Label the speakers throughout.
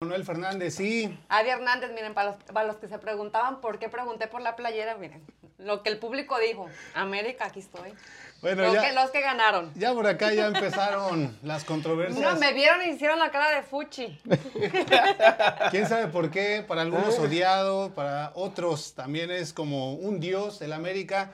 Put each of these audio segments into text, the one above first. Speaker 1: Manuel Fernández, sí.
Speaker 2: Avi Hernández, miren, para los, para los que se preguntaban por qué pregunté por la playera, miren, lo que el público dijo, América, aquí estoy.
Speaker 1: Bueno,
Speaker 2: los,
Speaker 1: ya-
Speaker 2: que, los que ganaron.
Speaker 1: Ya por acá ya empezaron las
Speaker 2: No,
Speaker 1: controversias.
Speaker 2: me vieron y hicieron la cara de Fuchi.
Speaker 1: ¿Quién sabe por qué? Para algunos odiado, para otros también es como un dios el América.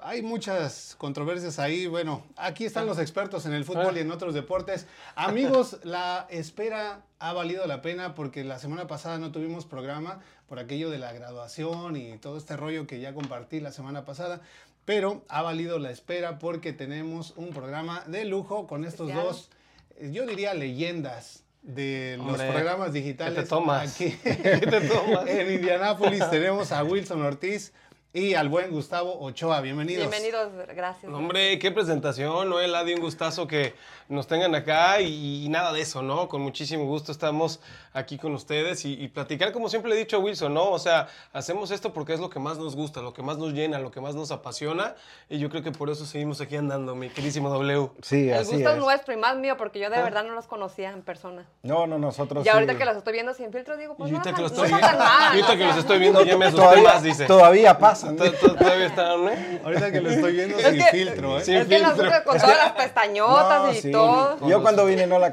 Speaker 1: Hay muchas controversias ahí. Bueno, aquí están los expertos en el fútbol y en otros deportes. Amigos, la espera ha valido la pena porque la semana pasada no tuvimos programa por aquello de la graduación y todo este rollo que ya compartí la semana pasada. Pero ha valido la espera porque tenemos un programa de lujo con estos
Speaker 2: Especial.
Speaker 1: dos, eh, yo diría leyendas de los
Speaker 3: Hombre,
Speaker 1: programas digitales.
Speaker 3: ¿qué te tomas?
Speaker 1: Aquí
Speaker 3: ¿Qué te tomas?
Speaker 1: Este en Indianápolis tenemos a Wilson Ortiz y al buen Gustavo Ochoa. Bienvenidos.
Speaker 2: Bienvenidos, gracias.
Speaker 3: Hombre, qué presentación, Noel Adi, un gustazo que nos tengan acá y, y nada de eso, ¿no? Con muchísimo gusto estamos aquí con ustedes y, y platicar, como siempre le he dicho a Wilson, ¿no? O sea, hacemos esto porque es lo que más nos gusta, lo que más nos llena, lo que más nos apasiona y yo creo que por eso seguimos aquí andando, mi querísimo W.
Speaker 4: Sí,
Speaker 2: el
Speaker 4: así
Speaker 2: gusto es
Speaker 4: es.
Speaker 2: nuestro y más mío, porque yo de verdad no los conocía en persona.
Speaker 4: No, no, nosotros
Speaker 2: Y ahorita
Speaker 4: sí.
Speaker 2: que los estoy viendo sin filtro, digo,
Speaker 3: Y
Speaker 2: pues no,
Speaker 3: ahorita
Speaker 2: no
Speaker 3: que los estoy,
Speaker 2: son tan mal,
Speaker 3: ahorita
Speaker 2: o
Speaker 3: que los
Speaker 2: sea.
Speaker 3: estoy viendo ya me asusté
Speaker 4: todavía,
Speaker 3: más, dice.
Speaker 4: todavía pasan. ¿eh?
Speaker 3: To- to- Todavía están, ¿eh?
Speaker 1: Ahorita que lo estoy viendo
Speaker 2: Es
Speaker 1: sin
Speaker 2: que-
Speaker 1: filtro, ¿eh?
Speaker 3: sí.
Speaker 2: Es que
Speaker 3: filtro.
Speaker 2: nosotros con todas las pestañotas
Speaker 4: No,
Speaker 2: y
Speaker 4: sí.
Speaker 2: todo.
Speaker 3: Con
Speaker 4: Yo cuando
Speaker 3: razón.
Speaker 4: vine no la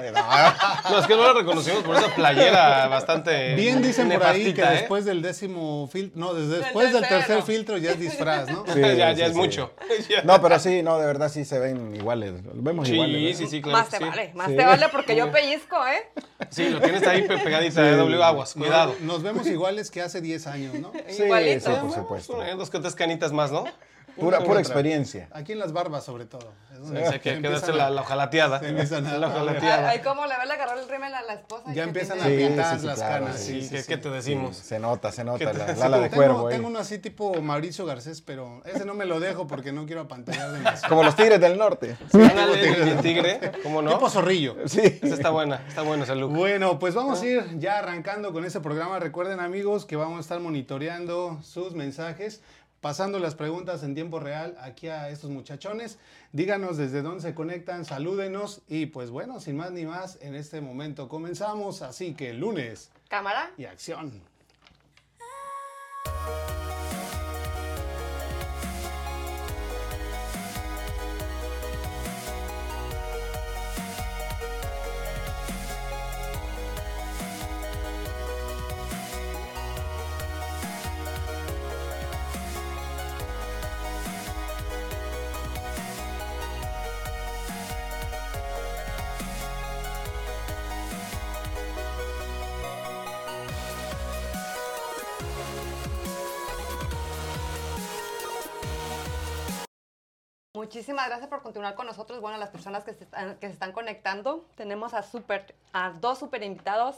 Speaker 4: de verdad.
Speaker 3: No, es que no la reconocimos por esa playera bastante.
Speaker 1: Bien dicen por ahí que
Speaker 3: nefastita, ¿eh?
Speaker 1: después del décimo filtro, no, desde después del
Speaker 2: tercero.
Speaker 1: tercer filtro ya es disfraz, ¿no?
Speaker 4: Sí,
Speaker 3: ya, ya
Speaker 4: sí,
Speaker 3: es
Speaker 4: sí.
Speaker 3: mucho.
Speaker 4: No, pero sí, no, de verdad sí se ven iguales. Los vemos iguales.
Speaker 3: Sí,
Speaker 4: ¿verdad?
Speaker 3: sí, sí, claro.
Speaker 2: más
Speaker 3: que
Speaker 2: te
Speaker 3: sí.
Speaker 2: vale, más
Speaker 4: Sí.
Speaker 2: te vale porque yo pellizco, ¿eh?
Speaker 3: Sí, lo tienes ahí pe- pegadita de W aguas,
Speaker 1: No,
Speaker 3: cuidado.
Speaker 1: Nos vemos iguales que hace 10 años, ¿no?
Speaker 4: Sí,
Speaker 2: Igualito.
Speaker 4: sí, por
Speaker 3: Bueno,
Speaker 4: supuesto.
Speaker 3: una- eh, Dos que tres canitas más, ¿no?
Speaker 4: Pura, pura
Speaker 1: otra.
Speaker 4: experiencia.
Speaker 1: Aquí en las barbas, sobre todo. Es donde
Speaker 3: Hay que
Speaker 1: empiezan
Speaker 3: quedarse
Speaker 1: a-
Speaker 3: la, la ojalateada.
Speaker 1: se empiezan a-
Speaker 3: La
Speaker 2: Ay,
Speaker 3: ojalateada.
Speaker 2: ay, cómo le vale agarrar el rímel a la esposa.
Speaker 1: Ya
Speaker 2: que
Speaker 1: empiezan a
Speaker 2: tiene-
Speaker 4: Sí,
Speaker 1: pintar
Speaker 4: sí, sí,
Speaker 1: las
Speaker 4: claro,
Speaker 1: canas.
Speaker 3: Sí,
Speaker 1: Sí, sí,
Speaker 3: ¿qué,
Speaker 1: sí.
Speaker 3: qué te decimos?
Speaker 4: Se nota, se nota.
Speaker 3: ¿Qué
Speaker 4: La,
Speaker 3: tal?
Speaker 4: la ala de
Speaker 1: Tengo,
Speaker 4: cuervo. ahí.
Speaker 1: tengo uno así tipo Mauricio Garcés, pero ese no me lo dejo porque no quiero apantallar demasiado.
Speaker 4: Como los tigres del norte.
Speaker 3: Ándale, el tigre, ¿cómo no?
Speaker 1: Tipo zorrillo.
Speaker 4: Sí. Ah.
Speaker 3: Esa está buena, está buena esa look.
Speaker 1: Bueno, pues vamos a ir ya arrancando con este programa. Recuerden amigos que vamos a estar monitoreando sus mensajes, pasando las preguntas en tiempo real aquí a estos muchachones. Díganos desde dónde se conectan, salúdenos y pues bueno, sin más ni más, en este momento comenzamos. Así que lunes
Speaker 2: Cámara.
Speaker 1: y acción.
Speaker 2: Muchísimas gracias por continuar con nosotros. Bueno, las personas que se están, que se están conectando, tenemos a super, a dos super invitados,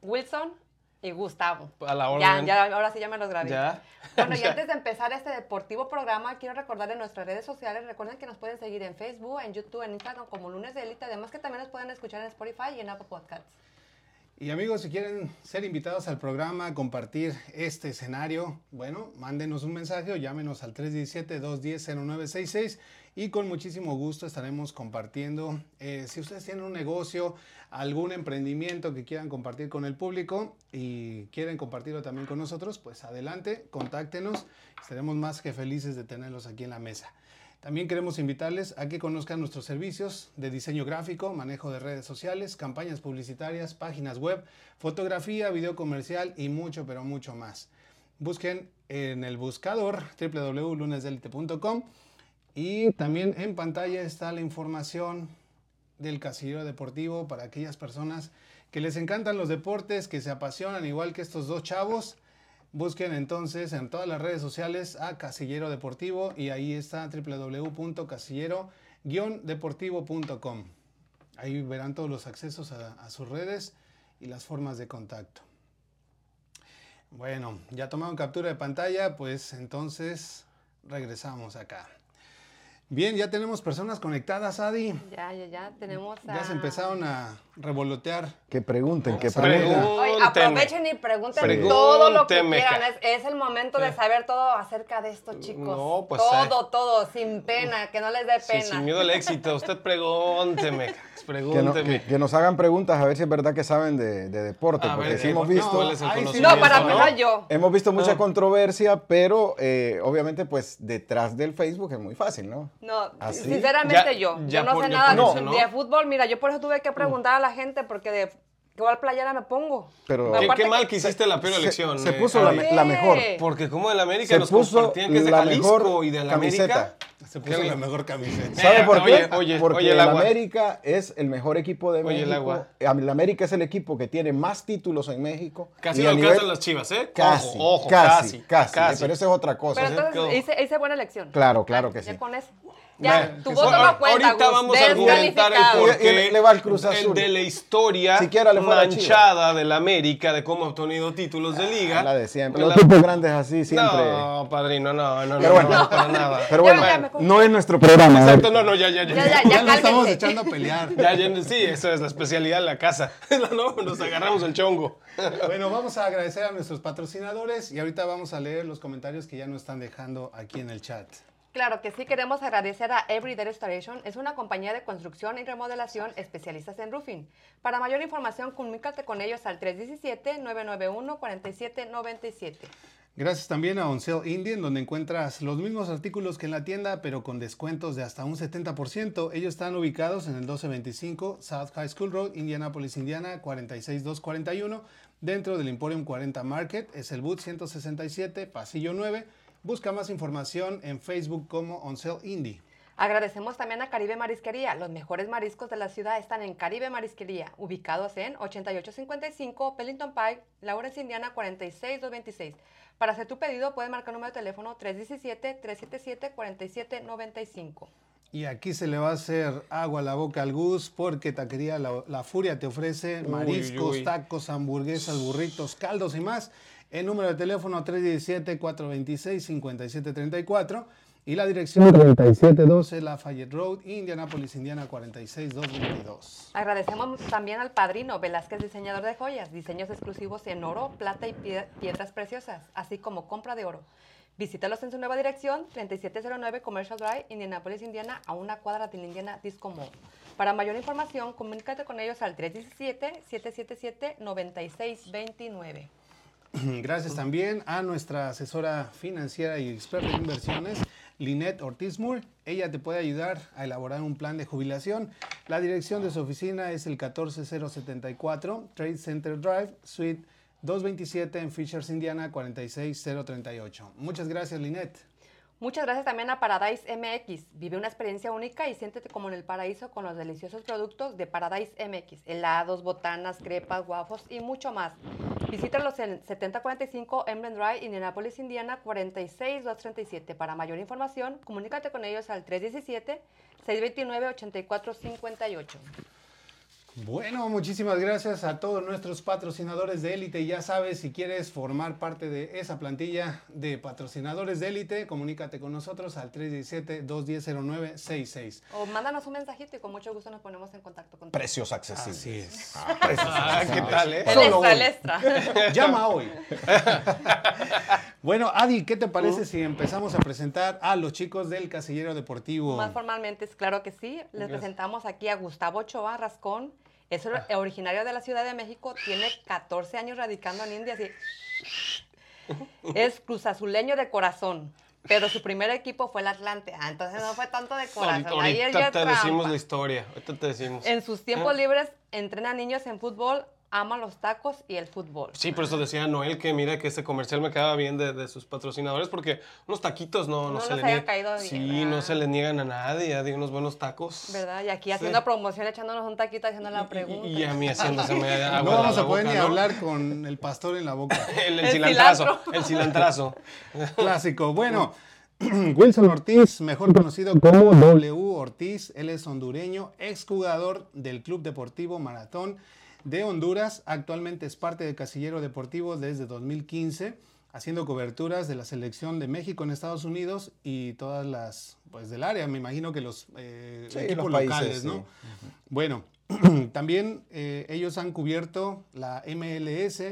Speaker 2: Wilson y Gustavo.
Speaker 3: A la
Speaker 2: Ya,
Speaker 3: orden.
Speaker 2: ya, ahora sí ya me los grabé.
Speaker 3: Ya.
Speaker 2: Bueno, y antes de empezar este deportivo programa, quiero recordar en nuestras redes sociales, recuerden que nos pueden seguir en Facebook, en YouTube, en Instagram como Lunes de Elite, además que también nos pueden escuchar en Spotify y en Apple Podcasts.
Speaker 1: Y amigos, si quieren ser invitados al programa, compartir este escenario, bueno, mándenos un mensaje o llámenos al 317-210-0966 y con muchísimo gusto estaremos compartiendo. eh, si ustedes tienen un negocio, algún emprendimiento que quieran compartir con el público y quieren compartirlo también con nosotros, pues adelante, contáctenos. Estaremos más que felices de tenerlos aquí en la mesa. También queremos invitarles a que conozcan nuestros servicios de diseño gráfico, manejo de redes sociales, campañas publicitarias, páginas web, fotografía, video comercial y mucho, pero mucho más. Busquen en el buscador www.lunesdelite.com y también en pantalla está la información del casillero deportivo para aquellas personas que les encantan los deportes, que se apasionan igual que estos dos chavos. Busquen entonces en todas las redes sociales a Casillero Deportivo y ahí está www.casillero-deportivo.com. Ahí verán todos los accesos a, a sus redes y las formas de contacto. Bueno, ya tomaron captura de pantalla, pues entonces regresamos acá. Bien, ya tenemos personas conectadas, Adi.
Speaker 2: Ya, ya, ya, tenemos a...
Speaker 1: Ya se empezaron a revolotear.
Speaker 4: Que pregunten, que
Speaker 1: Pregunta.
Speaker 4: pregunten.
Speaker 2: Oye,
Speaker 3: Pregúntenme.
Speaker 2: aprovechen y pregunten
Speaker 3: Pregúntenme.
Speaker 2: todo lo que quieran.
Speaker 3: ca-
Speaker 2: Es, es el momento de saber todo acerca de esto, chicos.
Speaker 3: No, pues,
Speaker 2: todo, todo, sin pena, que no les dé
Speaker 3: Sí,
Speaker 2: pena.
Speaker 3: sin miedo al éxito. Usted pregúnteme, Cax,
Speaker 4: Que, no-
Speaker 3: pregúnteme.
Speaker 4: que- que nos hagan preguntas a ver si es verdad que saben de, de deporte,
Speaker 3: A
Speaker 4: porque
Speaker 3: ver,
Speaker 4: sí
Speaker 3: que-
Speaker 4: hemos
Speaker 3: no,
Speaker 4: visto...
Speaker 3: ¿cuál es el
Speaker 1: Ay, sí,
Speaker 3: conocimiento,
Speaker 2: No, para
Speaker 1: no.
Speaker 2: empezar yo.
Speaker 4: Hemos visto mucha
Speaker 3: No.
Speaker 4: controversia, pero eh, obviamente pues detrás del Facebook es muy fácil, ¿no?
Speaker 2: No,
Speaker 4: ¿Ah, sí?
Speaker 2: sinceramente
Speaker 3: Ya-
Speaker 2: yo.
Speaker 3: ya
Speaker 2: yo no
Speaker 3: por-
Speaker 2: sé
Speaker 3: ya
Speaker 2: nada
Speaker 3: por
Speaker 2: de,
Speaker 3: eso,
Speaker 2: de
Speaker 3: ¿no? Mm.
Speaker 2: fútbol. Mira, yo por eso tuve que preguntar a la gente porque de cuál playera me pongo.
Speaker 4: Pero-
Speaker 3: Qué-
Speaker 2: Aparte
Speaker 3: Qué,
Speaker 2: que-
Speaker 3: mal que hiciste la peor
Speaker 4: Se-
Speaker 3: elección.
Speaker 4: Se,
Speaker 3: eh,
Speaker 4: puso la,
Speaker 3: Javi.
Speaker 4: me- la mejor.
Speaker 2: Sí.
Speaker 3: Porque como de la América
Speaker 4: Se
Speaker 3: nos
Speaker 4: puso
Speaker 3: compartían que es de
Speaker 4: la
Speaker 3: Jalisco
Speaker 4: mejor
Speaker 3: y de la
Speaker 4: camiseta.
Speaker 3: América.
Speaker 1: Se puso
Speaker 3: ¿Qué?
Speaker 1: la mejor camiseta.
Speaker 4: ¿Sabe por qué?
Speaker 3: Oye, oye,
Speaker 4: Porque
Speaker 3: oye, el
Speaker 4: el
Speaker 3: agua.
Speaker 4: América es el mejor equipo de
Speaker 3: Oye, el
Speaker 4: México. Eh,
Speaker 3: agua.
Speaker 4: El América es el equipo que tiene más títulos en México.
Speaker 3: Casi
Speaker 4: y
Speaker 3: lo
Speaker 4: a nivel-
Speaker 3: alcanzan las chivas, ¿eh?
Speaker 4: Casi,
Speaker 3: ojo, ojo,
Speaker 4: casi,
Speaker 3: casi,
Speaker 4: casi,
Speaker 3: casi.
Speaker 4: Pero eso es otra cosa.
Speaker 2: Pero
Speaker 4: ¿sí?
Speaker 2: entonces
Speaker 3: ¿qué?
Speaker 2: hice, hice buena elección.
Speaker 4: Claro, claro que
Speaker 2: Ya
Speaker 4: sí.
Speaker 2: con eso. Ya,
Speaker 3: Bueno,
Speaker 2: tu
Speaker 3: que
Speaker 2: voto
Speaker 3: son-
Speaker 2: no cuenta,
Speaker 3: Ahorita
Speaker 2: Gus.
Speaker 3: vamos a argumentar el
Speaker 2: Descalificado.
Speaker 4: por-
Speaker 3: porqué
Speaker 4: Y- y le- le va al Cruz Azul.
Speaker 3: de la historia
Speaker 4: Siquiera le fue a la Chivas. Ah,
Speaker 3: manchada de la América, de cómo ha obtenido títulos de liga.
Speaker 4: La de siempre.
Speaker 3: La-
Speaker 4: Los tipos grandes así siempre.
Speaker 3: No, padrino, no, no,
Speaker 4: Pero
Speaker 3: no,
Speaker 4: bueno.
Speaker 3: no, para nada.
Speaker 4: Pero bueno,
Speaker 2: Ya, ya, mejor.
Speaker 4: no es nuestro programa. a ver.
Speaker 3: Exacto, no, no, ya, ya, ya.
Speaker 2: Ya, ya,
Speaker 1: Ya nos estamos
Speaker 2: cálmense.
Speaker 1: echando a pelear.
Speaker 3: Ya, ya, sí, eso es la especialidad de la casa. No, nos agarramos el chongo.
Speaker 1: Bueno, vamos a agradecer a nuestros patrocinadores y ahorita vamos a leer los comentarios que ya nos están dejando aquí en el chat.
Speaker 2: Claro que sí, queremos agradecer a Everyday Restoration. Es una compañía de construcción y remodelación especialistas en roofing. Para mayor información, comunícate con ellos al 317-991-4797.
Speaker 1: Gracias también a On Sale Indie, en donde encuentras los mismos artículos que en la tienda, pero con descuentos de hasta un 70%. Ellos están ubicados en el 1225 South High School Road, Indianapolis, Indiana, 46241, dentro del Emporium 40 Market. Es el boot 167, pasillo 9. Busca más información en Facebook como On Sale Indie.
Speaker 2: Agradecemos también a Caribe Marisquería. Los mejores mariscos de la ciudad están en Caribe Marisquería, ubicados en 8855 Pellington Pike, Lawrence, Indiana 46226. Para hacer tu pedido, puedes marcar el número de teléfono 317-377-4795.
Speaker 1: Y aquí se le va a hacer agua a la boca al Gus porque Taquería La, La Furia te ofrece
Speaker 3: Uy,
Speaker 1: mariscos,
Speaker 3: uy.
Speaker 1: tacos, hamburguesas, burritos, caldos y más. El número de teléfono 317-426-5734 y la dirección 3712 Lafayette Road, Indianapolis, Indiana 46222.
Speaker 2: Agradecemos también al padrino Velázquez, diseñador de joyas, diseños exclusivos en oro, plata y pie- piedras preciosas, así como compra de oro. Visítalos en su nueva dirección, 3709 Commercial Drive, Indianapolis, Indiana, a una cuadra de la Indiana Disco Mall. Para mayor información, comunícate con ellos al 317-777-9629.
Speaker 1: Gracias también a nuestra asesora financiera y experta en inversiones, Lynette Ortiz Moore. Ella te puede ayudar a elaborar un plan de jubilación. La dirección de su oficina es el 14074 Trade Center Drive, Suite 227 en Fishers, Indiana 46038. Muchas gracias, Lynette.
Speaker 2: Muchas gracias también a Paradise MX. Vive una experiencia única y siéntete como en el paraíso con los deliciosos productos de Paradise MX. Helados, botanas, crepas, guafos y mucho más. Visítalos en 7045 Emblem Drive, Indianapolis, Indiana 46237. Para mayor información, comunícate con ellos al 317-629-8458.
Speaker 1: Bueno, muchísimas gracias a todos nuestros patrocinadores de élite. Ya sabes, si quieres formar parte de esa plantilla de patrocinadores de élite, comunícate con nosotros al 317-210-0966.
Speaker 2: O mándanos un mensajito y con mucho gusto nos ponemos en contacto contigo.
Speaker 4: Precios accesibles.
Speaker 1: Así es.
Speaker 4: Ah, precios
Speaker 3: Ah, ¿qué
Speaker 4: accesibles.
Speaker 3: tal, eh?
Speaker 2: El
Speaker 1: Solo
Speaker 2: extra, el
Speaker 1: uno.
Speaker 2: extra.
Speaker 1: Llama hoy. bueno, Adi, ¿qué te
Speaker 3: Uh.
Speaker 1: parece si empezamos a presentar a los chicos del Casillero Deportivo?
Speaker 2: Más formalmente, es claro que sí. Les presentamos aquí a Gustavo Ochoa Rascón. Es or-
Speaker 3: Ah.
Speaker 2: originario de la Ciudad de México, tiene 14 años radicando en India. así. Es cruzazuleño de corazón, pero su primer equipo fue el Atlante. Ah, entonces no fue tanto de corazón.
Speaker 3: Ahorita,
Speaker 2: Ahí
Speaker 3: ahorita
Speaker 2: es ya
Speaker 3: te decimos
Speaker 2: trampa.
Speaker 3: la Ah. historia. Ahorita te decimos.
Speaker 2: En sus tiempos libres entrena niños en fútbol, ama los tacos y el fútbol.
Speaker 3: Sí, por eso decía Noel que mira que este comercial me quedaba bien de, de sus patrocinadores porque unos taquitos no, no,
Speaker 2: No
Speaker 3: se
Speaker 2: nos
Speaker 3: le
Speaker 2: haya
Speaker 3: niegan.
Speaker 2: caído bien,
Speaker 3: Sí,
Speaker 2: ¿verdad?
Speaker 3: no se le niegan a nadie, ya de unos buenos tacos.
Speaker 2: ¿Verdad? Y aquí
Speaker 3: Sí.
Speaker 2: haciendo promoción, echándonos un taquito, haciendo la pregunta.
Speaker 3: Y, y a mí haciéndoseme agua
Speaker 1: no
Speaker 3: la
Speaker 1: vamos a poder
Speaker 3: boca,
Speaker 1: ni
Speaker 3: ¿no?
Speaker 1: hablar con el pastor en la boca.
Speaker 3: El, el
Speaker 2: El
Speaker 3: cilantrazo,
Speaker 2: cilantro.
Speaker 3: el cilantrazo.
Speaker 1: Clásico. Bueno, Wilson Ortiz, mejor conocido como W. Ortiz, él es hondureño, exjugador del Club Deportivo Maratón de Honduras. Actualmente es parte del Casillero Deportivo desde 2015. haciendo coberturas de la selección de México en Estados Unidos y todas las, pues del área, me imagino que los eh,
Speaker 4: Sí,
Speaker 1: equipos
Speaker 4: los
Speaker 1: locales,
Speaker 4: países, sí.
Speaker 1: ¿no? Bueno, también eh, ellos han cubierto la MLS,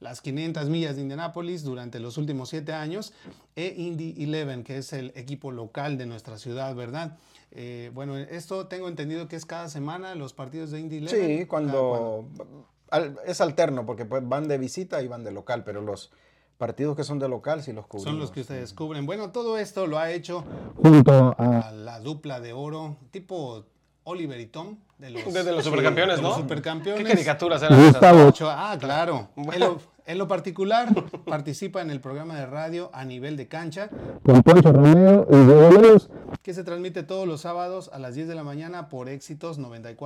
Speaker 1: las 500 millas de Indianápolis durante los últimos siete años, e Indy 11, que es el equipo local de nuestra ciudad, ¿verdad? Eh, bueno, esto tengo entendido que es cada semana los partidos de Indy 11.
Speaker 4: Sí,
Speaker 1: ¿Cada cuándo?
Speaker 4: cuando
Speaker 3: Ah,
Speaker 4: al- es alterno porque pues van de visita y van de local, pero los partidos que son de local sí los cubrimos.
Speaker 1: Son los que ustedes cubren. Bueno, todo esto lo ha hecho
Speaker 5: junto a
Speaker 1: a la dupla de oro, tipo Oliver y Tom, de los,
Speaker 3: Desde los supercampeones,
Speaker 1: de
Speaker 3: ¿no?
Speaker 1: los supercampeones.
Speaker 3: ¿Qué caricaturas eran esas?
Speaker 5: Gustavo
Speaker 1: Ocho- Ah, claro. En lo, en lo particular, participa en el programa de radio a nivel de cancha,
Speaker 5: con Poncho Romero y Diego Luz.
Speaker 1: que se transmite todos los sábados a las 10 de la mañana por Éxitos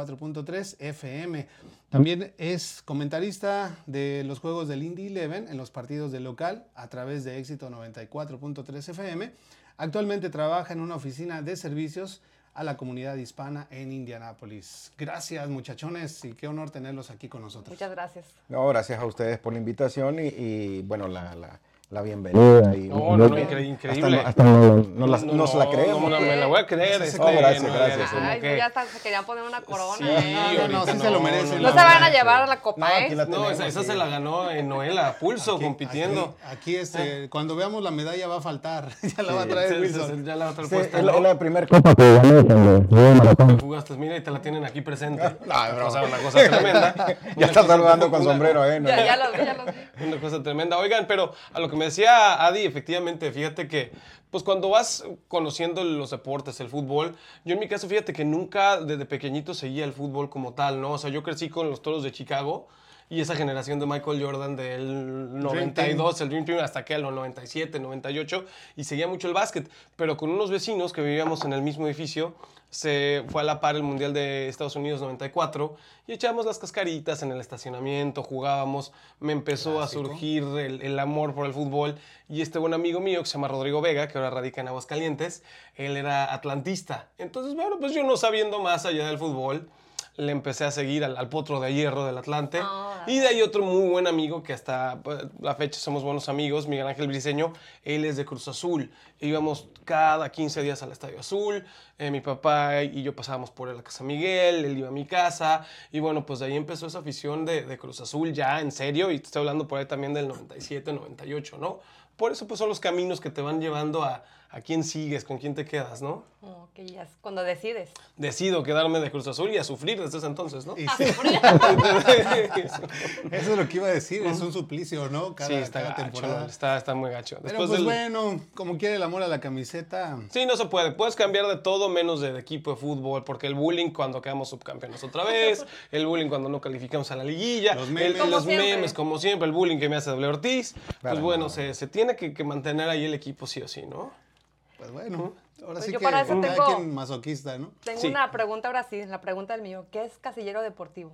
Speaker 1: 94.3 FM. También es comentarista de los juegos del Indy 11 en los partidos de local a través de Éxito 94.3 FM. Actualmente trabaja en una oficina de servicios a la comunidad hispana en Indianápolis. Gracias muchachones y qué honor tenerlos aquí con nosotros.
Speaker 2: Muchas gracias.
Speaker 4: No, gracias a ustedes por la invitación y, y, bueno, la, la, la bienvenida. y-
Speaker 3: no,
Speaker 5: No,
Speaker 3: no,
Speaker 4: Hasta
Speaker 3: incre-
Speaker 4: no-
Speaker 3: increíble.
Speaker 4: Hasta, no, no las- nos la creemos.
Speaker 3: No, no me la voy a creer.
Speaker 1: No,
Speaker 3: este,
Speaker 4: gracias,
Speaker 3: no,
Speaker 4: gracias.
Speaker 3: como
Speaker 2: Ay, pues
Speaker 3: que-
Speaker 2: ya hasta se querían poner una corona.
Speaker 3: Sí,
Speaker 2: ¿eh?
Speaker 1: no, no,
Speaker 3: ahorita
Speaker 1: sí se lo merecen,
Speaker 2: No
Speaker 1: la
Speaker 2: se van a
Speaker 1: verdad.
Speaker 2: llevar a la copa,
Speaker 4: No,
Speaker 2: ¿eh?
Speaker 4: aquí la
Speaker 3: No, esa,
Speaker 4: tenemos,
Speaker 3: esa
Speaker 4: sí.
Speaker 3: se la ganó en Noela, a pulso,
Speaker 1: Aquí-
Speaker 3: compitiendo. Ah.
Speaker 1: Aquí, aquí, este, cuando veamos la medalla va a faltar. ya la va a
Speaker 3: Se-
Speaker 1: traer
Speaker 3: se-
Speaker 1: Wilson.
Speaker 3: se- ya la otra
Speaker 4: Sí,
Speaker 3: puesta,
Speaker 4: es la,
Speaker 3: ¿no?
Speaker 4: es la primera copa.
Speaker 5: Copa que gané cuando jugué maratón.
Speaker 3: Jugaste, mira, y te la tienen aquí presente.
Speaker 4: Ah, No, bro.
Speaker 3: O sea, una cosa tremenda.
Speaker 4: Ya
Speaker 3: Una
Speaker 4: está
Speaker 3: cosa-
Speaker 4: saludando con
Speaker 3: una-
Speaker 4: sombrero, ¿eh? No,
Speaker 2: Ya, ya los vi, ya los vi.
Speaker 3: Una cosa tremenda. Oigan, pero a lo que me decía Adi, efectivamente, fíjate que, pues cuando vas conociendo los deportes, el fútbol, yo en mi caso, fíjate que nunca desde pequeñito seguía el fútbol como tal, ¿no? O sea, yo crecí con los toros de Chicago y esa generación de Michael Jordan del 92, el Dream Team, hasta que a los 97, 98, y seguía mucho el básquet. Pero con unos vecinos que vivíamos en el mismo edificio, se fue a la par el Mundial de Estados Unidos 94 y echábamos las cascaritas en el estacionamiento, jugábamos, me empezó a surgir el, el amor por el fútbol y este buen amigo mío que se llama Rodrigo Vega, que ahora radica en Aguascalientes, él era atlantista. Entonces, bueno, pues yo no sabiendo más allá del fútbol, le empecé a seguir al, al potro de hierro del Atlante.
Speaker 2: Ah.
Speaker 3: y de ahí otro muy buen amigo que hasta pues, la fecha somos buenos amigos, Miguel Ángel Briseño. Él es de Cruz Azul. Íbamos cada 15 días al Estadio Azul. eh, mi papá y yo pasábamos por la casa Miguel, él iba a mi casa. Y bueno, pues de ahí empezó esa afición de, de Cruz Azul ya en serio. Y te estoy hablando por ahí también del 97, 98, ¿no? Por eso pues son los caminos que te van llevando a, a quién sigues, con quién te quedas, ¿no?
Speaker 2: Oh, que ya es cuando decides.
Speaker 3: Decido quedarme de Cruz Azul y a sufrir desde ese entonces, ¿no?
Speaker 1: Y sí, eso es lo que iba a decir, es un suplicio, ¿no? Cada,
Speaker 3: sí, está
Speaker 1: cada
Speaker 3: gacho,
Speaker 1: temporada.
Speaker 3: Está, está muy gacho.
Speaker 1: Pero
Speaker 3: Después
Speaker 1: pues
Speaker 3: del-
Speaker 1: bueno, como quiere el amor a la camiseta.
Speaker 3: Sí, no se puede. Puedes cambiar de todo menos de, de equipo de fútbol, porque el bullying cuando quedamos subcampeones otra vez, el bullying cuando no calificamos a la liguilla,
Speaker 1: Los memes.
Speaker 3: el-
Speaker 2: Como
Speaker 3: los
Speaker 2: siempre.
Speaker 3: memes, como siempre, el bullying que me hace doble Ortiz. pues
Speaker 4: Claro,
Speaker 3: bueno,
Speaker 4: no.
Speaker 3: se, se tiene que, que mantener ahí el equipo sí o sí, ¿no?
Speaker 1: Pues bueno, ahora
Speaker 2: Pues
Speaker 1: sí
Speaker 2: yo
Speaker 1: que
Speaker 2: para eso
Speaker 1: cada
Speaker 2: tengo-
Speaker 1: quien masoquista, ¿no?
Speaker 2: Tengo
Speaker 3: Sí.
Speaker 2: una pregunta ahora sí, la pregunta del mío. ¿Qué es casillero deportivo?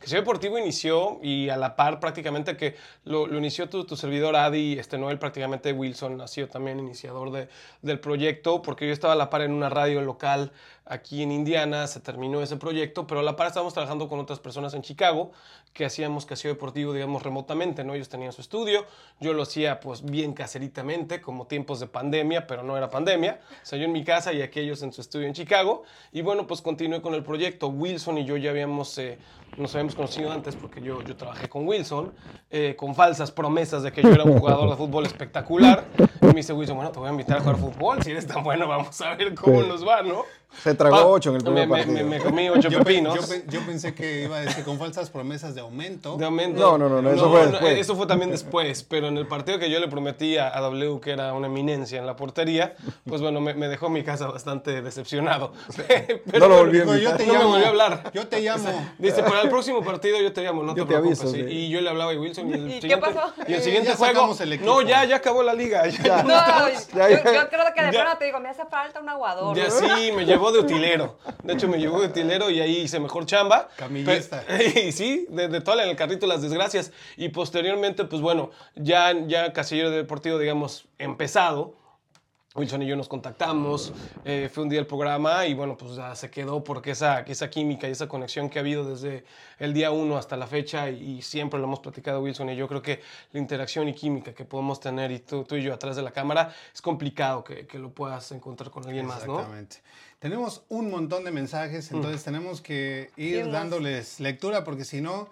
Speaker 3: Que Ciudad Deportivo inició y a la par prácticamente que lo, lo inició tu, tu servidor Adi, este Noel prácticamente Wilson ha sido también iniciador de- del proyecto porque yo estaba a la par en una radio local aquí en Indiana, se terminó ese proyecto, pero a la par estábamos trabajando con otras personas en Chicago que hacíamos caseo deportivo digamos remotamente, ¿no? Ellos tenían su estudio, yo lo hacía pues bien caseritamente como tiempos de pandemia, pero no era pandemia, o sea yo en mi casa y aquellos en su estudio en Chicago y bueno pues continué con el proyecto, Wilson y yo ya habíamos... eh, nos habíamos conocido antes porque yo, yo trabajé con Wilson, eh, con falsas promesas de que yo era un jugador de fútbol espectacular. Y me dice Wilson, bueno, te voy a invitar a jugar fútbol, si eres tan bueno, vamos a ver cómo
Speaker 4: Sí.
Speaker 3: nos va, ¿no?
Speaker 4: Se tragó
Speaker 3: Pa-
Speaker 4: ocho en el primer
Speaker 3: Ah, me, me-
Speaker 4: partido.
Speaker 3: me- me comí ocho
Speaker 1: Yo, pe-
Speaker 3: pepinos.
Speaker 1: yo pe- yo pensé que iba a decir con falsas promesas de aumento.
Speaker 3: De aumento.
Speaker 4: No, no, no, no, eso fue después.
Speaker 3: eso fue también después, pero en el partido que yo le prometí a, a W que era una eminencia en la portería, pues bueno, me, me dejó mi casa bastante decepcionado. Pero
Speaker 4: No
Speaker 3: bueno,
Speaker 4: lo volví a
Speaker 1: Digo, yo te
Speaker 3: No me
Speaker 1: llamo.
Speaker 3: volvió a hablar.
Speaker 1: Yo te llamo.
Speaker 3: Dice, para el próximo partido yo te llamo, no
Speaker 4: Yo
Speaker 3: te,
Speaker 4: te
Speaker 3: preocupes.
Speaker 4: aviso,
Speaker 3: y,
Speaker 4: sí.
Speaker 3: y yo le hablaba a Wilson. Y, el
Speaker 2: ¿Y qué
Speaker 3: siguiente-
Speaker 2: pasó?
Speaker 3: Y el
Speaker 1: Eh,
Speaker 3: siguiente
Speaker 1: ya
Speaker 3: juego.
Speaker 1: sacamos el equipo.
Speaker 3: no, ya, ya acabó la liga. Ya, ya,
Speaker 2: No,
Speaker 4: Ya,
Speaker 2: yo,
Speaker 4: ya.
Speaker 2: yo creo que de
Speaker 3: Ya.
Speaker 2: pronto te digo, me hace falta un aguador.
Speaker 3: ya sí, me llevó de utilero. De hecho, me llevó de utilero y ahí hice mejor chamba.
Speaker 1: Camillista.
Speaker 3: Pe- y sí, de, de toda la- en el carrito las desgracias. Y posteriormente, pues bueno, ya, ya Casillero Deportivo, digamos, empezado. Wilson y yo nos contactamos, eh, fue un día el programa y bueno, pues ya se quedó porque esa, esa química y esa conexión que ha habido desde el día uno hasta la fecha y, y siempre lo hemos platicado Wilson y yo creo que la interacción y química que podemos tener y tú, tú y yo atrás de la cámara es complicado que, que lo puedas encontrar con alguien más, ¿no? Mm.
Speaker 1: Exactamente. Tenemos un montón de mensajes, entonces tenemos que ir
Speaker 2: Irnos.
Speaker 1: dándoles lectura porque si no,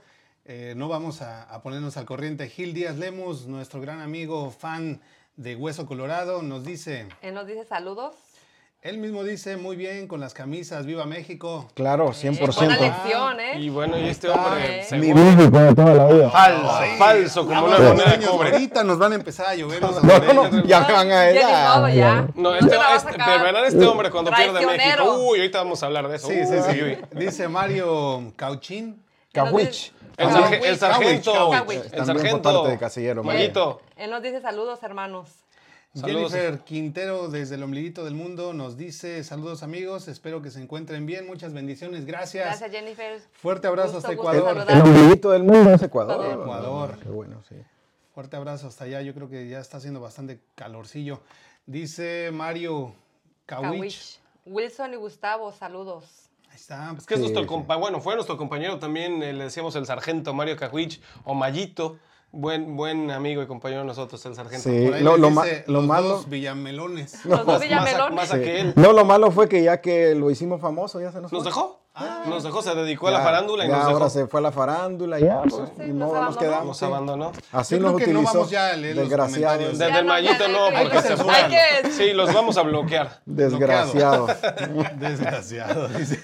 Speaker 1: eh, no vamos a, a ponernos al corriente. Gil Díaz Lemus, nuestro gran amigo, fan de Hueso Colorado, nos dice,
Speaker 2: Él nos dice saludos.
Speaker 1: él mismo dice, muy bien, con las camisas, viva México.
Speaker 4: Claro,
Speaker 2: Una
Speaker 4: 100%.
Speaker 2: lección, ¿eh?
Speaker 3: Y bueno, y este
Speaker 1: está.
Speaker 3: hombre...
Speaker 2: Eh.
Speaker 3: según-
Speaker 5: Mi México de toda la vida.
Speaker 3: Falso, falso, como una
Speaker 1: Vamos,
Speaker 3: moneda de
Speaker 1: niños,
Speaker 3: cobre.
Speaker 1: Ahorita nos van a empezar a llover los
Speaker 4: No,
Speaker 1: hondureños.
Speaker 4: no, ya van a
Speaker 2: Ya ni modo,
Speaker 4: edad.
Speaker 2: ya.
Speaker 3: No,
Speaker 2: se
Speaker 3: este,
Speaker 2: la va a
Speaker 3: este-
Speaker 2: sacar.
Speaker 3: de verdad este hombre cuando pierde México.
Speaker 2: Traicionero.
Speaker 3: Uy, ahorita vamos a hablar de eso.
Speaker 1: Sí, sí,
Speaker 3: Uy, uy.
Speaker 1: sí. Dice Mario Cauchín.
Speaker 4: Cahuich.
Speaker 3: El,
Speaker 2: Ah,
Speaker 3: sarge-
Speaker 2: Cawich,
Speaker 3: el sargento.
Speaker 1: Cawich,
Speaker 2: Cawich.
Speaker 3: El
Speaker 4: También por
Speaker 3: sargento.
Speaker 4: parte de Casillero, María.
Speaker 3: Mayito.
Speaker 2: Él nos dice saludos, hermanos.
Speaker 3: Saludos.
Speaker 1: Jennifer Quintero desde el ombliguito del mundo nos dice saludos amigos, espero que se encuentren bien, muchas bendiciones, gracias.
Speaker 2: Gracias, Jennifer.
Speaker 1: Fuerte abrazo
Speaker 2: Gusto,
Speaker 1: hasta
Speaker 2: gusto
Speaker 1: Ecuador.
Speaker 2: saludar.
Speaker 5: El ombliguito del mundo es Ecuador.
Speaker 1: Ecuador.
Speaker 4: Qué bueno, sí.
Speaker 1: Fuerte abrazo hasta allá, yo creo que ya está haciendo bastante calorcillo. Dice Mario Kawich.
Speaker 2: Kawich. Wilson y Gustavo, saludos.
Speaker 1: Ahí está.
Speaker 3: Es que es
Speaker 4: Sí,
Speaker 3: nuestro
Speaker 4: sí.
Speaker 3: compa bueno, fue nuestro compañero también, eh, le decíamos el sargento Mario Cajuich o Mayito. Buen, buen amigo y compañero de nosotros, el sargento.
Speaker 4: Sí.
Speaker 1: Por ahí
Speaker 4: lo-
Speaker 1: les
Speaker 4: lo
Speaker 1: dice
Speaker 4: ma- lo
Speaker 1: los
Speaker 4: malo-
Speaker 1: dos villamelones.
Speaker 2: Los dos
Speaker 3: Más, más a-
Speaker 2: Villamelón.
Speaker 3: más a
Speaker 4: Sí.
Speaker 3: que él.
Speaker 4: Eh, No, lo malo fue que ya que lo hicimos famoso, ya se nos,
Speaker 3: ¿Nos
Speaker 4: fue.
Speaker 3: dejó?
Speaker 2: Ah.
Speaker 3: Nos dejó, se dedicó a
Speaker 4: Ya,
Speaker 3: la farándula y
Speaker 4: ya
Speaker 3: nos dejó.
Speaker 4: ahora se fue a la farándula y ya, pues,
Speaker 2: Sí,
Speaker 4: ni
Speaker 2: nos
Speaker 4: modo, nos
Speaker 2: abandonó.
Speaker 4: quedamos.
Speaker 3: Nos
Speaker 4: sí.
Speaker 3: abandonó.
Speaker 4: Así
Speaker 1: Yo
Speaker 4: nos
Speaker 1: creo que no
Speaker 4: utilizó.
Speaker 1: vamos ya a leer los
Speaker 4: desgraciado.
Speaker 1: comentarios.
Speaker 3: Desde
Speaker 2: Ya
Speaker 3: el
Speaker 2: no,
Speaker 3: Mayito
Speaker 2: ya
Speaker 3: no,
Speaker 2: hay que-
Speaker 3: porque
Speaker 1: hay que
Speaker 3: se fue.
Speaker 1: censurar.
Speaker 2: Hay que-
Speaker 3: Sí, los vamos a bloquear.
Speaker 4: Desgraciado.
Speaker 1: Desgraciado, dice.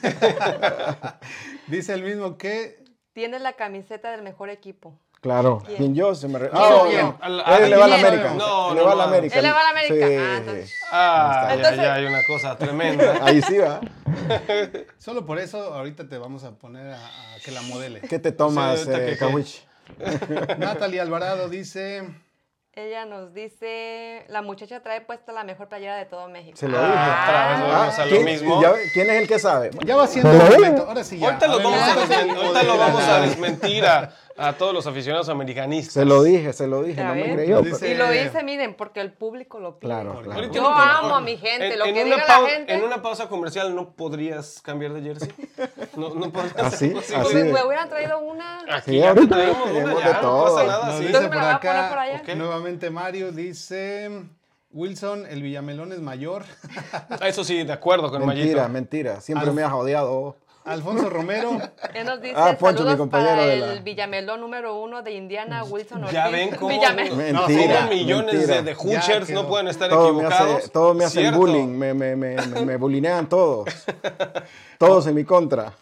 Speaker 1: dice el mismo que
Speaker 2: Tienes la camiseta del mejor equipo.
Speaker 4: claro.
Speaker 2: ¿Quién?
Speaker 4: ¿Quién yo? Se me re-
Speaker 1: ¿Quién?
Speaker 4: Ah,
Speaker 1: ¿Quién?
Speaker 4: no.
Speaker 3: Al-
Speaker 4: Él le va a la
Speaker 2: ¿Quién?
Speaker 4: América.
Speaker 3: No,
Speaker 4: le
Speaker 3: no,
Speaker 4: va a la
Speaker 3: no.
Speaker 4: América.
Speaker 2: Él le va a la América.
Speaker 4: Sí.
Speaker 2: Ah, entonces-
Speaker 3: Ah, ya,
Speaker 2: Entonces-
Speaker 3: ya, hay una cosa tremenda.
Speaker 4: Ahí sí va.
Speaker 1: solo por eso ahorita te vamos a poner a, a que la modele.
Speaker 4: ¿Qué te tomas,
Speaker 3: ahorita que-
Speaker 4: eh,
Speaker 3: que-
Speaker 4: Kawich?
Speaker 1: Natalie Alvarado dice
Speaker 2: Ella nos dice, la muchacha trae puesta la mejor playera de todo México.
Speaker 4: Se lo
Speaker 3: Ah,
Speaker 4: dije.
Speaker 3: otra vez volvemos a lo
Speaker 4: ¿quién-
Speaker 3: mismo.
Speaker 4: ya- ¿Quién es el que sabe?
Speaker 1: Ya va siendo el
Speaker 5: Pero,
Speaker 1: momento. Ahora sí ya.
Speaker 3: Ahorita los
Speaker 1: ver,
Speaker 3: vamos a
Speaker 1: ahorita sí,
Speaker 3: desmentir, ahorita lo vamos a
Speaker 1: moderada.
Speaker 3: desmentir a, a todos los aficionados americanistas.
Speaker 4: Se lo dije, se lo dije.
Speaker 2: Ya
Speaker 4: No me
Speaker 2: ven.
Speaker 4: creyó.
Speaker 1: Dice-
Speaker 4: pero-
Speaker 2: Y lo hice, miren, porque el público lo pide.
Speaker 4: Claro, claro.
Speaker 3: Ahorita
Speaker 2: Yo
Speaker 3: no, por-
Speaker 2: amo a
Speaker 3: por-
Speaker 2: mi gente, lo que diga
Speaker 3: una
Speaker 2: la
Speaker 3: pau-
Speaker 2: gente.
Speaker 3: En una pausa comercial no podrías cambiar de jersey. No, no podrías.
Speaker 4: Así,
Speaker 3: hacerlo, sí,
Speaker 4: así
Speaker 2: Me,
Speaker 3: güey.
Speaker 4: de-
Speaker 2: me hubieran traído una.
Speaker 3: Aquí
Speaker 4: Sí,
Speaker 3: ya
Speaker 4: ahorita
Speaker 3: tenemos
Speaker 4: tenemos
Speaker 3: una,
Speaker 4: de
Speaker 3: ya,
Speaker 4: todo.
Speaker 3: No pasa
Speaker 1: Nos
Speaker 3: nada, sí.
Speaker 1: dice
Speaker 2: me
Speaker 1: por
Speaker 2: la va a poner
Speaker 1: acá,
Speaker 2: por allá.
Speaker 1: ok. nuevamente Mario dice, Wilson, el Villamelón es mayor.
Speaker 3: Ah, Eso sí, de acuerdo con
Speaker 4: Mentira,
Speaker 3: Mayito.
Speaker 4: mentira. Siempre
Speaker 1: Al-
Speaker 4: me has odiado.
Speaker 1: Alfonso Romero,
Speaker 2: Él nos dice
Speaker 4: Ah, Poncho, mi
Speaker 2: saludos
Speaker 4: compañero
Speaker 2: para
Speaker 4: de la-
Speaker 2: el Villamelón número uno de Indiana, Wilson Ortiz.
Speaker 3: Ya ven cómo,
Speaker 2: Villamelón.
Speaker 4: Mentira,
Speaker 3: cómo millones
Speaker 4: mentira.
Speaker 3: de, de Hoosiers
Speaker 1: quedó.
Speaker 3: no pueden estar
Speaker 4: Todo me,
Speaker 3: equivocados.
Speaker 4: hace, todo me hacen
Speaker 3: Cierto.
Speaker 4: bullying. Me, me, me, me, me bulinean todos. Todos en mi contra.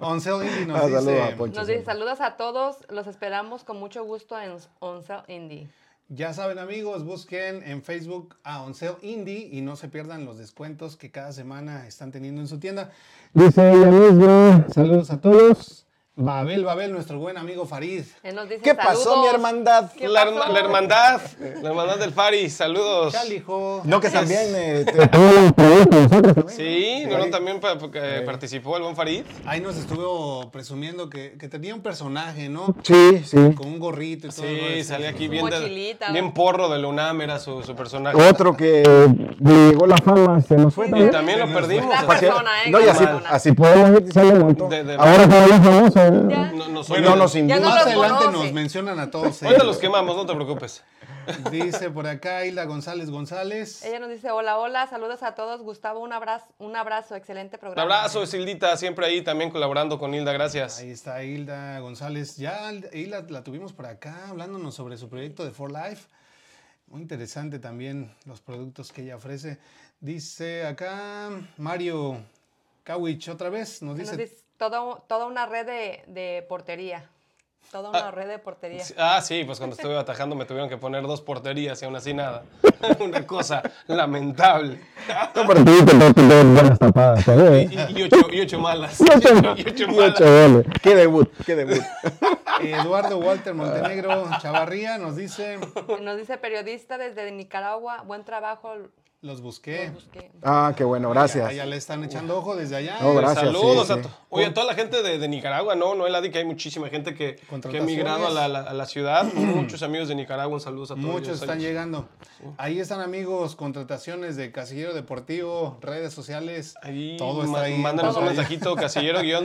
Speaker 1: Oncel Indy nos
Speaker 4: Ah, saludos
Speaker 1: dice,
Speaker 4: a Poncho.
Speaker 2: Nos dice saludos a todos, los esperamos con mucho gusto en Oncel Indie.
Speaker 1: ya saben amigos, busquen en Facebook a Oncel Indy y no se pierdan los descuentos que cada semana están teniendo en su tienda.
Speaker 5: Dice ella misma, saludos a todos.
Speaker 1: Babel, Babel, nuestro buen amigo Farid.
Speaker 2: Él nos dice
Speaker 4: ¿Qué pasó, mi
Speaker 2: saludos.
Speaker 4: hermandad?
Speaker 2: ¿Qué
Speaker 3: La,
Speaker 2: pasó?
Speaker 3: herma- la hermandad, la hermandad del Fari, saludos.
Speaker 1: Chalijo.
Speaker 4: No, que también. eh, te-
Speaker 5: Todos los proyectos, nosotros también.
Speaker 3: Sí, no, no, también pa- eh, participó el buen Farid.
Speaker 1: Ahí nos estuvo presumiendo que, que tenía un personaje, ¿no?
Speaker 5: Sí, sí.
Speaker 1: Con un gorrito y todo. el rollo.
Speaker 3: Sí, salía aquí bien, de-
Speaker 2: Mochilita,
Speaker 3: bien
Speaker 2: ¿no?
Speaker 3: porro de la UNAM, era su, su personaje.
Speaker 4: Otro que
Speaker 5: Eh, Le llegó la fama, se nos
Speaker 4: ¿Eh?
Speaker 5: fue
Speaker 3: Y
Speaker 5: también.
Speaker 3: también lo perdimos.
Speaker 2: La
Speaker 3: o sea,
Speaker 2: persona, ¿eh?
Speaker 4: No, y así,
Speaker 2: Camarona.
Speaker 4: así podemos ir sale un montón.
Speaker 3: De- de-
Speaker 5: Ahora se volvió famoso. ¿eh? ¿no?
Speaker 2: Ya.
Speaker 3: no, no, soy-
Speaker 4: Bueno, no nos
Speaker 2: Ya
Speaker 4: invitan.
Speaker 2: no
Speaker 1: Más
Speaker 2: los
Speaker 1: adelante
Speaker 2: conoce.
Speaker 1: nos mencionan a todos.
Speaker 3: Ahorita
Speaker 1: ellos.
Speaker 3: los quemamos, no te preocupes.
Speaker 1: Dice por acá Hilda González González.
Speaker 2: Ella nos dice hola, hola, saludos a todos. Gustavo, un abrazo, un abrazo, excelente
Speaker 3: Un
Speaker 2: programa.
Speaker 3: abrazo, Sildita, siempre ahí también colaborando con Hilda, gracias.
Speaker 1: Ahí está Hilda González. Ya Hilda la tuvimos por acá hablándonos sobre su proyecto de For Life. Muy interesante también los productos que ella ofrece. Dice acá Mario Kawich otra vez. Nos
Speaker 2: Él nos
Speaker 1: dice,
Speaker 2: dice todo- toda una red de, de portería. Toda una red de portería.
Speaker 3: Ah, sí, pues cuando estuve atajando me tuvieron que poner dos porterías y aún así nada. Una cosa lamentable.
Speaker 5: No, pero sí, te tengo que dar buenas tapadas. ¿sabes?
Speaker 3: Y, y ocho, y ocho malas.
Speaker 5: Y ocho-
Speaker 3: Y ocho
Speaker 5: y ocho
Speaker 3: malas.
Speaker 5: goles.
Speaker 4: Qué debut, qué debut.
Speaker 1: Eduardo Walter Montenegro Chavarría nos dice
Speaker 2: Nos dice periodista desde Nicaragua, buen trabajo.
Speaker 1: Los busqué.
Speaker 2: Los busqué.
Speaker 4: Ah, qué bueno, gracias.
Speaker 1: Ya, ya le están echando ojo desde allá.
Speaker 4: No,
Speaker 1: eh.
Speaker 4: gracias.
Speaker 3: Saludos
Speaker 4: sí,
Speaker 3: a,
Speaker 4: sí.
Speaker 3: to- oye, a toda la gente de, de Nicaragua, ¿no? No, Adi, que hay muchísima gente que, que ha
Speaker 1: Contrataciones.
Speaker 3: migrado a la, la- a la ciudad. Muchos amigos de Nicaragua, un saludo a todos.
Speaker 1: Muchos
Speaker 3: ellos.
Speaker 1: están llegando. Ahí están amigos, contrataciones de Casillero Deportivo, redes sociales,
Speaker 3: Ahí,
Speaker 1: todo está
Speaker 3: ma-
Speaker 1: ahí.
Speaker 3: Mándanos un
Speaker 1: Todo ahí.
Speaker 3: mensajito,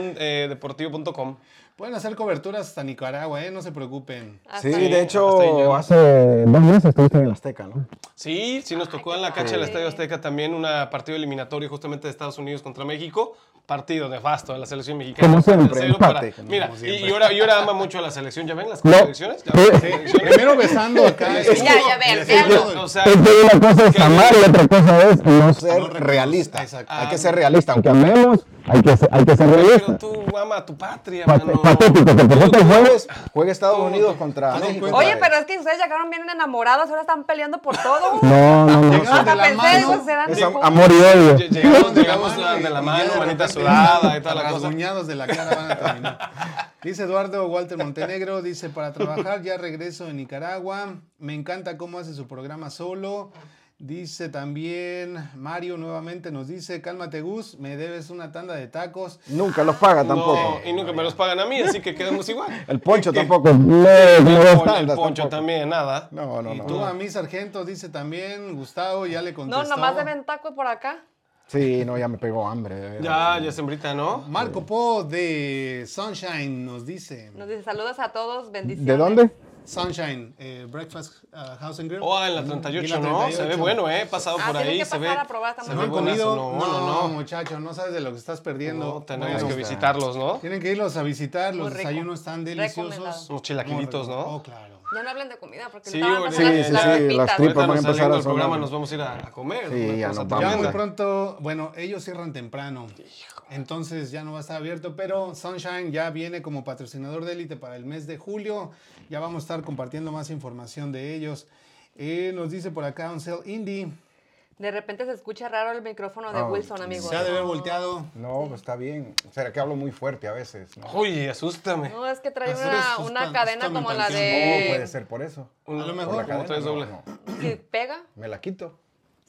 Speaker 3: eh, casillero-deportivo.com.
Speaker 1: Pueden hacer coberturas hasta Nicaragua, eh, no se preocupen.
Speaker 2: Hasta
Speaker 4: Sí,
Speaker 2: ahí.
Speaker 3: hasta ahí
Speaker 4: de
Speaker 3: Ah,
Speaker 4: hecho,
Speaker 3: llegamos.
Speaker 5: Hace dos meses estuviste en el Azteca, ¿no?
Speaker 3: Sí, sí, nos tocó
Speaker 2: qué
Speaker 3: en la cancha del
Speaker 2: padre.
Speaker 3: Estadio Azteca también un partido eliminatorio justamente de Estados Unidos contra México. Partido nefasto de la selección mexicana.
Speaker 5: Como siempre,
Speaker 3: En serio, para-
Speaker 4: empate.
Speaker 3: Mira,
Speaker 1: Como
Speaker 3: y,
Speaker 1: siempre.
Speaker 3: y ahora, y ahora ama mucho a la selección. ¿Ya ven las
Speaker 5: No.
Speaker 3: selecciones? ¿Ya ven las selecciones?
Speaker 1: Primero besando acá.
Speaker 4: Es
Speaker 2: Ya, ya ver,
Speaker 1: Sí,
Speaker 2: veanlo.
Speaker 1: todo.
Speaker 3: O sea,
Speaker 5: Es que una cosa es amar y otra cosa es no ser.
Speaker 4: ser realista.
Speaker 1: Exacto.
Speaker 4: Hay que ser realista,
Speaker 5: Aunque
Speaker 4: aunque
Speaker 5: amemos, hay que ser, hay que ser
Speaker 3: pero
Speaker 5: realista.
Speaker 3: tú ama a tu patria,
Speaker 5: Pat-
Speaker 3: mano.
Speaker 5: Patético, que por cierto el jueves.
Speaker 4: jueves juega Estados Unidos contra
Speaker 1: ¿Te das
Speaker 4: México.
Speaker 1: cuenta?
Speaker 2: Oye, pero es que ustedes llegaron bien enamorados, ahora están peleando por todo.
Speaker 5: No, no, no.
Speaker 1: Llegaron
Speaker 2: Hasta
Speaker 1: de la
Speaker 2: pensé,
Speaker 1: mano,
Speaker 2: pues, eran
Speaker 4: es
Speaker 2: de
Speaker 4: am-
Speaker 2: po-
Speaker 5: Amor y odio.
Speaker 3: Lle- Llegamos, llegamos
Speaker 1: mano
Speaker 3: a-
Speaker 1: y-
Speaker 3: de la
Speaker 1: y
Speaker 3: mano,
Speaker 1: ya de
Speaker 3: manita
Speaker 1: repente
Speaker 3: sudada y toda la cosa.
Speaker 1: rasguñados de la cara van a terminar. Dice Eduardo Walter Montenegro, dice, para trabajar ya regreso de Nicaragua. Me encanta cómo hace su programa solo. Dice también Mario nuevamente nos dice, cálmate Gus, me debes una tanda de tacos.
Speaker 4: Nunca los paga
Speaker 3: No,
Speaker 4: tampoco.
Speaker 3: y nunca me los pagan a mí, así que quedamos igual.
Speaker 4: El poncho tampoco.
Speaker 5: Tampoco. No,
Speaker 3: El,
Speaker 5: no.
Speaker 3: poncho- el
Speaker 4: tantas
Speaker 3: poncho
Speaker 4: tampoco.
Speaker 3: también, nada.
Speaker 4: No, no,
Speaker 1: y tú a
Speaker 4: no.
Speaker 1: mí, sargento, dice también Gustavo, ya le contestó.
Speaker 2: No, nomás deben taco por acá.
Speaker 4: Sí, no, ya me pegó hambre. de veras.
Speaker 3: Ya, ya sembrita, ¿no?
Speaker 1: Marco Po de Sunshine nos dice.
Speaker 2: Nos dice saludos a todos, bendiciones.
Speaker 5: ¿De dónde?
Speaker 1: Sunshine, eh, Breakfast uh, House and Grill.
Speaker 3: Oh, en la
Speaker 1: Y
Speaker 3: 38,
Speaker 1: la
Speaker 3: ¿no? Se ve
Speaker 1: 38.
Speaker 3: bueno, ¿eh? He pasado
Speaker 2: Ah,
Speaker 3: por
Speaker 2: tienen
Speaker 3: ahí,
Speaker 2: que
Speaker 3: se ve.
Speaker 2: pasar a probar, está
Speaker 3: se
Speaker 2: muy
Speaker 1: ¿No
Speaker 3: ve
Speaker 1: han
Speaker 3: buenazo,
Speaker 1: comido?
Speaker 3: No,
Speaker 1: No,
Speaker 3: no, no.
Speaker 1: muchacho, no sabes de lo que estás perdiendo.
Speaker 3: No, tenemos
Speaker 1: Bueno,
Speaker 3: que
Speaker 4: está.
Speaker 3: visitarlos, ¿no?
Speaker 1: Tienen que irlos a visitar, los
Speaker 2: Muy rico.
Speaker 1: desayunos están deliciosos.
Speaker 2: Recomendado.
Speaker 3: Unos chilaquilitos,
Speaker 1: Muy recomendado.
Speaker 3: ¿no?
Speaker 1: Oh, claro.
Speaker 2: Ya no hablen de comida porque
Speaker 3: Sí,
Speaker 2: estaban
Speaker 3: ahorita-
Speaker 2: pasando
Speaker 3: Sí, sí,
Speaker 2: las
Speaker 3: sí,
Speaker 4: las
Speaker 2: tripas.
Speaker 4: tripas.
Speaker 3: Ahorita
Speaker 4: van a
Speaker 3: nos
Speaker 4: empezar
Speaker 3: saliendo
Speaker 4: a
Speaker 3: del programa,
Speaker 4: sonar.
Speaker 3: nos vamos a ir a, a comer.
Speaker 4: Sí,
Speaker 3: una
Speaker 4: ya
Speaker 3: cosa tremenda.
Speaker 4: nos
Speaker 1: Ya muy
Speaker 4: Vamos a-
Speaker 1: pronto, bueno, ellos cierran temprano. Entonces ya no va a estar abierto, pero Sunshine ya viene como patrocinador de élite para el mes de julio. Ya vamos a estar compartiendo más información de ellos. Eh, nos dice por acá un sell indie.
Speaker 2: De repente se escucha raro el micrófono de
Speaker 4: Ah,
Speaker 2: Wilson, amigos.
Speaker 1: Se ha de haber volteado.
Speaker 4: No, pues está bien. Será que hablo muy fuerte a veces. ¿no?
Speaker 3: Uy, asústame.
Speaker 2: No, es que trae
Speaker 1: Así
Speaker 2: una,
Speaker 1: es,
Speaker 2: una
Speaker 1: está- está
Speaker 2: cadena como la
Speaker 1: mentalizado.
Speaker 4: No,
Speaker 2: de...
Speaker 4: puede ser por eso.
Speaker 3: Un-
Speaker 1: A lo
Speaker 4: Por
Speaker 1: mejor.
Speaker 4: la
Speaker 3: como
Speaker 4: cadena,
Speaker 3: traes
Speaker 4: no,
Speaker 3: doble.
Speaker 4: no.
Speaker 2: Si pega,
Speaker 4: Me la quito.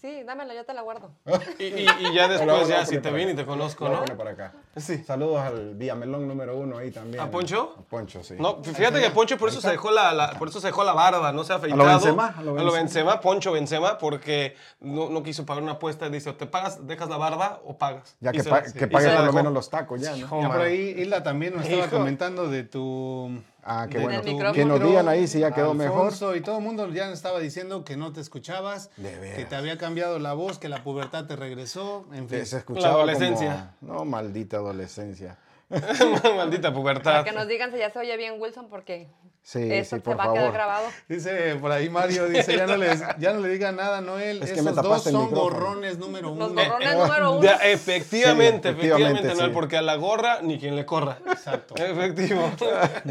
Speaker 2: sí, dámela, yo te la guardo.
Speaker 1: Ah,
Speaker 3: Y, y- y ya
Speaker 4: Lo voy
Speaker 3: después,
Speaker 4: a
Speaker 3: ya
Speaker 4: poner
Speaker 3: si te
Speaker 4: para
Speaker 3: viene y
Speaker 4: acá.
Speaker 3: te conozco,
Speaker 4: Lo voy a
Speaker 3: ¿no?
Speaker 4: poner para acá.
Speaker 3: Sí.
Speaker 4: Saludos al Villamelón número uno ahí también.
Speaker 3: ¿A Poncho?
Speaker 4: A Poncho, sí.
Speaker 3: No, fíjate que Poncho por eso se dejó la, la- por eso se dejó la barba, no se ha afeitado.
Speaker 4: Benzema,
Speaker 3: a lo Benzema, Poncho Benzema, porque no, no quiso pagar una apuesta. Dice, o te pagas, dejas la barba o pagas.
Speaker 4: Ya
Speaker 3: Y
Speaker 4: que,
Speaker 3: se
Speaker 4: pa-
Speaker 3: la-
Speaker 4: que
Speaker 3: y
Speaker 4: pague
Speaker 3: se la
Speaker 4: por lo
Speaker 3: dejó.
Speaker 4: menos los tacos ya, ¿no?
Speaker 1: Ya
Speaker 3: Oh,
Speaker 1: por
Speaker 3: man.
Speaker 1: ahí Hilda también nos estaba
Speaker 3: Hijo.
Speaker 1: comentando de tu...
Speaker 4: Ah, qué
Speaker 1: de
Speaker 4: bueno.
Speaker 1: tu
Speaker 2: micrófono.
Speaker 4: Que nos
Speaker 1: micro,
Speaker 4: digan ahí si ya quedó mejor.
Speaker 1: Alfonso, Y todo el mundo ya estaba diciendo que no te escuchabas,
Speaker 4: De veras.
Speaker 1: que te había cambiado la voz, que la pubertad te regresó, en fin.
Speaker 4: Que se escuchaba
Speaker 3: adolescencia.
Speaker 4: como- No, maldita adolescencia.
Speaker 3: Maldita
Speaker 2: Para
Speaker 3: pubertad.
Speaker 2: que nos digan si ya se oye bien Wilson porque
Speaker 4: Sí,
Speaker 2: eso
Speaker 4: sí,
Speaker 2: se
Speaker 4: por
Speaker 2: va a quedar
Speaker 4: favor.
Speaker 2: grabado.
Speaker 1: Dice por ahí Mario, dice, ya no, les, ya no le diga nada a Noel,
Speaker 4: Es que me
Speaker 1: esos dos
Speaker 4: tapaste el
Speaker 1: son
Speaker 4: micrófono.
Speaker 1: gorrones número uno.
Speaker 2: Los gorrones número uno.
Speaker 3: Ya, Eh, efectivamente,
Speaker 4: Sí, efectivamente,
Speaker 3: efectivamente, Noel,
Speaker 4: sí.
Speaker 3: porque a la gorra ni quien le corra.
Speaker 1: Exacto.
Speaker 3: Efectivo.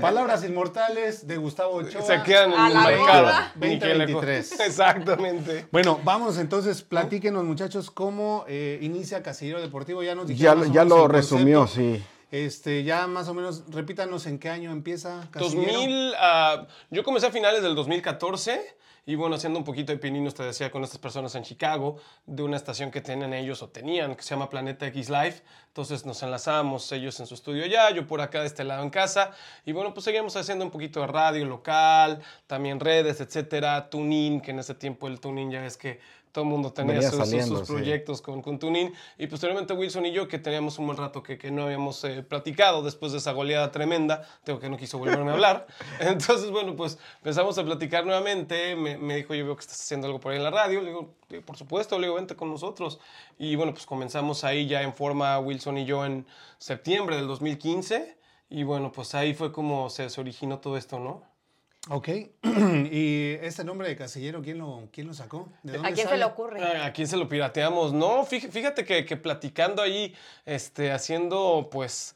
Speaker 1: Palabras inmortales de Gustavo Ochoa.
Speaker 3: Se quedan
Speaker 2: A
Speaker 3: en el
Speaker 2: la
Speaker 3: mercado.
Speaker 2: gorra.
Speaker 3: Ni quien le corra.
Speaker 1: 2023.
Speaker 3: Exactamente.
Speaker 1: Bueno, vamos entonces, platíquenos muchachos cómo eh, inicia Casillero Deportivo. Ya nos
Speaker 4: Ya,
Speaker 1: dijeron más o
Speaker 4: ya
Speaker 1: menos
Speaker 4: lo
Speaker 1: el concepto.
Speaker 4: resumió, sí.
Speaker 1: Este, ya más o menos, repítanos en qué año empieza Casillero.
Speaker 3: 2000, ah, yo comencé a finales del 2014 y bueno, haciendo un poquito de pininos, te decía, con estas personas en Chicago, de una estación que tienen ellos o tenían, que se llama Planeta X Live. Entonces nos enlazábamos, ellos en su estudio allá, yo por acá de este lado en casa. Y bueno, pues seguíamos haciendo un poquito de radio local, también redes, etcétera, tuning, que en ese tiempo el tuning ya es que todo el mundo tenía
Speaker 4: Venía
Speaker 3: sus, sus- sus
Speaker 4: saliendo, sí.
Speaker 3: proyectos proyectos con, con Tunin. Y posteriormente Wilson y yo, que teníamos un buen rato que, que no habíamos eh, platicado después de esa goleada tremenda, tengo que no quiso volverme a hablar. Entonces, bueno, pues empezamos a platicar nuevamente. Me, me dijo, yo veo que estás haciendo algo por ahí en la radio. Le digo, "Sí, por supuesto, le digo, vente con nosotros. Y bueno, pues comenzamos ahí ya en forma Wilson y yo en septiembre del 2015. Y bueno, pues ahí fue como se, se originó todo esto, ¿no?
Speaker 1: Ok. ¿Y este nombre de Casillero, quién lo, quién lo sacó? ¿De
Speaker 2: ¿A
Speaker 1: dónde
Speaker 2: quién se
Speaker 1: sale?
Speaker 2: le ocurre?
Speaker 3: Ah, ¿A quién se lo pirateamos? No, fíj- fíjate que, que platicando ahí, este, haciendo, pues,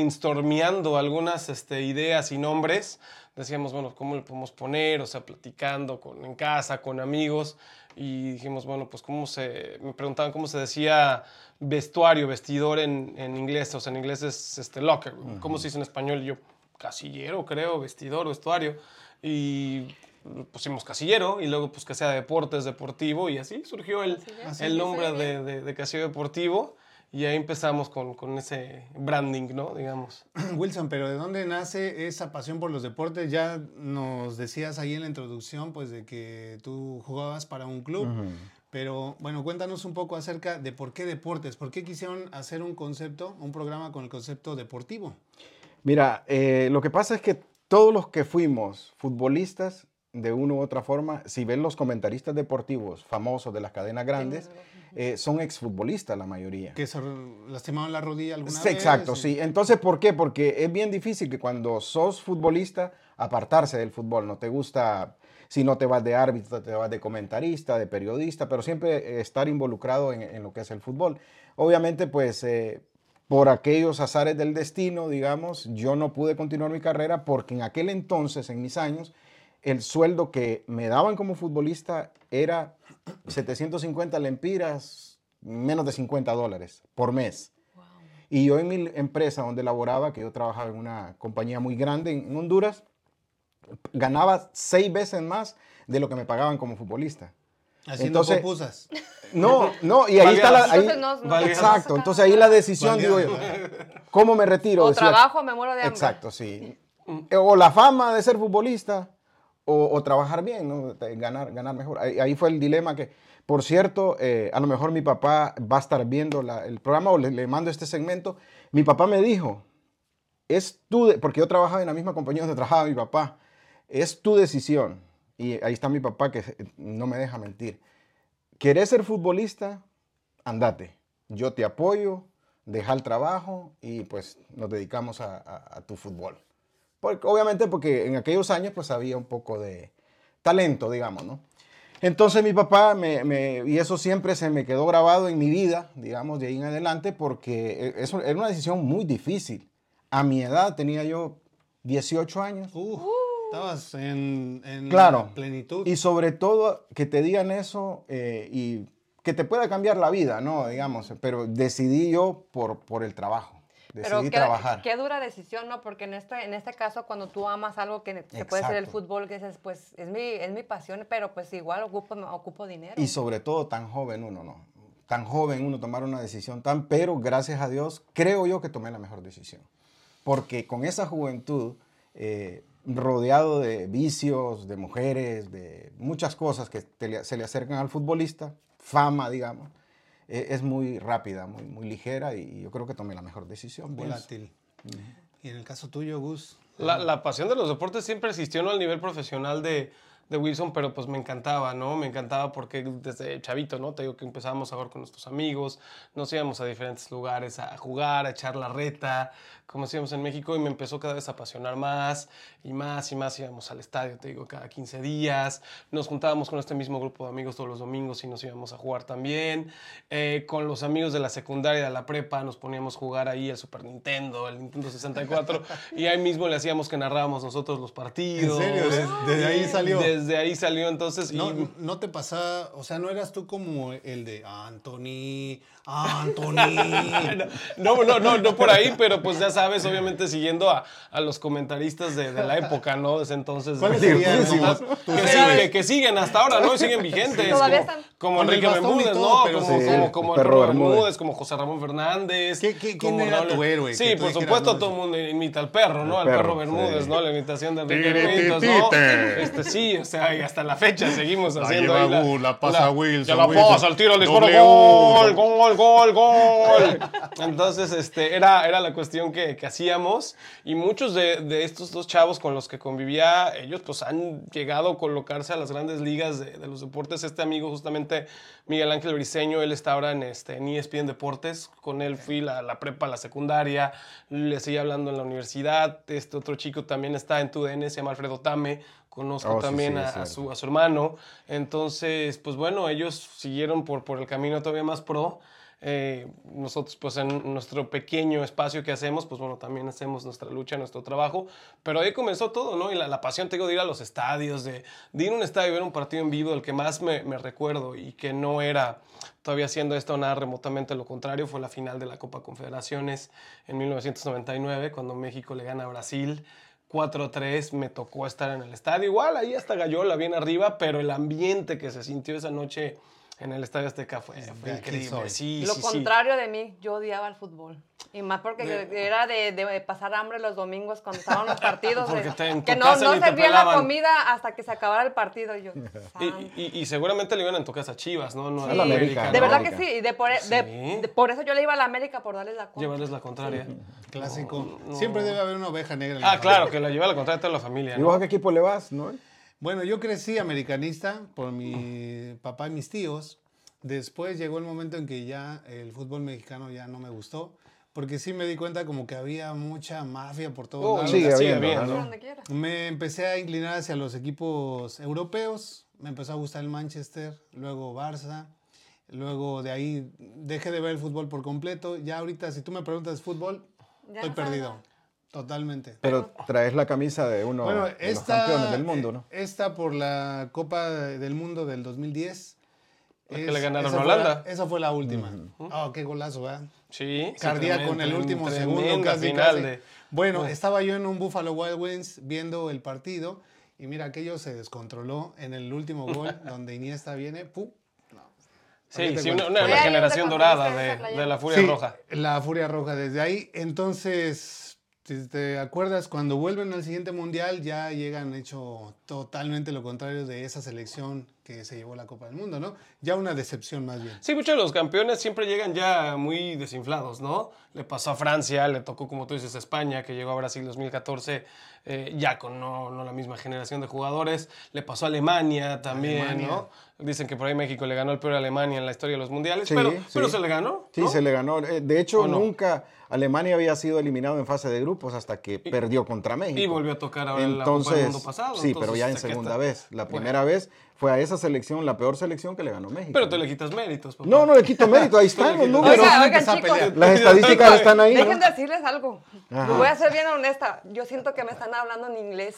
Speaker 3: brainstormeando algunas este, ideas y nombres, decíamos, bueno, ¿cómo le podemos poner? O sea, platicando con, en casa, con amigos, y dijimos, bueno, pues, ¿cómo se...? Me preguntaban cómo se decía vestuario, vestidor en, en inglés, o sea, en inglés es este, locker, room. ¿cómo se dice en español? Y yo, casillero, creo, vestidor, vestuario, y pusimos casillero y luego pues que sea deportes, deportivo y así surgió el,
Speaker 2: Casillero.
Speaker 1: Así
Speaker 3: el
Speaker 1: es,
Speaker 3: nombre
Speaker 2: muy
Speaker 3: de, de, de casillero deportivo y ahí empezamos con, con ese branding, ¿no? Digamos.
Speaker 1: Wilson, pero ¿de dónde nace esa pasión por los deportes? Ya nos decías ahí en la introducción, pues, de que tú jugabas para un club. Pero bueno, cuéntanos un poco acerca de por qué deportes, por qué quisieron hacer un concepto, un programa con el concepto deportivo.
Speaker 4: Mira, eh, lo que pasa es que todos los que fuimos futbolistas, de una u otra forma, si ven los comentaristas deportivos famosos de las cadenas grandes, eh, son exfutbolistas la mayoría.
Speaker 1: Que se lastimaron la rodilla alguna
Speaker 4: Sí,
Speaker 1: vez. este.
Speaker 4: Exacto,
Speaker 1: y-
Speaker 4: sí. Entonces, ¿por qué? Porque es bien difícil que cuando sos futbolista apartarse del fútbol. No te gusta, si no te vas de árbitro, te vas de comentarista, de periodista, pero siempre eh, estar involucrado en, en lo que es el fútbol. Obviamente, pues, eh, por aquellos azares del destino, digamos, yo no pude continuar mi carrera porque en aquel entonces, en mis años, el sueldo que me daban como futbolista era 750 lempiras, menos de 50 dólares por mes. Y yo en mi empresa donde laboraba, que yo trabajaba en una compañía muy grande en en Honduras, ganaba seis veces más de lo que me pagaban como futbolista.
Speaker 1: Haciendo
Speaker 4: Entonces-
Speaker 1: popusas.
Speaker 4: No, no, y ahí está la...
Speaker 3: Valgas.
Speaker 4: ahí-
Speaker 2: Entonces no- no-
Speaker 3: Valgas.
Speaker 4: exacto, entonces ahí la decisión,
Speaker 1: Valgas,
Speaker 4: digo yo, ¿cómo me retiro?
Speaker 2: O
Speaker 4: Decía,
Speaker 2: trabajo, me muero de hambre.
Speaker 4: Exacto, sí. O la fama de ser futbolista o, o trabajar bien, ¿no? Te- ganar, ganar mejor. Ahí, ahí fue el dilema que, por cierto, eh, a lo mejor mi papá va a estar viendo la- el programa o le, le mando este segmento. Mi papá me dijo, es tu, de-", porque yo trabajaba en la misma compañía donde trabajaba mi papá, es tu decisión. Y ahí está mi papá que se- no me deja mentir. ¿Querés ser futbolista? Andate. Yo te apoyo, deja el trabajo y pues nos dedicamos a, a- a tu fútbol. Porque, obviamente porque en aquellos años pues había un poco de talento, digamos, ¿no? Entonces mi papá, me, me- y eso siempre se me quedó grabado en mi vida, digamos, de ahí en adelante, porque eh, eso era una decisión muy difícil. A mi edad tenía yo 18 años.
Speaker 1: Uf,
Speaker 2: Uh.
Speaker 1: estabas en, en
Speaker 4: Claro.
Speaker 1: plenitud.
Speaker 4: Y sobre todo que te digan eso eh, y que te pueda cambiar la vida, ¿no? Digamos, pero decidí yo por, por el trabajo. Decidí
Speaker 2: Pero qué,
Speaker 4: trabajar.
Speaker 2: qué dura decisión, ¿no? Porque en este, en este caso, cuando tú amas algo que, que puede ser el
Speaker 4: Exacto.
Speaker 2: fútbol, que dices, pues es mi, es mi pasión, pero pues igual ocupo, ocupo dinero.
Speaker 4: Y sobre todo tan joven uno, ¿no? Tan joven uno tomar una decisión tan, pero gracias a Dios creo yo que tomé la mejor decisión. Porque con esa juventud, eh, rodeado de vicios, de mujeres, de muchas cosas que te le- se le acercan al futbolista, fama, digamos, eh, es muy rápida, muy, muy ligera y yo creo que tomé la mejor decisión. Pues, pienso.
Speaker 1: volátil. Y en el caso tuyo, Gus,
Speaker 3: La, la pasión de los deportes siempre existió, ¿no? Al nivel profesional de, de Wilson, pero pues me encantaba, ¿no? Me encantaba porque desde chavito, ¿no? Te digo que empezábamos a jugar con nuestros amigos, nos íbamos a diferentes lugares a jugar, a echar la reta, como hacíamos en México, y me empezó cada vez a apasionar más y más y más. Íbamos al estadio, te digo, cada 15 días. Nos juntábamos con este mismo grupo de amigos todos los domingos y nos íbamos a jugar también. Eh, con los amigos de la secundaria, de la prepa, nos poníamos a jugar ahí el Super Nintendo, el Nintendo 64, y ahí mismo le hacíamos que narrábamos nosotros los partidos.
Speaker 1: serio? ¿Des- desde ahí salió?
Speaker 3: Desde ahí salió, entonces.
Speaker 1: No,
Speaker 3: y-
Speaker 1: no te pasaba, o sea, no eras tú como el de Anthony, Anthony.
Speaker 3: No, no, no, no por ahí, pero pues ya sabes, obviamente siguiendo a, a los comentaristas de, de la época, ¿no? Desde entonces.
Speaker 1: ¿Cuáles
Speaker 3: de-
Speaker 1: serían,
Speaker 3: de-
Speaker 1: digamos,
Speaker 3: que,
Speaker 1: tus
Speaker 3: siguen-
Speaker 1: héroes?
Speaker 3: que siguen hasta ahora, ¿no? Y siguen vigentes.
Speaker 2: Todavía
Speaker 3: como,
Speaker 2: están.
Speaker 3: como
Speaker 1: Con el
Speaker 3: Enrique
Speaker 1: bastón y
Speaker 3: Bermúdez,
Speaker 1: todo,
Speaker 3: ¿no?
Speaker 1: pero
Speaker 3: Como,
Speaker 4: sí.
Speaker 3: como, como el
Speaker 4: Perro
Speaker 3: perro
Speaker 4: Bermúdez.
Speaker 3: Bermúdez, como José Ramón Fernández.
Speaker 1: ¿Qué- qué- quién
Speaker 3: como
Speaker 1: era
Speaker 3: Raúl-
Speaker 1: tu héroe
Speaker 3: Sí,
Speaker 1: que tú
Speaker 3: por
Speaker 1: dijeras,
Speaker 3: supuesta,
Speaker 1: no,
Speaker 3: todo el mundo imita al perro, ¿no? Al
Speaker 4: Al
Speaker 3: perro,
Speaker 4: perro,
Speaker 3: Bermúdez,
Speaker 4: sí.
Speaker 3: ¿no? La imitación de Enrique Bermúdez, ¿no? Este, sí, o sea, y hasta la fecha seguimos haciendo
Speaker 1: lleva
Speaker 3: ahí la,
Speaker 1: Gus, la pasa Wilson,
Speaker 3: Ya la
Speaker 1: Wilson.
Speaker 3: pasa, el tiro, el disparo,
Speaker 1: Doble
Speaker 3: gol,
Speaker 1: uno.
Speaker 3: gol, gol, gol. Entonces, este, era, era la cuestión que, que hacíamos. Y muchos de, de estos dos chavos con los que convivía, ellos pues han llegado a colocarse a las grandes ligas de, de los deportes. Este amigo, justamente Miguel Ángel Briseño, él está ahora en, este, en ESPN Deportes. Con él fui la, la prepa, la secundaria. Le seguí hablando en la universidad. Este otro chico también está en TUDN, se llama Alfredo Tame. Conozco
Speaker 4: Oh, sí,
Speaker 3: también
Speaker 4: sí,
Speaker 3: a-
Speaker 4: es
Speaker 3: a
Speaker 4: cierto.
Speaker 3: su, a su hermano. Entonces, pues bueno, ellos siguieron por, por el camino todavía más pro. Eh, nosotros, pues en nuestro pequeño espacio que hacemos, pues bueno, también hacemos nuestra lucha, nuestro trabajo. Pero ahí comenzó todo, ¿no? Y la, la pasión, te digo, de ir a los estadios, de, de ir a un estadio y ver un partido en vivo, el que más me me recuerdo y que no era todavía haciendo esto nada remotamente lo contrario, fue la final de la Copa Confederaciones en 1999, cuando México le gana a Brasil 4-3 me tocó estar en el estadio. Igual ahí hasta Gallola bien arriba, pero el ambiente que se sintió esa noche en el Estadio Azteca fue, fue
Speaker 1: De aquí soy.
Speaker 3: increíble. Sí,
Speaker 2: Lo
Speaker 3: sí, sí.
Speaker 2: contrario de mí, yo odiaba el fútbol. Y más porque era de, de pasar hambre los domingos cuando estaban los partidos.
Speaker 3: Porque
Speaker 2: de-
Speaker 3: te- en tu
Speaker 2: que no,
Speaker 3: casa
Speaker 2: no
Speaker 3: ni te
Speaker 2: servían la
Speaker 3: pelaban.
Speaker 2: comida hasta que se acabara el partido. Y yo,
Speaker 3: Y,
Speaker 2: santo.
Speaker 3: y- y seguramente le iban en tu casa a Chivas, ¿no? no
Speaker 2: Sí.
Speaker 3: a la
Speaker 4: América,
Speaker 3: ¿no?
Speaker 2: de verdad
Speaker 4: América.
Speaker 2: que sí, y de por, de-
Speaker 3: Sí.
Speaker 2: de- por eso yo le iba a la América por darles la contra.
Speaker 3: Llevarles la contraria.
Speaker 1: Clásico. Siempre debe haber una oveja negra. en la
Speaker 3: Ah,
Speaker 1: familia.
Speaker 3: claro, que la lleva la contraria a toda la familia.
Speaker 4: ¿Y
Speaker 3: ¿no?
Speaker 4: vos a qué equipo le vas, no?
Speaker 1: Bueno, yo crecí americanista por mi papá y mis tíos. Después llegó el momento en que ya el fútbol mexicano ya no me gustó, porque sí me di cuenta como que había mucha mafia por todos
Speaker 3: Oh,
Speaker 1: lados.
Speaker 3: sí,
Speaker 4: Sigue
Speaker 3: sigue
Speaker 4: habiendo,
Speaker 3: habiendo.
Speaker 4: ¿no?
Speaker 2: Donde quiera.
Speaker 1: Me empecé a inclinar hacia los equipos europeos, me empezó a gustar el Manchester, luego Barça, luego de ahí dejé de ver el fútbol por completo. Ya ahorita si tú me preguntas fútbol,
Speaker 2: Ya
Speaker 1: estoy
Speaker 2: no sabes.
Speaker 1: perdido, totalmente.
Speaker 4: Pero traes la camisa de uno
Speaker 1: Bueno,
Speaker 4: de los
Speaker 1: esta, eh,
Speaker 4: campeones del mundo, ¿no?
Speaker 1: Esta por la Copa del Mundo del 2010.
Speaker 3: La que le ganaron
Speaker 1: esa
Speaker 3: a
Speaker 1: fue la-
Speaker 3: Holanda.
Speaker 1: esa fue la última. Oh, qué golazo, ¿verdad?
Speaker 3: Sí. sí,
Speaker 1: Cardía con
Speaker 3: tremendo,
Speaker 1: el último
Speaker 3: tremenda
Speaker 1: segundo, casi,
Speaker 3: final
Speaker 1: casi.
Speaker 3: de-
Speaker 1: Bueno, estaba yo en un Buffalo Wild Wings viendo el partido y mira, aquello se descontroló en el último gol donde Iniesta viene. ¡pum!
Speaker 3: Sí,
Speaker 1: Ahorita
Speaker 3: sí,
Speaker 1: cuento.
Speaker 3: una, una
Speaker 2: Oye, ahí
Speaker 3: generación
Speaker 2: donde
Speaker 3: dorada
Speaker 2: conseguiste esa
Speaker 3: de,
Speaker 2: playera.
Speaker 3: de la Furia
Speaker 1: Sí,
Speaker 3: Roja.
Speaker 1: La Furia Roja desde ahí. Entonces, si te acuerdas, cuando vuelven al siguiente mundial ya llegan hecho totalmente lo contrario de esa selección que se llevó la Copa del Mundo, ¿no? Ya una decepción más bien.
Speaker 3: Sí, muchos de los campeones siempre llegan ya muy desinflados, ¿no? Le pasó a Francia, le tocó, como tú dices, a España, que llegó a Brasil 2014, eh, ya con no, no la misma generación de jugadores. Le pasó a Alemania también,
Speaker 1: Alemania.
Speaker 3: ¿no? Dicen que por ahí México le ganó el peor a Alemania en la historia de los mundiales,
Speaker 4: Sí,
Speaker 3: pero,
Speaker 4: sí.
Speaker 3: pero se le ganó.
Speaker 4: Sí,
Speaker 3: ¿no?
Speaker 4: se le ganó. Eh, De hecho,
Speaker 3: ¿O no?
Speaker 4: nunca Alemania había sido eliminado en fase de grupos hasta que perdió contra México.
Speaker 3: Y volvió a tocar ahora en la Copa del
Speaker 4: entonces,
Speaker 3: Mundo pasado,
Speaker 4: Sí, pero
Speaker 3: entonces,
Speaker 4: ya en
Speaker 3: hasta que
Speaker 4: segunda
Speaker 3: está-
Speaker 4: vez. La
Speaker 3: Bueno.
Speaker 4: primera vez fue a esa selección, la peor selección que le ganó México.
Speaker 3: Pero tú le quitas méritos, papá.
Speaker 4: No, no le quito mérito, ahí están los
Speaker 3: Oiga,
Speaker 4: números.
Speaker 2: oigan,
Speaker 1: Empezó a
Speaker 2: chicos.
Speaker 1: pelear.
Speaker 4: Las estadísticas están ahí. ¿no?
Speaker 2: Dejen de decirles algo.
Speaker 4: Ajá.
Speaker 2: Voy a ser bien honesta. Yo siento que me están hablando en inglés.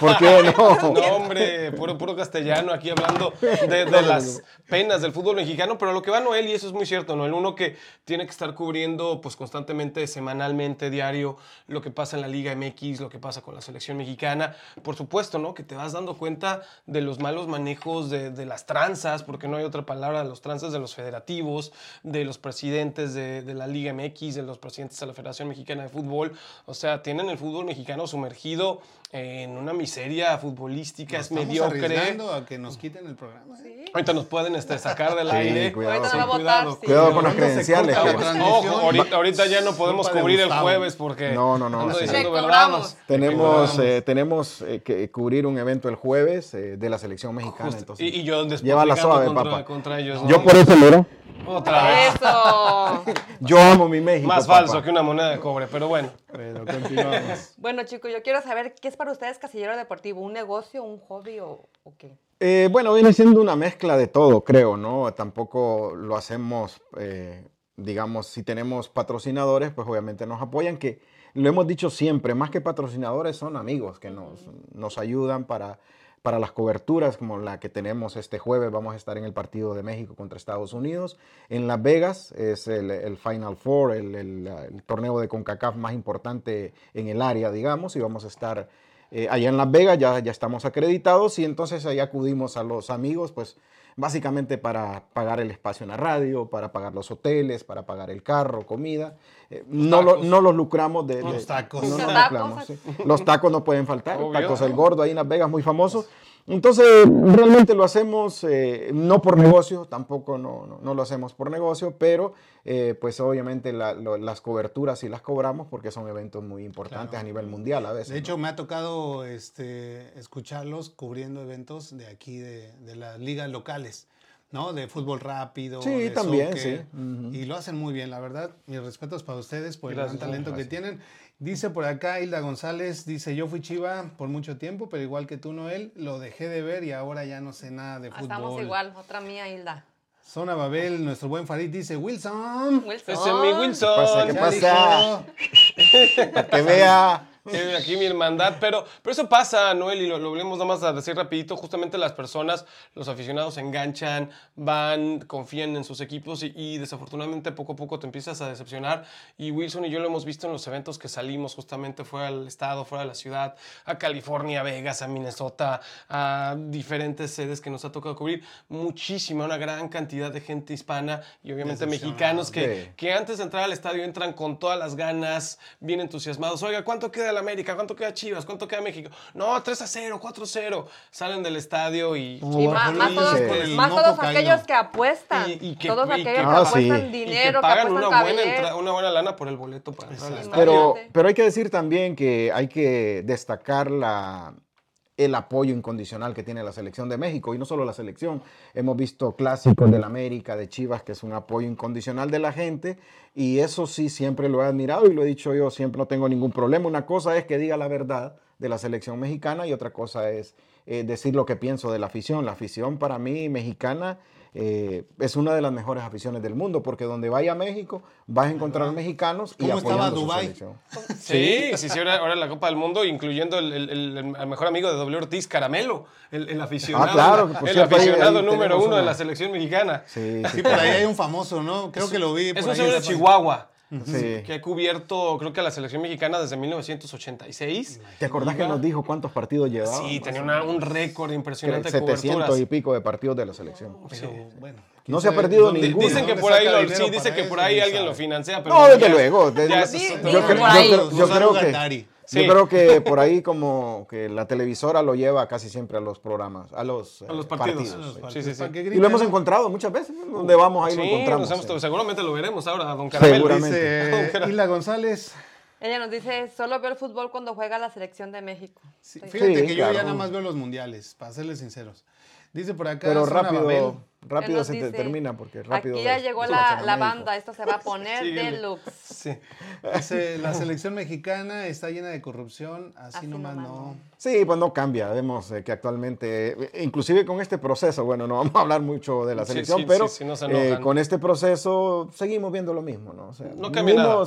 Speaker 4: ¿Por qué no?
Speaker 3: No, hombre, puro, puro castellano aquí hablando de, de las penas del fútbol mexicano, pero a lo que va Noel, y eso es muy cierto, Noel, uno que tiene que estar cubriendo pues constantemente, semanalmente, diario, lo que pasa en la Liga MX, lo que pasa con la selección mexicana, por supuesto, ¿no? Que te vas dando cuenta de los malos manejos, de, de las tranzas, porque no hay otra palabra, de los tranzas de los federativos, de los presidentes de, de la Liga MX, de los presidentes de la Federación Mexicana de Fútbol, o sea, tienen el fútbol mexicano sumergido en una miseria futbolística, es
Speaker 1: Estamos
Speaker 3: mediocre.
Speaker 1: arriesgando a que nos quiten el programa. ¿eh?
Speaker 3: Ahorita nos pueden este, sacar del
Speaker 4: Sí,
Speaker 3: aire.
Speaker 4: cuidado. Ahorita nos
Speaker 3: Sí,
Speaker 2: va a votar, sí.
Speaker 4: Cuidado con
Speaker 1: Cuando
Speaker 4: las
Speaker 1: se
Speaker 4: credenciales. pues.
Speaker 1: corta la
Speaker 4: que-
Speaker 1: transmisión,
Speaker 3: Ojo, ahorita, ahorita ya no podemos
Speaker 1: Culpa de
Speaker 3: cubrir el
Speaker 1: Gustavo.
Speaker 3: jueves porque
Speaker 4: No, no, no,
Speaker 3: ando
Speaker 4: sí.
Speaker 3: diciendo
Speaker 2: Le
Speaker 3: verdades.
Speaker 2: cobramos.
Speaker 4: Tenemos,
Speaker 1: Recordamos.
Speaker 4: eh, tenemos eh, que cubrir un evento el jueves eh, de la selección mexicana.
Speaker 3: Justo.
Speaker 4: Entonces,
Speaker 3: y, y yo después
Speaker 4: Lleva la
Speaker 3: ligando
Speaker 4: suave,
Speaker 3: contra,
Speaker 4: papá.
Speaker 3: contra ellos. ¿no?
Speaker 5: Yo por eso, mira.
Speaker 3: Otra vez.
Speaker 2: Eso.
Speaker 4: Yo amo mi México.
Speaker 3: Más
Speaker 4: papá.
Speaker 3: falso que una moneda de cobre, pero bueno.
Speaker 1: Pero continuamos.
Speaker 2: Bueno, chicos, yo quiero saber qué es para ustedes casillero deportivo, un negocio, un hobby o, o qué.
Speaker 4: Eh, bueno, viene siendo una mezcla de todo, creo, ¿no? Tampoco lo hacemos, eh, digamos, si tenemos patrocinadores, pues obviamente nos apoyan, que lo hemos dicho siempre, más que patrocinadores son amigos que nos, nos ayudan para, para las coberturas, como la que tenemos este jueves, vamos a estar en el partido de México contra Estados Unidos, en Las Vegas, es el, el Final Four, el, el, el torneo de CONCACAF más importante en el área, digamos, y vamos a estar... Eh, allá en Las Vegas ya, ya estamos acreditados y entonces ahí acudimos a los amigos, pues básicamente para pagar el espacio en la radio, para pagar los hoteles, para pagar el carro, comida. Eh, no, lo-
Speaker 3: tacos.
Speaker 4: no los lucramos de... de-
Speaker 1: Los tacos.
Speaker 4: no nos
Speaker 2: Los tacos.
Speaker 4: lucramos, sí. Los tacos no pueden faltar.
Speaker 3: Obvio.
Speaker 4: Tacos el gordo ahí en Las Vegas, muy famoso. Entonces, realmente lo hacemos eh, no por negocio, tampoco no, no, no lo hacemos por negocio, pero eh, pues obviamente la- lo- las coberturas sí las cobramos porque son eventos muy importantes a nivel mundial a veces.
Speaker 1: De
Speaker 4: ¿no?
Speaker 1: hecho, me ha tocado este, escucharlos cubriendo eventos de aquí, de, de las ligas locales, ¿no? De fútbol rápido.
Speaker 4: Sí,
Speaker 1: de
Speaker 4: también,
Speaker 1: soccer,
Speaker 4: sí. Ujú.
Speaker 1: Y lo hacen muy bien, la verdad. Mis respetos para ustedes por el
Speaker 3: Gracias,
Speaker 1: gran talento que tienen. Dice por acá Hilda González, dice, yo fui chiva por mucho tiempo, pero igual que tú, Noel, lo dejé de ver y ahora ya no sé nada de fútbol.
Speaker 2: Ah, Estamos igual, otra mía, Hilda.
Speaker 1: Zona Babel, nuestro buen Farid dice, Wilson.
Speaker 2: Wilson.
Speaker 3: Ese Este es mi
Speaker 4: Pasa
Speaker 3: Wilson.
Speaker 4: que-
Speaker 1: Ya
Speaker 4: pasa?
Speaker 1: dijo.
Speaker 4: que vea
Speaker 3: Tiene aquí mi hermandad, pero, pero eso pasa, Noel, y lo, lo volvemos nada más a decir rapidito, justamente las personas, los aficionados se enganchan, van, confían en sus equipos y, y desafortunadamente poco a poco te empiezas a decepcionar y Wilson y yo lo hemos visto en los eventos que salimos justamente fuera del estado, fuera de la ciudad, a California, a Vegas, a Minnesota, a diferentes sedes que nos ha tocado cubrir, muchísima, una gran cantidad de gente hispana y obviamente mexicanos que,
Speaker 4: Sí.
Speaker 3: que antes de entrar al estadio entran con todas las ganas, bien entusiasmados. Oiga, ¿cuánto queda el América? ¿Cuánto queda Chivas? ¿Cuánto queda México? No, 3 a 0, 4 a 0. Salen del estadio y.
Speaker 1: Como
Speaker 2: Y
Speaker 1: Jorge
Speaker 2: más, más
Speaker 1: Luis
Speaker 2: todos,
Speaker 1: con el
Speaker 2: más
Speaker 1: no
Speaker 2: todos
Speaker 1: cocaíno.
Speaker 2: aquellos que apuestan.
Speaker 3: Y- y que-
Speaker 2: todos
Speaker 3: y que-
Speaker 2: aquellos que,
Speaker 4: Ah, sí.
Speaker 2: apuestan
Speaker 3: y
Speaker 2: dinero, que,
Speaker 3: pagan
Speaker 2: apuestan
Speaker 3: una buena,
Speaker 2: cabinet.
Speaker 3: entra- una buena lana por el boleto para entrar al estadio.
Speaker 4: Pero,
Speaker 2: Imagínate.
Speaker 4: pero hay que decir también que hay que destacar la, el apoyo incondicional que tiene la selección de México. Y no solo la selección. Hemos visto clásicos del América, de Chivas, que es un apoyo incondicional de la gente. Y eso sí, siempre lo he admirado y lo he dicho yo, siempre no tengo ningún problema. Una cosa es que diga la verdad de la selección mexicana y otra cosa es eh, decir lo que pienso de la afición. La afición para mí mexicana eh, es una de las mejores aficiones del mundo porque donde vaya a México vas a encontrar mexicanos y
Speaker 1: ¿Cómo estaba
Speaker 4: apoyando su
Speaker 1: Dubái?
Speaker 4: selección.
Speaker 3: Sí, sí, sí, ahora, ahora la Copa del Mundo, incluyendo el, el- el- el mejor amigo de W. Ortiz, Caramelo, el, el aficionado,
Speaker 4: Ah, claro, que por
Speaker 3: el
Speaker 4: cierto, ahí-
Speaker 3: aficionado
Speaker 4: ahí
Speaker 3: número
Speaker 4: tenemos
Speaker 3: uno de
Speaker 4: una-
Speaker 3: la selección mexicana.
Speaker 4: Sí, sí,
Speaker 1: Sí, por ahí hay un famoso, ¿no? Creo que lo vi. por
Speaker 3: Es un
Speaker 1: ahí
Speaker 3: señor de
Speaker 1: esa-
Speaker 3: Chihuahua.
Speaker 4: sí.
Speaker 3: que ha cubierto, creo que a la selección mexicana desde 1986.
Speaker 4: ¿Te acordás que
Speaker 3: Iba-
Speaker 4: nos dijo cuántos partidos llevaba?
Speaker 3: Sí, tenía una- un récord impresionante de
Speaker 4: 700
Speaker 3: coberturas.
Speaker 4: y pico de partidos de la selección.
Speaker 1: Pero, bueno,
Speaker 4: No
Speaker 1: quién
Speaker 4: se ha
Speaker 1: sabe
Speaker 4: perdido
Speaker 1: dónde-
Speaker 4: ninguno.
Speaker 3: Dicen que
Speaker 1: dónde
Speaker 3: por ahí,
Speaker 1: saca
Speaker 3: lo,
Speaker 1: dinero
Speaker 3: sí, dicen
Speaker 1: para
Speaker 3: que por
Speaker 1: eso,
Speaker 3: ahí
Speaker 1: quién
Speaker 3: alguien lo
Speaker 1: sabe.
Speaker 3: financia. Pero
Speaker 4: No, desde
Speaker 3: ya-
Speaker 4: luego. de-
Speaker 3: ya eso
Speaker 4: yo,
Speaker 3: es
Speaker 2: Di-
Speaker 3: otro-
Speaker 2: dicen por
Speaker 4: creo, yo
Speaker 2: ahí.
Speaker 4: creo- yo
Speaker 1: Gustavo
Speaker 4: creo que,
Speaker 1: Gandari.
Speaker 4: yo
Speaker 3: Sí.
Speaker 4: creo que por ahí como que la televisora lo lleva casi siempre a los programas, a los,
Speaker 3: A los
Speaker 4: eh,
Speaker 3: partidos.
Speaker 4: sí.
Speaker 3: Sí, sí, sí.
Speaker 1: Para que
Speaker 4: Y lo hemos
Speaker 1: griten, ¿no?
Speaker 4: encontrado muchas veces. Donde vamos ahí lo
Speaker 3: Sí,
Speaker 4: encontramos.
Speaker 3: nos hemos-
Speaker 4: sí.
Speaker 3: seguramente lo veremos ahora, don Caramelo.
Speaker 4: Seguramente.
Speaker 3: Oh,
Speaker 1: Dice eh, Hilda González.
Speaker 2: Ella nos dice, solo veo el fútbol cuando juega la selección de México.
Speaker 1: Sí,
Speaker 2: Estoy-
Speaker 1: fíjate
Speaker 4: Sí,
Speaker 1: que yo ya
Speaker 4: claro.
Speaker 1: nada más veo los mundiales, para serles sinceros. Dice por acá.
Speaker 4: Pero
Speaker 1: Zona Babel.
Speaker 4: rápido, rápido
Speaker 2: nos
Speaker 4: se te
Speaker 2: dice,
Speaker 4: termina porque rápido.
Speaker 2: Aquí ya
Speaker 4: es-
Speaker 2: llegó
Speaker 4: es
Speaker 2: la, la
Speaker 4: Latinoamérica.
Speaker 2: banda, esto se va a poner
Speaker 3: Síguele.
Speaker 2: deluxe.
Speaker 3: Sí.
Speaker 1: Dice, la selección mexicana está llena de corrupción, así,
Speaker 2: Así
Speaker 1: nomás
Speaker 2: nomás
Speaker 1: no.
Speaker 4: Sí, pues no cambia. Vemos eh, que actualmente, eh, inclusive con este proceso, bueno, no vamos a hablar mucho de la
Speaker 3: Sí,
Speaker 4: selección,
Speaker 3: sí,
Speaker 4: pero
Speaker 3: sí, sí, no se
Speaker 4: eh,
Speaker 3: enojan.
Speaker 4: con este proceso seguimos viendo lo mismo, ¿no? O sea,
Speaker 3: No cambia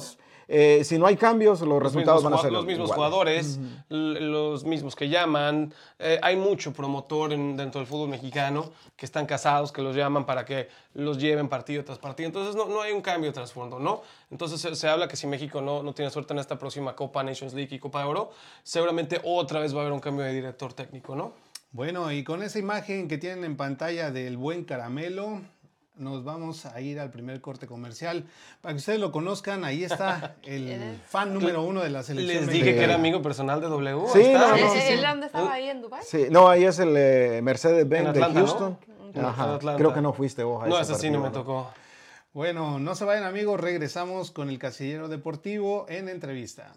Speaker 4: eh, si no hay cambios, los, resultados van a
Speaker 3: mismos
Speaker 4: ser
Speaker 3: jugado- los
Speaker 4: los,
Speaker 3: mismos
Speaker 4: iguales.
Speaker 3: jugadores, l- los mismos que llaman. Eh, hay mucho promotor en- dentro del fútbol mexicano que están casados, que los llaman para que los lleven partido tras partido. Entonces no, no hay un cambio de trasfondo, ¿no? Entonces se, se habla que si México no, no tiene suerte en esta próxima Copa Nations League y Copa Oro, seguramente otra vez va a haber un cambio de director técnico, ¿no?
Speaker 1: Bueno, y con esa imagen que tienen en pantalla del buen caramelo, nos vamos a ir al primer corte comercial. Para que ustedes lo conozcan, ahí está el fan número uno de la selección.
Speaker 3: Les dije que
Speaker 1: mexicana.
Speaker 3: era amigo personal de W.
Speaker 4: Sí,
Speaker 3: ahí está.
Speaker 4: no,
Speaker 2: ¿Él,
Speaker 4: no, sí, sí.
Speaker 2: él dónde estaba ahí en Dubai?
Speaker 4: Sí, no, ahí es el eh, Mercedes-Benz
Speaker 3: En
Speaker 4: de
Speaker 3: Atlanta, ¿no?
Speaker 4: Houston.
Speaker 3: En
Speaker 4: Ajá,
Speaker 3: Atlanta.
Speaker 4: creo que no fuiste vos a
Speaker 3: No,
Speaker 4: ese
Speaker 3: esa sí no me
Speaker 4: partido,
Speaker 3: tocó.
Speaker 1: Bueno, no se vayan amigos, regresamos con el casillero deportivo en entrevista.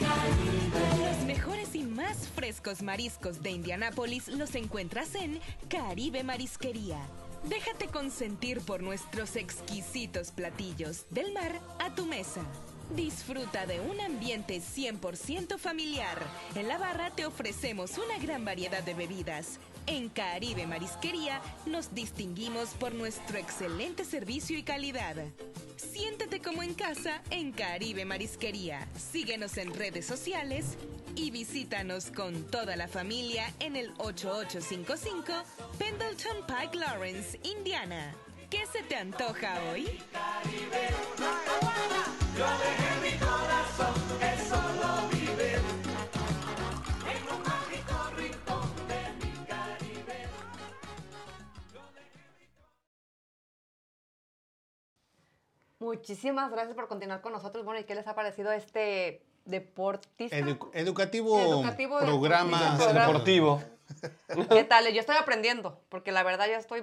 Speaker 6: Los mejores y más frescos mariscos de Indianápolis los encuentras en Caribe Marisquería. Déjate consentir por nuestros exquisitos platillos del mar a tu mesa. Disfruta de un ambiente 100% familiar. En la barra te ofrecemos una gran variedad de bebidas. En Caribe Marisquería nos distinguimos por nuestro excelente servicio y calidad. Siéntete como en casa en Caribe Marisquería. Síguenos en redes sociales y visítanos con toda la familia en el 8855 Pendleton Pike Lawrence, Indiana. ¿Qué se te antoja hoy?
Speaker 2: Muchísimas gracias por continuar con nosotros. Bueno, ¿y qué les ha parecido este deportista?
Speaker 1: Edu- educativo,
Speaker 2: Educativo de-
Speaker 1: programa
Speaker 2: de- programa.
Speaker 3: Deportivo.
Speaker 2: ¿Qué tal? Yo estoy aprendiendo, porque la verdad yo estoy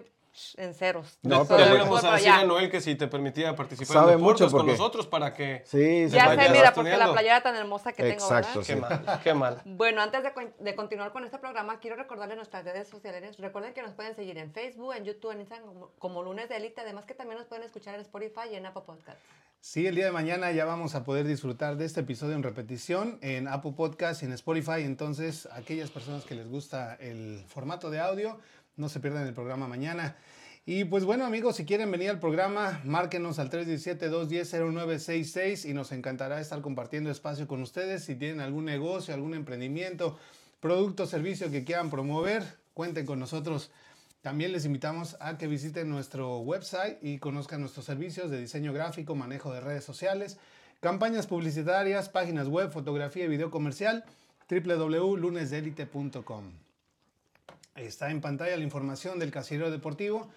Speaker 2: en ceros.
Speaker 4: No,
Speaker 2: Sobre
Speaker 3: Ya
Speaker 4: pero
Speaker 2: el
Speaker 3: le
Speaker 4: bueno.
Speaker 2: fútbol,
Speaker 3: íbamos a
Speaker 2: pero
Speaker 3: decir
Speaker 2: ya.
Speaker 3: a Noel que si te permitía participar
Speaker 4: Sabe
Speaker 3: en deportes
Speaker 4: mucho
Speaker 3: con
Speaker 4: porque-
Speaker 3: nosotros para que...
Speaker 4: Sí, se
Speaker 2: Ya
Speaker 4: vaya.
Speaker 2: sé,
Speaker 3: vaya
Speaker 2: mira, porque la
Speaker 3: estudiando.
Speaker 2: playera tan hermosa que tengo,
Speaker 4: Exacto,
Speaker 2: ¿verdad?
Speaker 4: sí.
Speaker 3: Qué mal, qué mal.
Speaker 2: Bueno, antes de, con- de continuar con este programa, quiero recordarles nuestras redes sociales. Recuerden que nos pueden seguir en Facebook, en YouTube, en Instagram, como, como Lunes de Elite. Además que también nos pueden escuchar en Spotify y en Apple Podcast.
Speaker 1: Sí, el día de mañana ya vamos a poder disfrutar de este episodio en repetición en Apple Podcast y en Spotify. Entonces, aquellas personas que les gusta el formato de audio, no se pierdan el programa mañana. Y pues bueno amigos, si quieren venir al programa, márquenos al 317-210-0966 y nos encantará estar compartiendo espacio con ustedes. Si tienen algún negocio, algún emprendimiento, producto o servicio que quieran promover, cuenten con nosotros. También les invitamos a que visiten nuestro website y conozcan nuestros servicios de diseño gráfico, manejo de redes sociales, campañas publicitarias, páginas web, fotografía y video comercial, www.lunesdelite.com. Está en pantalla la información del casillero deportivo.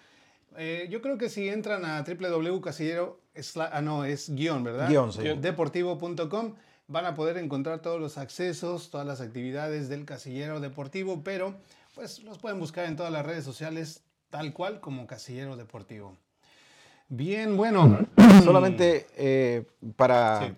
Speaker 1: Eh, yo creo que si entran a www.casillero, sla- ah, no, es guión, ¿verdad?
Speaker 4: Guión, sí.
Speaker 3: Guión.
Speaker 1: deportivo.com van a poder encontrar todos los accesos, todas las actividades del casillero deportivo, pero pues los pueden buscar en todas las redes sociales tal cual como casillero deportivo. Bien, bueno,
Speaker 4: Solamente eh, para
Speaker 1: Sí.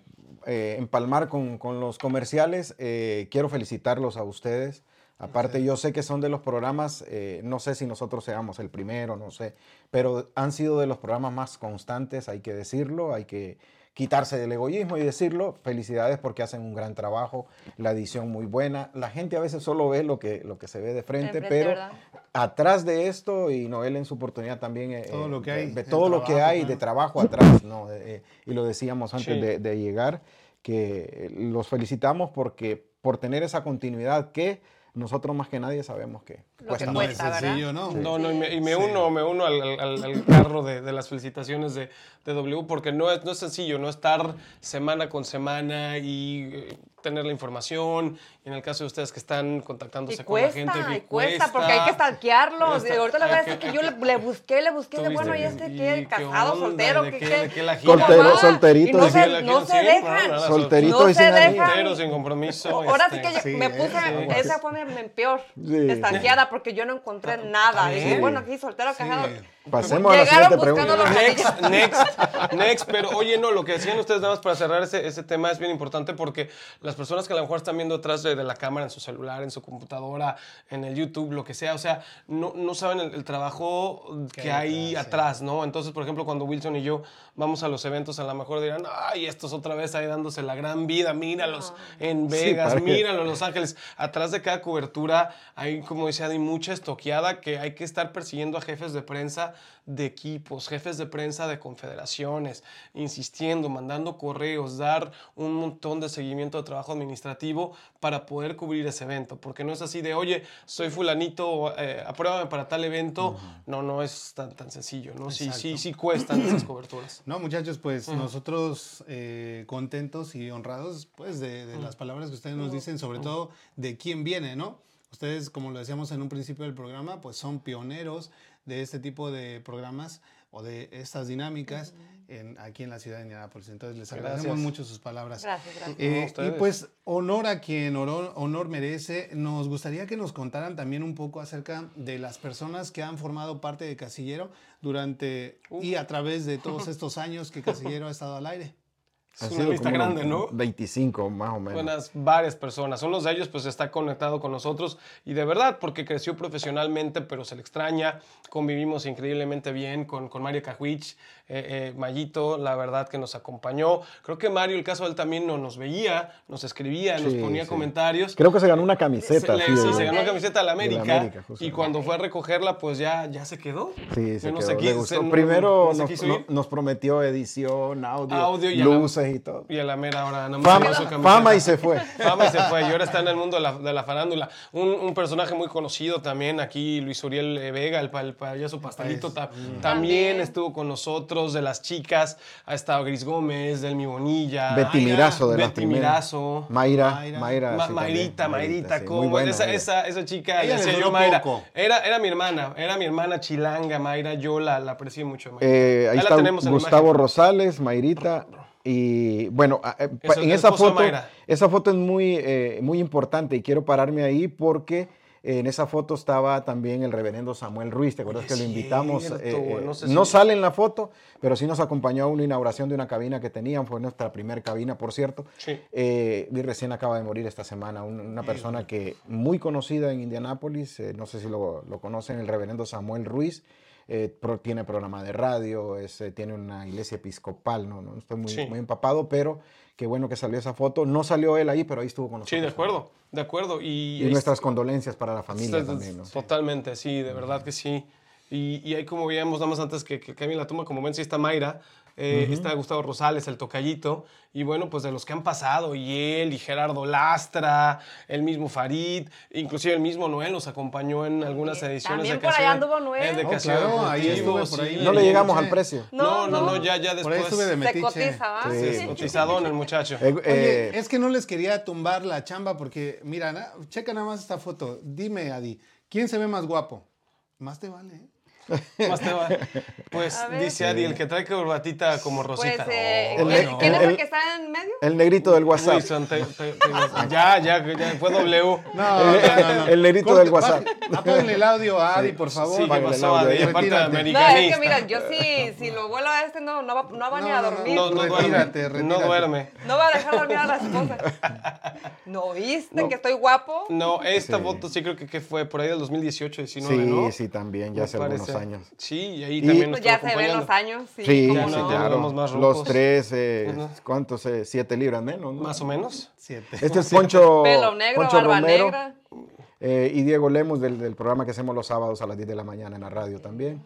Speaker 4: eh, empalmar con, con los comerciales, eh, quiero felicitarlos a ustedes. Aparte, yo sé que son de los programas, eh, no sé si nosotros seamos el primero, no sé, pero han sido de los programas más constantes, hay que decirlo, hay que quitarse del egoísmo y decirlo. Felicidades porque hacen un gran trabajo, la edición muy buena. La gente a veces solo ve lo que, lo que se ve de frente,
Speaker 2: Enfrente,
Speaker 4: pero
Speaker 2: ¿verdad?
Speaker 4: atrás de esto, y Noel en su oportunidad también, eh,
Speaker 1: Todo lo que
Speaker 4: eh,
Speaker 1: hay,
Speaker 4: ve
Speaker 1: el
Speaker 4: todo lo que
Speaker 1: trabajo,
Speaker 4: hay de
Speaker 1: claro.
Speaker 4: trabajo atrás, ¿no? Eh, eh, y lo decíamos antes
Speaker 3: Sí.
Speaker 4: de, de llegar, que eh, los felicitamos porque por tener esa continuidad que nosotros más que nadie sabemos que
Speaker 2: Lo
Speaker 4: cuesta
Speaker 2: que
Speaker 1: no es
Speaker 2: cuesta, ¿verdad?
Speaker 1: sencillo, ¿no?
Speaker 3: No, no, y me, y me
Speaker 1: Sí.
Speaker 3: uno, me uno al, al- al- al carro de, de las felicitaciones de, de W, porque no es, no es sencillo, no estar semana con semana y eh, tener la información, y en el caso de ustedes que están
Speaker 2: Y
Speaker 3: contactándose
Speaker 2: cuesta,
Speaker 3: con la gente, que
Speaker 2: y cuesta, porque hay que stalkearlo.
Speaker 3: Cuesta.
Speaker 2: Ahorita le voy a decir
Speaker 3: Hay
Speaker 2: que yo le, le busqué, le busqué, de
Speaker 3: Tuviste
Speaker 2: bueno, y
Speaker 3: que-
Speaker 2: este
Speaker 3: y
Speaker 2: que
Speaker 3: qué
Speaker 2: casado,
Speaker 3: onda,
Speaker 2: soltero,
Speaker 3: de
Speaker 2: que
Speaker 3: qué-
Speaker 2: qué.
Speaker 3: de qué la
Speaker 2: y
Speaker 3: gira.
Speaker 4: Soltero,
Speaker 2: mamá,
Speaker 4: solterito,
Speaker 2: Y no
Speaker 4: de
Speaker 2: se,
Speaker 4: qué
Speaker 3: la
Speaker 2: no
Speaker 3: gira,
Speaker 2: se
Speaker 3: sí,
Speaker 2: dejan.
Speaker 3: claro,
Speaker 4: Solterito
Speaker 2: no
Speaker 4: y
Speaker 2: se
Speaker 4: sin
Speaker 2: dejan.
Speaker 4: amigo.
Speaker 3: Soltero, sin compromiso.
Speaker 2: O- Ahora sí
Speaker 3: este,
Speaker 2: que yo-
Speaker 1: Sí,
Speaker 2: me puse,
Speaker 1: sí.
Speaker 2: esa fue mi, mi peor,
Speaker 4: Sí.
Speaker 2: estanqueada, porque yo no
Speaker 3: Ah,
Speaker 2: encontré nada. Dije,
Speaker 4: Sí.
Speaker 2: bueno, aquí soltero, casado.
Speaker 4: Pasemos a la
Speaker 2: Llegaron
Speaker 4: siguiente
Speaker 2: buscando
Speaker 4: pregunta.
Speaker 2: los-
Speaker 3: Next, next, next. Pero oye, no, lo que decían ustedes nada más para cerrar ese, ese tema es bien importante porque las personas que a lo mejor están viendo atrás de, de la cámara, en su celular, en su computadora, en el YouTube, lo que sea, o sea, no, no saben el, el trabajo que hay atrás, ¿no? Entonces, por ejemplo, cuando Wilson y yo vamos a los eventos, a lo mejor dirán, ay, estos otra vez ahí dándose la gran vida, míralos en
Speaker 4: Sí,
Speaker 3: Vegas,
Speaker 4: parece.
Speaker 3: míralos. Claro, Los Ángeles, atrás de cada cobertura hay, como dice Adi, mucha estoqueada que hay que estar persiguiendo a jefes de prensa de equipos, jefes de prensa de confederaciones, insistiendo, mandando correos, dar un montón de seguimiento de trabajo administrativo para poder cubrir ese evento. Porque no es así de, oye, soy fulanito, eh, apruébame para tal evento. No, no es tan, tan sencillo, ¿no? Sí, sí, sí cuestan esas coberturas.
Speaker 1: No, muchachos, pues nosotros eh, contentos y honrados pues de, de las palabras que ustedes nos dicen, sobre todo de quién viene, ¿no? Ustedes, como lo decíamos en un principio del programa, pues son pioneros de este tipo de programas o de estas dinámicas en- aquí en la ciudad de Indianápolis. Entonces, les agradecemos
Speaker 3: Gracias.
Speaker 1: mucho sus palabras.
Speaker 2: Gracias, gracias.
Speaker 1: Eh,
Speaker 3: No,
Speaker 1: y
Speaker 3: ustedes.
Speaker 1: pues honor a quien honor, honor merece. Nos gustaría que nos contaran también un poco acerca de las personas que han formado parte de Casillero durante y a través de todos estos años que Casillero ha estado al aire.
Speaker 3: Es una lista
Speaker 4: como unos
Speaker 3: grande, ¿no?
Speaker 4: 25 más o menos.
Speaker 3: Buenas, varias personas. Uno de ellos pues está conectado con nosotros y de verdad porque creció profesionalmente pero se le extraña. Convivimos increíblemente bien con, con Mario Cajuich, eh, eh, Mayito, la verdad que nos acompañó. Creo que Mario, el caso de él también no, nos veía, nos escribía, nos
Speaker 4: Sí,
Speaker 3: ponía
Speaker 4: sí.
Speaker 3: comentarios.
Speaker 4: Creo que se ganó una
Speaker 3: Se,
Speaker 4: camiseta.
Speaker 3: le-
Speaker 4: sí, eh.
Speaker 3: sí,
Speaker 4: de-
Speaker 3: se ganó
Speaker 2: de-
Speaker 3: camiseta de la
Speaker 4: de la
Speaker 3: América,
Speaker 4: América, justo.
Speaker 3: y cuando fue a recogerla pues ya, ya se quedó.
Speaker 4: Sí, se
Speaker 3: Ya no
Speaker 4: quedó,
Speaker 3: se
Speaker 4: le
Speaker 3: quiso,
Speaker 4: gustó.
Speaker 3: no-
Speaker 4: Primero
Speaker 3: no se
Speaker 4: nos,
Speaker 3: quiso
Speaker 4: no-
Speaker 3: ir.
Speaker 4: nos prometió edición, audio,
Speaker 3: Audio y a la-
Speaker 4: luces y todo.
Speaker 3: Y a la mera hora nada más
Speaker 4: Fama,
Speaker 3: sacó su camiseta.
Speaker 4: fama y se fue.
Speaker 3: Fama y se fue. Y ahora está en el mundo de la, de la farándula. Un, un personaje muy conocido también aquí, Luis Uriel eh, Vega, el, pa- el payaso
Speaker 4: Pues,
Speaker 3: pastelito,
Speaker 4: mm.
Speaker 3: ta- también,
Speaker 2: También.
Speaker 3: estuvo con nosotros, de las chicas. Ha estado Gris Gómez, Delmi Bonilla.
Speaker 4: Betty Mirazo de las
Speaker 3: Ah, Betty
Speaker 4: primeras.
Speaker 3: Mirazo.
Speaker 4: Mayra,
Speaker 1: Mayra.
Speaker 4: Mayra.
Speaker 3: Ma-
Speaker 4: sí,
Speaker 3: Mayrita,
Speaker 4: también.
Speaker 3: Mayrita,
Speaker 4: sí, muy
Speaker 3: ¿cómo?
Speaker 4: buena,
Speaker 3: esa,
Speaker 4: Mayra.
Speaker 3: esa, esa chica,
Speaker 1: Ella
Speaker 3: en
Speaker 1: le
Speaker 3: serio,
Speaker 1: duró
Speaker 3: Mayra.
Speaker 1: poco.
Speaker 3: Era, era mi hermana, era mi hermana chilanga, Mayra. Yo la, la aprecié mucho. Mayra.
Speaker 4: Eh, ahí
Speaker 3: la
Speaker 4: está
Speaker 3: tenemos en
Speaker 4: Gustavo
Speaker 3: imagen.
Speaker 4: Rosales, Mayrita. Y bueno, a- eh, pa-
Speaker 3: Eso es
Speaker 4: en
Speaker 3: la
Speaker 4: esa
Speaker 3: esposa de
Speaker 4: foto,
Speaker 3: Mayra.
Speaker 4: esa foto es muy, eh, muy importante y quiero pararme ahí porque eh, en esa foto estaba también el reverendo Samuel Ruiz. ¿Te acuerdas
Speaker 3: Oye,
Speaker 4: que lo
Speaker 3: es
Speaker 4: invitamos?
Speaker 3: cierto,
Speaker 4: Eh, eh,
Speaker 3: no
Speaker 4: no
Speaker 3: sé si-
Speaker 4: sale en la foto, pero sí nos acompañó a una inauguración de una cabina que tenían. Fue nuestra primera cabina, por cierto.
Speaker 3: Sí.
Speaker 4: Eh, y recién acaba de morir esta semana un- una persona que muy conocida en Indianápolis, eh, no sé si lo, lo conocen, el reverendo Samuel Ruiz. eh, pro- tiene programa de radio, es, eh, tiene una iglesia episcopal, no, no estoy muy,
Speaker 3: Sí.
Speaker 4: muy empapado, pero qué bueno que salió esa foto. No salió él ahí, pero ahí estuvo con nosotros.
Speaker 3: Sí, de acuerdo, de acuerdo. Y,
Speaker 4: Y
Speaker 3: ahí
Speaker 4: nuestras condolencias para la familia
Speaker 3: Estás-
Speaker 4: también. ¿no?
Speaker 3: Totalmente, sí, de verdad que sí. Y, y ahí como veíamos nada más antes que, que Cami la toma como ven, sí está Mayra, eh, está Gustavo Rosales, el tocallito, y bueno, pues de los que han pasado, y él, y Gerardo Lastra, el mismo Farid, inclusive el mismo Noel nos acompañó en algunas
Speaker 2: Sí,
Speaker 3: ediciones
Speaker 2: también
Speaker 3: de
Speaker 2: por allá
Speaker 3: Casero-
Speaker 2: anduvo Noel.
Speaker 3: eh, de
Speaker 1: Oh,
Speaker 3: Casero
Speaker 1: claro, ahí
Speaker 3: Deportivo,
Speaker 1: estuve, por ahí.
Speaker 3: sí.
Speaker 4: No le
Speaker 1: Sí.
Speaker 4: llegamos al precio.
Speaker 3: No, no, no, ya, ya
Speaker 1: Por ahí
Speaker 3: después.
Speaker 1: estuve de
Speaker 2: Se
Speaker 1: metiche.
Speaker 2: cotiza, ¿va?
Speaker 4: Sí.
Speaker 3: Sí, cotizadón el muchacho.
Speaker 4: Eh,
Speaker 1: Oye,
Speaker 4: eh,
Speaker 1: es que no les quería tumbar la chamba porque, mira, na- checa nada más esta foto. Dime, Adi, ¿quién se ve más guapo? Más te vale, ¿eh?
Speaker 3: Más te va. Pues
Speaker 2: A ver.
Speaker 3: dice Adi, el que trae corbatita como
Speaker 2: Pues,
Speaker 3: Rosita.
Speaker 2: eh,
Speaker 4: Oh,
Speaker 2: ¿quién,
Speaker 4: no.
Speaker 2: quién es
Speaker 4: El-
Speaker 2: el que está en medio?
Speaker 4: el negrito del WhatsApp.
Speaker 3: Wilson, te- te- te- ya, ya, ya, fue W.
Speaker 1: No,
Speaker 4: El- el negrito
Speaker 1: Corte,
Speaker 4: del Whatsap.
Speaker 1: baje- Apáguenle el audio a Adi, por favor.
Speaker 3: Sí, ¿qué
Speaker 4: Apáguenle el
Speaker 3: pasó,
Speaker 4: audio.
Speaker 3: Adi? Y aparte
Speaker 1: Retírate.
Speaker 2: No, es
Speaker 3: americanista.
Speaker 2: que mira, yo sí, si lo vuelo a este no, no va, no va ni
Speaker 1: No,
Speaker 2: a
Speaker 1: no,
Speaker 2: dormir.
Speaker 3: No,
Speaker 2: No,
Speaker 3: no
Speaker 1: Retírate,
Speaker 3: duerme. No
Speaker 1: retírate.
Speaker 3: duerme.
Speaker 2: va a dejar dormir a la esposa. ¿No viste que estoy guapo?
Speaker 3: No, esta
Speaker 4: Sí.
Speaker 3: foto sí creo que, que fue por ahí del 2018, 19,
Speaker 4: sí,
Speaker 3: ¿no?
Speaker 4: sí, también, ya
Speaker 3: Me
Speaker 4: hace
Speaker 3: parece.
Speaker 4: algunos años.
Speaker 3: Sí, y ahí
Speaker 4: Y-
Speaker 3: también nos
Speaker 2: Pues ya se ven los años, sí.
Speaker 4: Sí,
Speaker 2: cómo
Speaker 4: sí,
Speaker 3: no,
Speaker 4: claro.
Speaker 3: somos más
Speaker 4: Los
Speaker 3: rucos.
Speaker 4: tres, eh,
Speaker 3: Ujú.
Speaker 4: ¿cuántos? eh? siete libras menos, ¿no?
Speaker 3: Más o menos.
Speaker 1: Siete.
Speaker 4: Este es Poncho,
Speaker 2: Pelo negro,
Speaker 4: Poncho
Speaker 2: barba
Speaker 4: Romero
Speaker 2: negra.
Speaker 4: eh, y Diego Lemos del, del programa que hacemos los sábados a las 10 de la mañana en la radio también.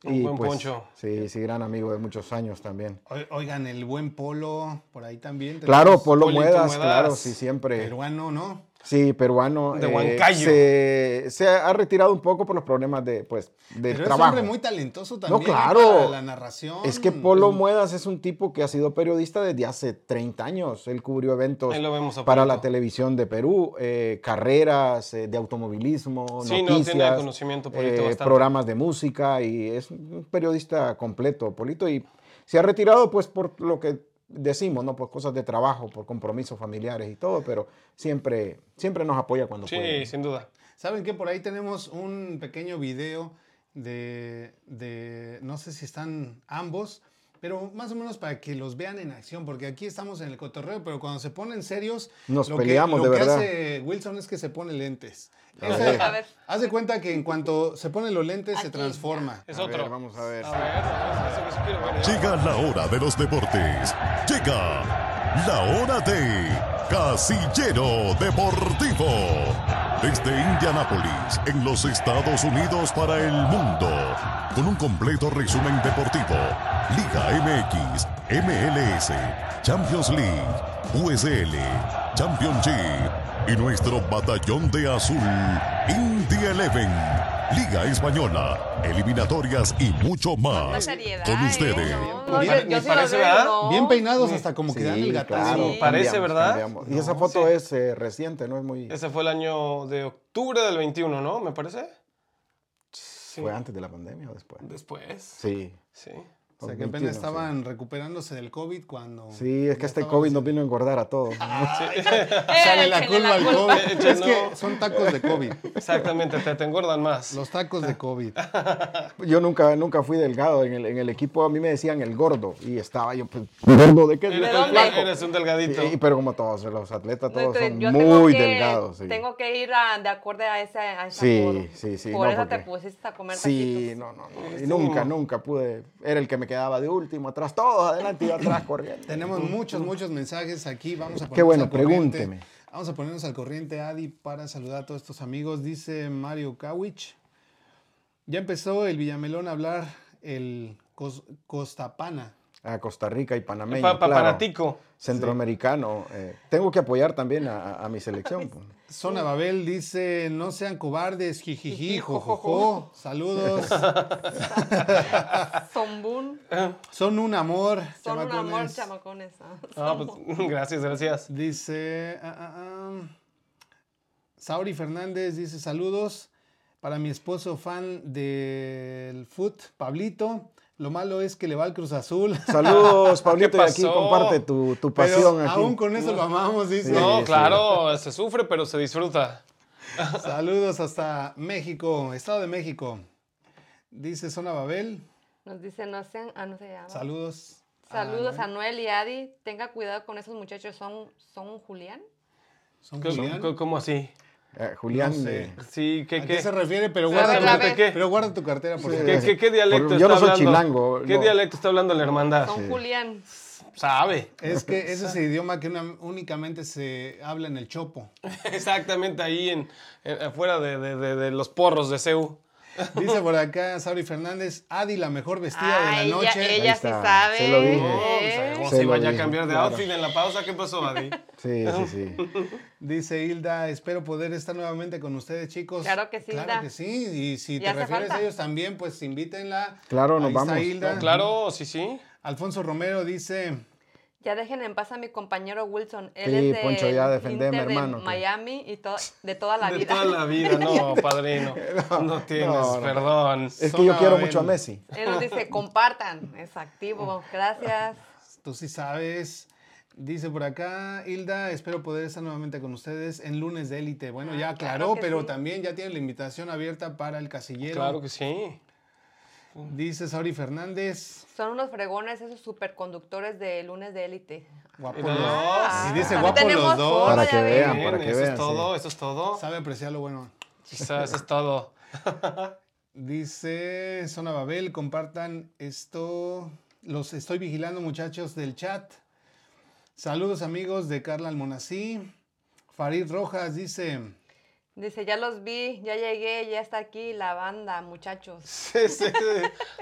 Speaker 4: pues,
Speaker 3: Un buen Poncho.
Speaker 4: Sí, sí, gran amigo de muchos años también.
Speaker 1: Oi- Oigan, el buen Polo, por ahí también. tenemos
Speaker 4: Claro, Polo
Speaker 3: Polito
Speaker 4: Muedas,
Speaker 3: Muedas.
Speaker 4: claro, sí, siempre.
Speaker 1: Peruano, ¿no?
Speaker 4: Sí, peruano.
Speaker 3: De
Speaker 4: eh,
Speaker 3: Huancayo.
Speaker 4: se, se ha retirado un poco por los problemas de, pues, del
Speaker 1: Pero es
Speaker 4: trabajo.
Speaker 1: hombre muy talentoso también.
Speaker 4: claro.
Speaker 1: para la narración.
Speaker 4: Es que Polo Muedas es un tipo que ha sido periodista desde hace 30 años. Él cubrió eventos
Speaker 3: Ahí lo vemos a
Speaker 4: para
Speaker 3: Polo.
Speaker 4: la televisión de Perú, eh, carreras eh, de automovilismo,
Speaker 3: Sí, no, tiene
Speaker 4: noticias, eh,
Speaker 3: conocimiento, Polito, bastante.
Speaker 4: programas de música y es un periodista completo, Polito. Y se ha retirado pues por lo que decimos, ¿no? Por cosas de trabajo, por compromisos familiares y todo, pero siempre, siempre nos apoya cuando puede.
Speaker 3: Sí, sin duda.
Speaker 1: ¿Saben qué? Por ahí tenemos un pequeño video de, de- no sé si están ambos, pero más o menos para que los vean en acción, porque aquí estamos en el cotorreo, pero cuando se ponen serios,
Speaker 4: Nos
Speaker 1: lo
Speaker 4: peleamos,
Speaker 1: que, lo
Speaker 4: de
Speaker 1: que
Speaker 4: verdad.
Speaker 1: hace Wilson es que se pone lentes.
Speaker 4: A
Speaker 1: Esa-
Speaker 4: ver.
Speaker 2: A ver.
Speaker 1: Haz de cuenta que en cuanto se ponen los lentes se
Speaker 2: Aquí.
Speaker 1: transforma.
Speaker 3: Es
Speaker 4: A
Speaker 3: otro.
Speaker 4: ver, vamos a ver.
Speaker 3: A ver, eso- eso quiero ver, ¿eh?
Speaker 7: Llega la hora de los deportes. Llega la hora de Casillero Deportivo. Desde Indianápolis, en los Estados Unidos para el mundo. Con un completo resumen deportivo. Liga MX, MLS, Champions League, USL, Championship y nuestro batallón de azul, Indy Eleven, Liga Española, eliminatorias y mucho
Speaker 2: Una
Speaker 7: más.
Speaker 2: seriedad.
Speaker 7: Con
Speaker 2: ¿eh?
Speaker 7: ustedes.
Speaker 2: No, no,
Speaker 1: Ni-
Speaker 2: yo, yo
Speaker 1: ni
Speaker 2: sí los
Speaker 3: Pues parece,
Speaker 2: veo,
Speaker 3: ¿verdad?
Speaker 2: no. Eh,
Speaker 1: Bien peinados hasta como que dan el gatazo.
Speaker 2: claro. Sí.
Speaker 3: Parece, ¿verdad?
Speaker 4: Y esa
Speaker 3: No,
Speaker 4: foto
Speaker 3: sí.
Speaker 4: es eh, reciente, no es muy...
Speaker 3: Ese fue el año de octubre del 21, ¿no? ¿Me parece? Sí.
Speaker 4: ¿Fue antes de la pandemia o después?
Speaker 3: Después.
Speaker 4: Sí.
Speaker 3: Sí.
Speaker 1: O sea que apenas
Speaker 4: 2021, sí.
Speaker 1: estaban recuperándose del COVID cuando...
Speaker 4: Sí, es que
Speaker 1: ya
Speaker 4: este
Speaker 1: estaban
Speaker 4: COVID
Speaker 1: así.
Speaker 4: nos vino a engordar a todos.
Speaker 1: Ah.
Speaker 2: Eh,
Speaker 1: Échale la
Speaker 2: Échenle
Speaker 1: culpa al COVID.
Speaker 3: Échenle
Speaker 1: Es
Speaker 3: la
Speaker 1: que
Speaker 3: culpa.
Speaker 1: son tacos de COVID.
Speaker 3: Exactamente, te, te engordan más.
Speaker 1: Los tacos de COVID.
Speaker 4: Yo nunca, nunca fui delgado. En el, en el equipo a mí me decían el gordo. Y estaba yo, pues, ¿gordo de qué?
Speaker 3: Eres,
Speaker 2: ¿De
Speaker 3: un-
Speaker 2: dónde?
Speaker 3: eres un delgadito.
Speaker 4: Sí, pero como todos los atletas,
Speaker 2: No,
Speaker 4: todos
Speaker 2: entonces,
Speaker 4: son
Speaker 2: yo tengo
Speaker 4: muy
Speaker 2: que-
Speaker 4: delgados. Sí,
Speaker 2: Tengo que ir a- de acorde a esa, a esa
Speaker 4: Sí,
Speaker 2: moda.
Speaker 4: sí, sí,
Speaker 2: Por
Speaker 4: no,
Speaker 2: eso te
Speaker 4: porque-
Speaker 2: pusiste a comer
Speaker 4: Sí,
Speaker 2: taquitos.
Speaker 4: no, no, no.
Speaker 3: Este
Speaker 4: Y nunca,
Speaker 3: como-
Speaker 4: nunca pude. Era el que me quedaba de último, atrás, todos adelante y yo atrás corriendo.
Speaker 1: Tenemos muchos, muchos mensajes aquí. Vamos a ponernos
Speaker 4: bueno,
Speaker 1: al corriente.
Speaker 4: pregúnteme.
Speaker 1: Vamos a ponernos al corriente, Adi, para saludar a todos estos amigos. Dice Mario Kawich. Ya empezó el Villamelón a hablar el cos- Costapana.
Speaker 4: A Costa Rica y Panamá.
Speaker 3: Pa- pa- Panatico.
Speaker 4: Centroamericano. eh, tengo que apoyar también a, a- a mi selección. pues.
Speaker 1: Zona Babel dice, no sean cobardes, jijiji, jojojo. Saludos.
Speaker 2: Zombún.
Speaker 1: Son un amor,
Speaker 2: Son un amor,
Speaker 1: chamacones.
Speaker 2: chamacones. ah.
Speaker 3: Ah, pues, gracias, gracias.
Speaker 1: Dice. ah, ah, ah. Sauri Fernández dice: Saludos para mi esposo fan del foot, Pablito. Lo malo es que le va al Cruz Azul.
Speaker 4: Saludos, Pablito, y aquí
Speaker 3: pasó?
Speaker 4: comparte tu, tu pasión.
Speaker 1: Pero
Speaker 4: aquí.
Speaker 1: aún con eso lo amamos, dice.
Speaker 3: No,
Speaker 4: sí.
Speaker 3: claro, se sufre, pero se disfruta.
Speaker 1: Saludos hasta México, Estado de México. Dice Zona Babel.
Speaker 2: Nos dice, no sean, ah, no se llama.
Speaker 1: Saludos.
Speaker 2: Saludos
Speaker 1: Ah,
Speaker 2: a Noel y Adi. Tenga cuidado con esos muchachos. ¿Son, son un Julián?
Speaker 1: ¿Son
Speaker 3: Co-
Speaker 1: Julián?
Speaker 3: co- ¿Cómo así?
Speaker 4: Eh, Julián.
Speaker 1: No sé.
Speaker 4: eh,
Speaker 3: Sí,
Speaker 1: ¿A
Speaker 3: ¿qué,
Speaker 1: qué
Speaker 3: qué?
Speaker 1: se refiere? Pero
Speaker 2: A ver,
Speaker 1: guarda,
Speaker 2: a ver.
Speaker 1: pero guarda tu cartera, por
Speaker 4: Sí.
Speaker 1: favor.
Speaker 3: ¿Qué, qué- qué dialecto
Speaker 4: Porque
Speaker 3: está
Speaker 4: yo no soy
Speaker 3: hablando?
Speaker 4: chilango,
Speaker 3: ¿Qué
Speaker 4: no.
Speaker 3: dialecto está hablando la
Speaker 4: Ah,
Speaker 3: hermandad?
Speaker 2: Son Julián.
Speaker 3: Sabe.
Speaker 1: Es que ese es el idioma que una- únicamente se habla en el Chopo.
Speaker 3: Exactamente ahí en, en- afuera de, de- de- de los porros de CEU.
Speaker 1: Dice por acá Sauri Fernández, Adi, la mejor vestida
Speaker 2: Ah,
Speaker 1: de la
Speaker 2: ella,
Speaker 1: noche.
Speaker 4: Ahí
Speaker 2: ella sí
Speaker 4: está,
Speaker 2: sabe.
Speaker 4: se lo dije.
Speaker 3: No, pues,
Speaker 2: ¿eh?
Speaker 3: ¿cómo
Speaker 4: Se
Speaker 3: se
Speaker 4: lo
Speaker 3: vaya a
Speaker 4: dije,
Speaker 3: cambiar de
Speaker 4: claro.
Speaker 3: outfit en la pausa? ¿Qué pasó, Adi?
Speaker 4: Sí, sí, sí.
Speaker 1: Dice Hilda, espero poder estar nuevamente con ustedes, chicos.
Speaker 2: Claro que sí,
Speaker 1: Claro
Speaker 2: Hilda.
Speaker 1: que sí. Y si
Speaker 2: Ya
Speaker 1: te
Speaker 2: hace
Speaker 1: refieres
Speaker 2: falta.
Speaker 1: a ellos también, pues invítenla.
Speaker 4: Claro, nos
Speaker 1: Ahí está
Speaker 4: vamos.
Speaker 1: Hilda.
Speaker 4: No,
Speaker 3: Claro, sí, sí.
Speaker 1: Alfonso Romero dice,
Speaker 2: Ya dejen en paz a mi compañero Wilson. Él
Speaker 4: Sí,
Speaker 2: es de
Speaker 4: Poncho, ya defendeme,
Speaker 2: Inter de
Speaker 4: hermano, que-
Speaker 2: Miami y to- de toda la
Speaker 3: De
Speaker 2: vida.
Speaker 3: toda la vida, no, padrino. No tienes,
Speaker 4: no, no.
Speaker 3: perdón.
Speaker 4: Es que yo quiero
Speaker 1: Abel.
Speaker 4: mucho a Messi.
Speaker 2: Él nos dice, compartan. Es activo. Gracias.
Speaker 1: tú sí sabes. Dice por acá, Hilda, espero poder estar nuevamente con ustedes en lunes de élite. Bueno, ya
Speaker 2: Ah, claro
Speaker 1: aclaró,
Speaker 2: que
Speaker 1: pero
Speaker 2: sí.
Speaker 1: también ya tiene la invitación abierta para el casillero.
Speaker 3: Claro que sí.
Speaker 1: Dice Sauri Fernández.
Speaker 2: Son unos fregones esos superconductores de lunes de élite.
Speaker 1: Guapo
Speaker 3: Y
Speaker 1: los
Speaker 3: los
Speaker 1: dos.
Speaker 3: dos.
Speaker 1: Y dice
Speaker 2: Ah,
Speaker 1: guapo los
Speaker 2: tenemos
Speaker 1: dos.
Speaker 2: foto,
Speaker 4: Para que
Speaker 2: ya ven.
Speaker 4: vean. para que
Speaker 3: eso
Speaker 4: vean,
Speaker 3: es
Speaker 4: sí.
Speaker 3: todo, eso es todo.
Speaker 1: Sabe apreciar lo bueno.
Speaker 3: Quizás eso es todo.
Speaker 1: Dice Zona Babel, compartan esto. Los estoy vigilando, muchachos del chat. Saludos, amigos de Carla Almonací. Farid Rojas dice:
Speaker 2: Dice, ya los vi, ya llegué, ya está aquí la banda, muchachos.
Speaker 3: Sí, sí, sí.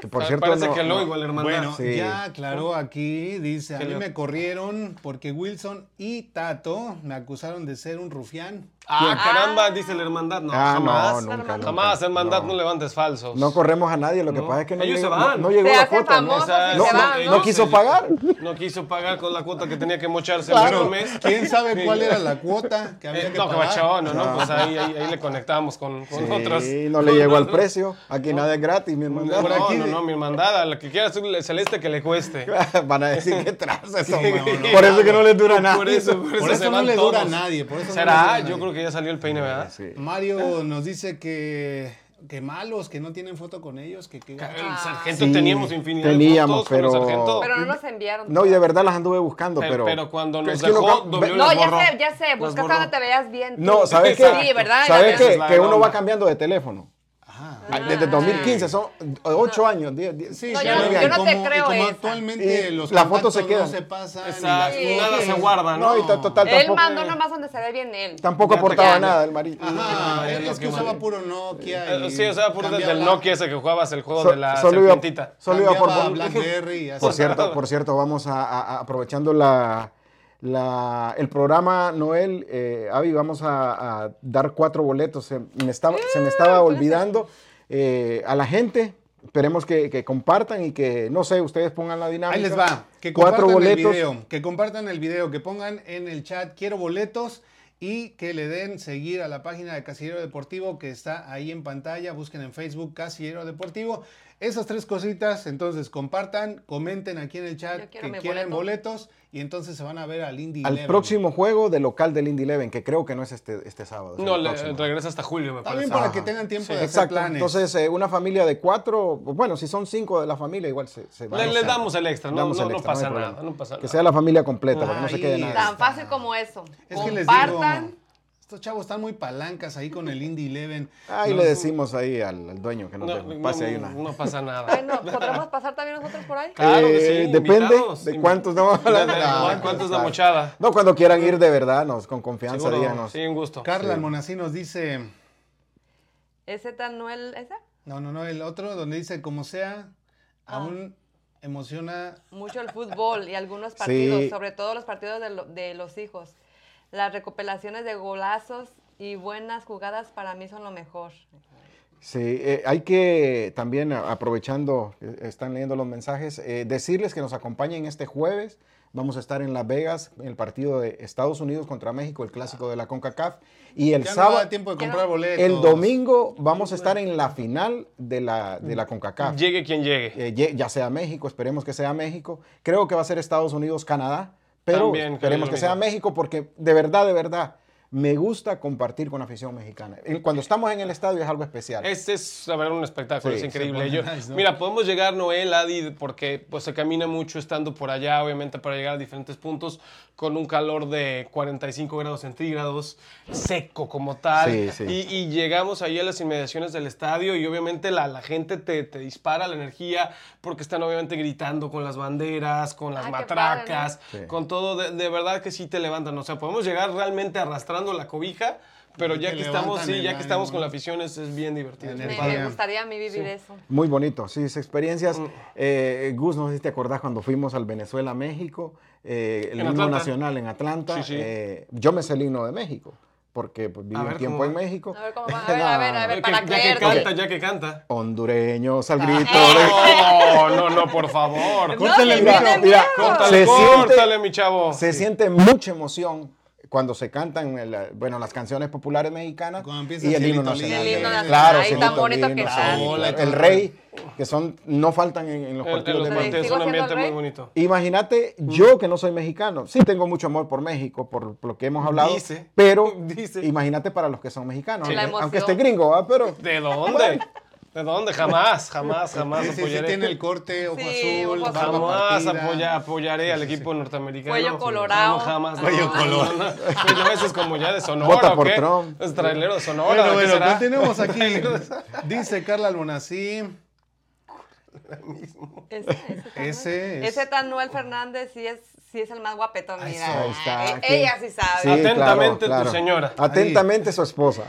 Speaker 4: Que por
Speaker 3: Pa-
Speaker 4: cierto,
Speaker 3: Ah, Parece
Speaker 4: no-
Speaker 3: que lo
Speaker 4: no-
Speaker 3: igual, hermano.
Speaker 1: Bueno,
Speaker 4: Sí.
Speaker 1: ya aclaró aquí. Dice: A
Speaker 3: Que
Speaker 1: mí
Speaker 3: lo-
Speaker 1: me corrieron porque Wilson y Tato me acusaron de ser un rufián.
Speaker 3: Ah, caramba, dice la hermandad. No,
Speaker 4: Ah,
Speaker 3: jamás.
Speaker 4: no, nunca,
Speaker 3: Jamás,
Speaker 4: nunca.
Speaker 3: hermandad, no.
Speaker 4: No.
Speaker 3: levantes falsos.
Speaker 4: No corremos a nadie, lo que
Speaker 3: No.
Speaker 4: pasa es que no
Speaker 3: Ellos se
Speaker 4: llegó,
Speaker 3: van.
Speaker 4: no- no llegó
Speaker 2: Se
Speaker 4: la
Speaker 2: hacen
Speaker 4: cuota. ¿no?
Speaker 2: famosos y
Speaker 4: No,
Speaker 2: se
Speaker 4: no,
Speaker 2: van,
Speaker 4: no
Speaker 2: ¿no?
Speaker 4: quiso pagar.
Speaker 3: No quiso pagar con la cuota que tenía que mocharse
Speaker 1: Claro,
Speaker 3: el primer mes.
Speaker 1: ¿Quién sabe cuál era la cuota que había
Speaker 3: Eh,
Speaker 1: que
Speaker 3: no,
Speaker 1: pagar?
Speaker 3: cabachón, no, no, pues ahí, ahí, ahí le conectamos con, con otras.
Speaker 4: Ah. Sí, no le llegó al precio. Aquí nada es gratis, mi hermano.
Speaker 3: No,
Speaker 1: Por aquí-
Speaker 3: no, no, mi hermandad, a la que quieras, el celeste que le cueste.
Speaker 4: Van a decir que traza eso,
Speaker 1: Sí.
Speaker 4: mano. Por eso que no les dura nada.
Speaker 3: Por eso, por
Speaker 1: Por
Speaker 3: eso se
Speaker 1: eso no
Speaker 3: van
Speaker 1: le dura a
Speaker 3: todos.
Speaker 1: nadie. Por eso no le dura a
Speaker 3: ¿Será?
Speaker 1: nadie.
Speaker 3: Yo creo que ya salió el peine, ¿verdad?
Speaker 4: Sí.
Speaker 1: Mario nos dice que, que malos, que no tienen foto con ellos, que, Ah, que-
Speaker 3: El sargento
Speaker 4: Sí,
Speaker 3: teníamos infinidad
Speaker 4: teníamos,
Speaker 3: de fotos con el
Speaker 4: pero-
Speaker 3: sargento.
Speaker 2: Pero no nos enviaron.
Speaker 4: No, y de verdad las anduve buscando,
Speaker 3: Pe-
Speaker 4: pero.
Speaker 3: pero cuando nos
Speaker 4: Es que lo
Speaker 3: dejó,
Speaker 4: que-
Speaker 3: dobló
Speaker 2: No,
Speaker 3: las
Speaker 2: ya
Speaker 3: borró.
Speaker 2: sé, ya sé.
Speaker 3: Las
Speaker 2: Buscas
Speaker 3: borró.
Speaker 2: donde te veas bien. tú.
Speaker 4: No, ¿sabes qué?
Speaker 2: Sí, ¿verdad?
Speaker 4: ¿Sabes
Speaker 2: Ya
Speaker 4: qué?
Speaker 2: ves.
Speaker 3: la
Speaker 4: Que uno
Speaker 3: broma.
Speaker 4: va cambiando de teléfono.
Speaker 1: Ajá.
Speaker 4: Ay, Desde 2015, son 8 años, 10, 10.
Speaker 1: Sí,
Speaker 2: Ah. No,
Speaker 1: sí,
Speaker 2: yo no-
Speaker 1: y
Speaker 2: yo no
Speaker 1: como-
Speaker 2: te
Speaker 1: y
Speaker 2: creo
Speaker 1: como
Speaker 2: esa.
Speaker 1: actualmente
Speaker 4: Y
Speaker 1: los
Speaker 4: las fotos Eh, se
Speaker 1: contactos
Speaker 4: quedan.
Speaker 1: no se pasan. y
Speaker 3: Exacto,
Speaker 1: las-
Speaker 3: nada se guarda, ¿no?
Speaker 4: No, y ta- total,
Speaker 2: Él
Speaker 4: tampoco,
Speaker 2: mandó nomás donde se ve bien él.
Speaker 4: tampoco
Speaker 3: Ya te
Speaker 4: aportaba
Speaker 3: quedan.
Speaker 4: nada el marido.
Speaker 1: Ajá,
Speaker 3: Ah,
Speaker 1: es,
Speaker 3: es lo
Speaker 1: que
Speaker 3: que
Speaker 1: usaba
Speaker 3: vale.
Speaker 1: puro Nokia.
Speaker 3: Eh,
Speaker 1: y
Speaker 3: Sí, o sea, puro desde el
Speaker 1: cambiaba-
Speaker 3: Nokia ese que jugabas el juego
Speaker 4: So-
Speaker 3: de la
Speaker 4: solo iba-
Speaker 3: serpientita.
Speaker 4: Solo iba por-
Speaker 1: cambiaba a BlackBerry y así.
Speaker 4: Por cierto, por cierto, vamos a, a- a- aprovechando la, la- el programa Noel, eh, Avi, vamos a, a dar cuatro boletos. Se me estaba, se me
Speaker 3: Ah,
Speaker 4: estaba olvidando eh, a la gente. Esperemos que, que compartan y que, no sé, ustedes pongan la dinámica.
Speaker 1: Ahí les va. Que
Speaker 4: cuatro
Speaker 1: compartan el
Speaker 4: boletos.
Speaker 1: video. Que compartan el video. Que pongan en el chat quiero boletos. Y que le den seguir a la página de Casillero Deportivo que está ahí en pantalla. Busquen en Facebook Casillero Deportivo. Esas tres cositas. Entonces compartan, comenten aquí en el chat
Speaker 2: Yo quiero
Speaker 1: que
Speaker 2: mi
Speaker 1: quieren
Speaker 2: boleto.
Speaker 1: boletos. Y entonces se van a ver al Indy
Speaker 4: Al
Speaker 1: 11.
Speaker 4: próximo juego de local del Indy Leven, que creo que no es este, este sábado. es
Speaker 3: No,
Speaker 4: el
Speaker 3: le-
Speaker 4: próximo.
Speaker 3: regresa hasta julio, me
Speaker 1: También
Speaker 3: parece.
Speaker 1: para
Speaker 4: Ajá.
Speaker 1: que tengan tiempo
Speaker 3: Sí.
Speaker 1: de hacer
Speaker 4: Exacto.
Speaker 1: planes.
Speaker 4: Entonces, eh, una familia de cuatro, pues, bueno, si son cinco de la familia, igual se, se van.
Speaker 3: Le-
Speaker 4: o
Speaker 3: le
Speaker 4: sea,
Speaker 3: damos el extra, no-
Speaker 4: damos
Speaker 3: no-
Speaker 4: el
Speaker 3: no
Speaker 4: extra, hay
Speaker 3: pasa
Speaker 4: problema.
Speaker 3: nada, no pasa
Speaker 4: Que
Speaker 3: nada.
Speaker 4: sea la familia completa, para que no se
Speaker 1: Ahí
Speaker 4: quede nadie.
Speaker 2: Tan fácil como eso.
Speaker 1: Es que les digo,
Speaker 2: Compartan.
Speaker 1: estos chavos están muy palancas ahí con el Indy Eleven.
Speaker 4: Ahí
Speaker 1: No
Speaker 4: le
Speaker 1: es-
Speaker 4: decimos ahí al, al dueño que no, te pase ahí una.
Speaker 3: no pasa nada.
Speaker 2: Ay, no, ¿podremos pasar también nosotros por ahí?
Speaker 3: Claro que sí,
Speaker 4: Eh, depende
Speaker 3: invitados.
Speaker 4: de cuántos no
Speaker 3: De- de- de- de- cuántos la mochada.
Speaker 4: No, cuando quieran ir de verdad, nos, con confianza,
Speaker 3: Seguro,
Speaker 4: díganos.
Speaker 3: Sí, un gusto.
Speaker 1: Carla Almonací nos dice,
Speaker 2: ¿Ese tan Noel, esa?
Speaker 1: no, no, no, el otro donde dice, como sea,
Speaker 2: Ah.
Speaker 1: aún emociona.
Speaker 2: Mucho el fútbol y algunos partidos,
Speaker 4: Sí.
Speaker 2: sobre todo los partidos de, lo- de los hijos. Las recopilaciones de golazos y buenas jugadas para mí son lo mejor.
Speaker 4: Sí, eh, hay que también, a- aprovechando, eh, están leyendo los mensajes, eh, decirles que nos acompañen este jueves. Vamos a estar en Las Vegas, en el partido de Estados Unidos contra México, el clásico de la CONCACAF. Y el
Speaker 1: ya no
Speaker 4: sábado,
Speaker 1: da tiempo de
Speaker 2: ya no-
Speaker 1: comprar boletos.
Speaker 4: el domingo, vamos a estar en la final de la, de la CONCACAF.
Speaker 3: Llegue quien llegue.
Speaker 4: Eh, ye- ya sea México, esperemos que sea México. Creo que va a ser Estados Unidos, Canadá, pero
Speaker 3: También creo
Speaker 4: esperemos
Speaker 3: lo
Speaker 4: que
Speaker 3: mismo.
Speaker 4: sea México porque de verdad, de verdad, me gusta compartir con la afición mexicana. Y Cuando estamos en el estadio es algo especial.
Speaker 3: Este es, la verdad, un espectáculo,
Speaker 4: Sí,
Speaker 3: es increíble.
Speaker 1: se
Speaker 3: Yo-
Speaker 1: pone nice, ¿no?
Speaker 3: Mira, podemos llegar, Noel, Adi, porque pues, se camina mucho estando por allá, obviamente, para llegar a diferentes puntos, con un calor de 45 grados centígrados, seco como tal.
Speaker 4: Sí, sí.
Speaker 3: Y, y llegamos ahí a las inmediaciones del estadio y obviamente la, la gente te, te dispara la energía porque están obviamente gritando con las banderas, con las
Speaker 2: Ay, Ah, qué padre, ¿no?
Speaker 3: matracas,
Speaker 4: Sí.
Speaker 3: con todo. De, de verdad que sí te levantan. O sea, podemos llegar realmente arrastrados agarrando la cobija, pero
Speaker 1: Y
Speaker 3: ya
Speaker 1: te
Speaker 3: que estamos,
Speaker 1: levantan
Speaker 3: sí,
Speaker 1: el
Speaker 3: ya que estamos
Speaker 1: ánimo,
Speaker 3: con la
Speaker 1: ¿no?
Speaker 3: afición es, es bien
Speaker 1: La
Speaker 3: divertido. es bien
Speaker 2: Me,
Speaker 1: energía.
Speaker 3: padre.
Speaker 2: me gustaría a mí vivir eso.
Speaker 4: Muy bonito, sí, esas experiencias.
Speaker 3: Mm.
Speaker 4: Eh, Gus, no sé si te acordás cuando fuimos al Venezuela, México, eh,
Speaker 3: En
Speaker 4: el himno
Speaker 3: Atlanta.
Speaker 4: nacional en Atlanta.
Speaker 3: Sí, sí.
Speaker 4: eh, yo me sé el himno de México, porque pues, viví
Speaker 3: A
Speaker 4: un
Speaker 3: ver,
Speaker 4: tiempo
Speaker 3: ¿cómo
Speaker 4: en
Speaker 3: va?
Speaker 4: México.
Speaker 2: A ver cómo va, a ver, a ver, a ver,
Speaker 3: Ya
Speaker 2: para
Speaker 3: que- ya que
Speaker 2: creerte.
Speaker 3: canta, ya que canta.
Speaker 4: Hondureños al grito.
Speaker 3: eh, No, no, no, por favor.
Speaker 2: No, sí,
Speaker 4: mira,
Speaker 2: tiene
Speaker 4: mira,
Speaker 2: miedo.
Speaker 3: Córtale,
Speaker 4: Se
Speaker 3: córtale,
Speaker 4: siente-
Speaker 3: mi chavo.
Speaker 4: Se siente mucha emoción cuando se cantan el- bueno, las canciones populares mexicanas
Speaker 1: Cuando empieza
Speaker 4: y
Speaker 1: el
Speaker 4: el himno
Speaker 1: cielito
Speaker 4: nacional.
Speaker 1: lindo. El himno
Speaker 4: Claro,
Speaker 1: nacional,
Speaker 4: Claro,
Speaker 1: ay,
Speaker 4: cielito
Speaker 1: tan
Speaker 2: bonito que
Speaker 4: lindo,
Speaker 2: está.
Speaker 4: sí,
Speaker 1: Hola y
Speaker 4: El
Speaker 1: todo.
Speaker 4: rey, que son no faltan en, en los
Speaker 3: En- En
Speaker 4: partidos
Speaker 3: los
Speaker 2: partidos.
Speaker 4: de México.
Speaker 3: partidos es
Speaker 2: ¿Sigo
Speaker 3: un
Speaker 2: siendo
Speaker 3: ambiente
Speaker 2: el
Speaker 3: muy
Speaker 2: rey?
Speaker 3: bonito.
Speaker 4: Imagínate, yo que no soy mexicano, sí tengo mucho amor por México, por lo que hemos hablado,
Speaker 3: Dice,
Speaker 4: pero
Speaker 3: dice.
Speaker 4: imagínate para los que son mexicanos,
Speaker 2: Sí. La
Speaker 4: aunque,
Speaker 2: emoción.
Speaker 4: aunque esté gringo, ¿ah? pero
Speaker 3: ¿De dónde? ¿De dónde? Jamás, jamás, jamás
Speaker 1: Sí, sí, sí,
Speaker 3: apoyaré.
Speaker 1: tiene el corte, ojo
Speaker 2: Sí,
Speaker 1: azul,
Speaker 2: ojo
Speaker 1: barba
Speaker 2: azul.
Speaker 3: Jamás
Speaker 1: partida.
Speaker 3: apoya- apoyaré al equipo norteamericano.
Speaker 2: Cuello colorado.
Speaker 3: No, jamás. no,
Speaker 1: Cuello
Speaker 3: no,
Speaker 1: colorado.
Speaker 3: no, no. Pues yo a veces como ya de Sonora.
Speaker 4: Vota
Speaker 3: ¿o
Speaker 4: por
Speaker 3: qué?
Speaker 4: Trump.
Speaker 3: Es trailero de Sonora.
Speaker 1: Bueno,
Speaker 3: ¿qué
Speaker 1: bueno,
Speaker 3: será?
Speaker 1: continuemos aquí. Dice Carla Albonací,
Speaker 2: Ese, ese, tan-
Speaker 1: ese es...
Speaker 2: ese Tanuel Fernández sí es, sí es el más guapetón,
Speaker 1: Ahí
Speaker 2: mira.
Speaker 4: está,
Speaker 2: Eh,
Speaker 4: aquí.
Speaker 2: Ella sí sabe.
Speaker 4: Sí, claro,
Speaker 3: Atentamente tu
Speaker 4: claro.
Speaker 3: señora.
Speaker 4: Atentamente su esposa.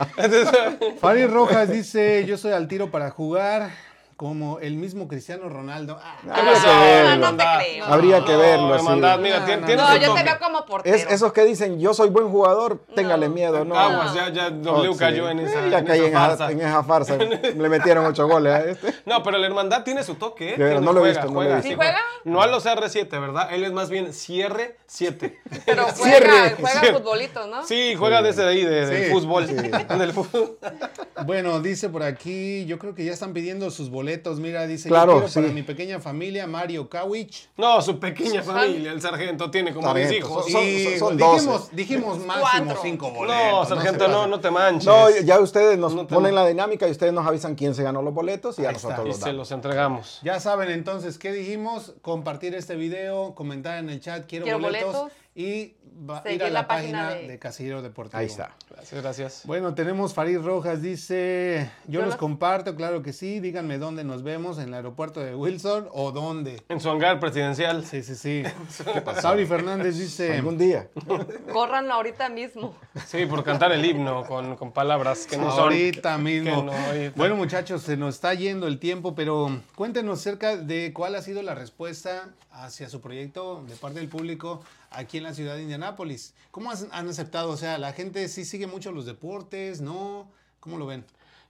Speaker 1: Fanny Rojas dice, yo soy al tiro para jugar como el mismo Cristiano Ronaldo. Ah,
Speaker 4: Habría
Speaker 2: no,
Speaker 4: que verlo.
Speaker 2: no te creo.
Speaker 4: Habría que verlo.
Speaker 3: No,
Speaker 4: sí.
Speaker 3: hermandad, mira, tien- tienes
Speaker 2: No,
Speaker 3: el
Speaker 2: yo te
Speaker 3: toque.
Speaker 2: veo como portero.
Speaker 4: Es, esos que dicen, yo soy buen jugador, téngale miedo, ¿no?
Speaker 3: Aguas, ya, ya W
Speaker 4: Oh, sí.
Speaker 3: cayó en
Speaker 4: Eh,
Speaker 3: esa,
Speaker 4: ya
Speaker 3: en
Speaker 4: caí
Speaker 3: esa
Speaker 4: en, esa-
Speaker 3: farsa.
Speaker 4: en esa farsa. Le metieron ocho goles a este.
Speaker 3: No, pero la hermandad tiene su toque, ¿eh?
Speaker 4: De verdad,
Speaker 3: Tiene-
Speaker 4: no lo he
Speaker 3: juega,
Speaker 4: visto, no lo he
Speaker 3: juega,
Speaker 4: visto.
Speaker 2: ¿Sí juega?
Speaker 3: No a los R7, ¿verdad? Él es más bien cierre 7.
Speaker 2: Pero juega,
Speaker 4: Cierre.
Speaker 2: juega
Speaker 3: Cierre.
Speaker 2: futbolito, ¿no?
Speaker 3: Sí, juega desde ahí, de, del
Speaker 1: Sí.
Speaker 3: fútbol. Del fútbol.
Speaker 1: Bueno, dice por aquí, yo creo que ya están pidiendo sus boletos. Mira, dice,
Speaker 4: Claro,
Speaker 1: yo quiero
Speaker 4: sí.
Speaker 1: para mi pequeña familia, Mario Kawich.
Speaker 3: No, su pequeña familia, el sargento, tiene como 10
Speaker 4: Sargento,
Speaker 3: hijos.
Speaker 4: Son- son-
Speaker 1: Y
Speaker 4: son
Speaker 1: dijimos, dijimos máximo
Speaker 2: Cuatro.
Speaker 1: cinco boletos.
Speaker 3: No, sargento, no, no te manches.
Speaker 4: No, ya ustedes nos
Speaker 3: No te-
Speaker 4: ponen la dinámica y ustedes nos avisan quién se ganó los boletos y a
Speaker 1: Ahí está.
Speaker 4: nosotros
Speaker 3: Y
Speaker 4: los
Speaker 3: se
Speaker 4: damos.
Speaker 3: los entregamos.
Speaker 1: Ya saben entonces qué dijimos, compartir este video, comentar en el chat, quiero,
Speaker 2: Quiero
Speaker 1: boletos,
Speaker 2: boletos.
Speaker 1: y va- ir
Speaker 2: Seguir
Speaker 1: a la,
Speaker 2: la
Speaker 1: página,
Speaker 2: página
Speaker 1: de,
Speaker 2: de-
Speaker 1: Casillero Deportivo.
Speaker 4: Ahí está.
Speaker 3: Gracias, gracias.
Speaker 1: Bueno, tenemos Farid Rojas, dice, yo,
Speaker 2: Yo
Speaker 1: los
Speaker 2: los-
Speaker 1: comparto, claro que sí, díganme dónde nos vemos, en el aeropuerto de Wilson o dónde.
Speaker 3: En su hangar presidencial.
Speaker 1: Sí, sí, sí. Sauri Fernández dice,
Speaker 4: Algún día.
Speaker 2: Córranlo ahorita mismo.
Speaker 3: Sí, por cantar el himno con, con palabras que no son.
Speaker 1: Ahorita mismo.
Speaker 3: que no, eh. ahorita.
Speaker 1: Bueno, muchachos, se nos está yendo el tiempo, pero cuéntenos acerca de cuál ha sido la respuesta hacia su proyecto de parte del público aquí en la ciudad de Indianápolis. ¿Cómo has- han aceptado? O sea, la gente sí sigue mucho los deportes, ¿no? ¿Cómo lo ven?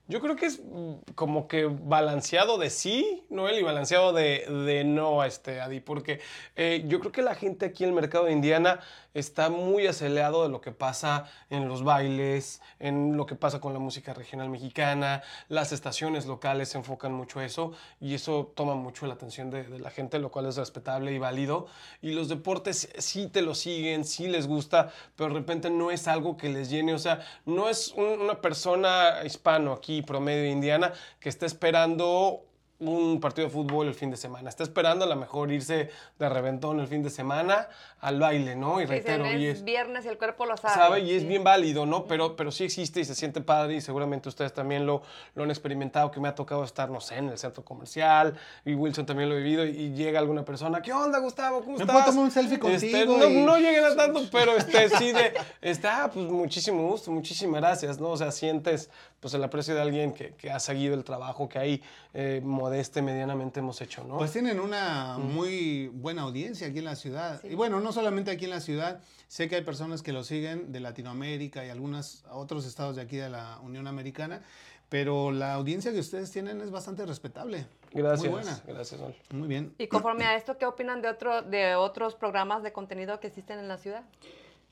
Speaker 3: Yo creo que es mm, como que balanceado de sí, Noel, y balanceado de, de no, este, Adi, porque eh, yo creo que la gente aquí en el mercado de Indiana está muy acelerado de lo que pasa en los bailes, en lo que pasa con la música regional mexicana, las estaciones locales se enfocan mucho a eso y eso toma mucho la atención de, de la gente, lo cual es respetable y válido. Y los deportes sí te lo siguen, sí les gusta, pero de repente no es algo que les llene. O sea, no es un- una persona hispano aquí, promedio indiana, que está esperando un partido de fútbol el fin de semana. Está esperando a lo mejor irse de reventón el fin de semana al baile, ¿no? Y
Speaker 2: Dicen,
Speaker 3: reitero, y
Speaker 2: es
Speaker 3: es-
Speaker 2: viernes y el cuerpo lo sabe.
Speaker 3: sabe y es
Speaker 2: Sí.
Speaker 3: bien válido, ¿no? Pero, pero sí existe y se siente padre y seguramente ustedes también lo, lo han experimentado, que me ha tocado estar, no sé, en el centro comercial y Wilson también lo ha vivido y, y llega alguna persona, ¿qué onda, Gustavo? ¿Cómo
Speaker 1: ¿Me
Speaker 3: estás?
Speaker 1: puedo tomar un selfie
Speaker 3: Este,
Speaker 1: contigo
Speaker 3: no,
Speaker 1: y-
Speaker 3: no lleguen a tanto, pero este, sí de, este, ah, pues muchísimo gusto, muchísimas gracias, ¿no? O sea, sientes pues el aprecio de alguien que, que ha seguido el trabajo que ahí eh, modeste, medianamente hemos hecho, ¿no?
Speaker 1: Pues tienen una muy buena audiencia aquí en la ciudad. Y bueno, no solamente aquí en la ciudad, sé que hay personas que lo siguen de Latinoamérica y algunos otros estados de aquí de la Unión Americana, pero la audiencia que ustedes tienen es bastante respetable.
Speaker 3: gracias,
Speaker 1: Muy buena.
Speaker 3: gracias, Noel.
Speaker 1: Muy bien.
Speaker 2: Y conforme a esto, ¿qué opinan de, otro, de otros programas de contenido que existen en la ciudad?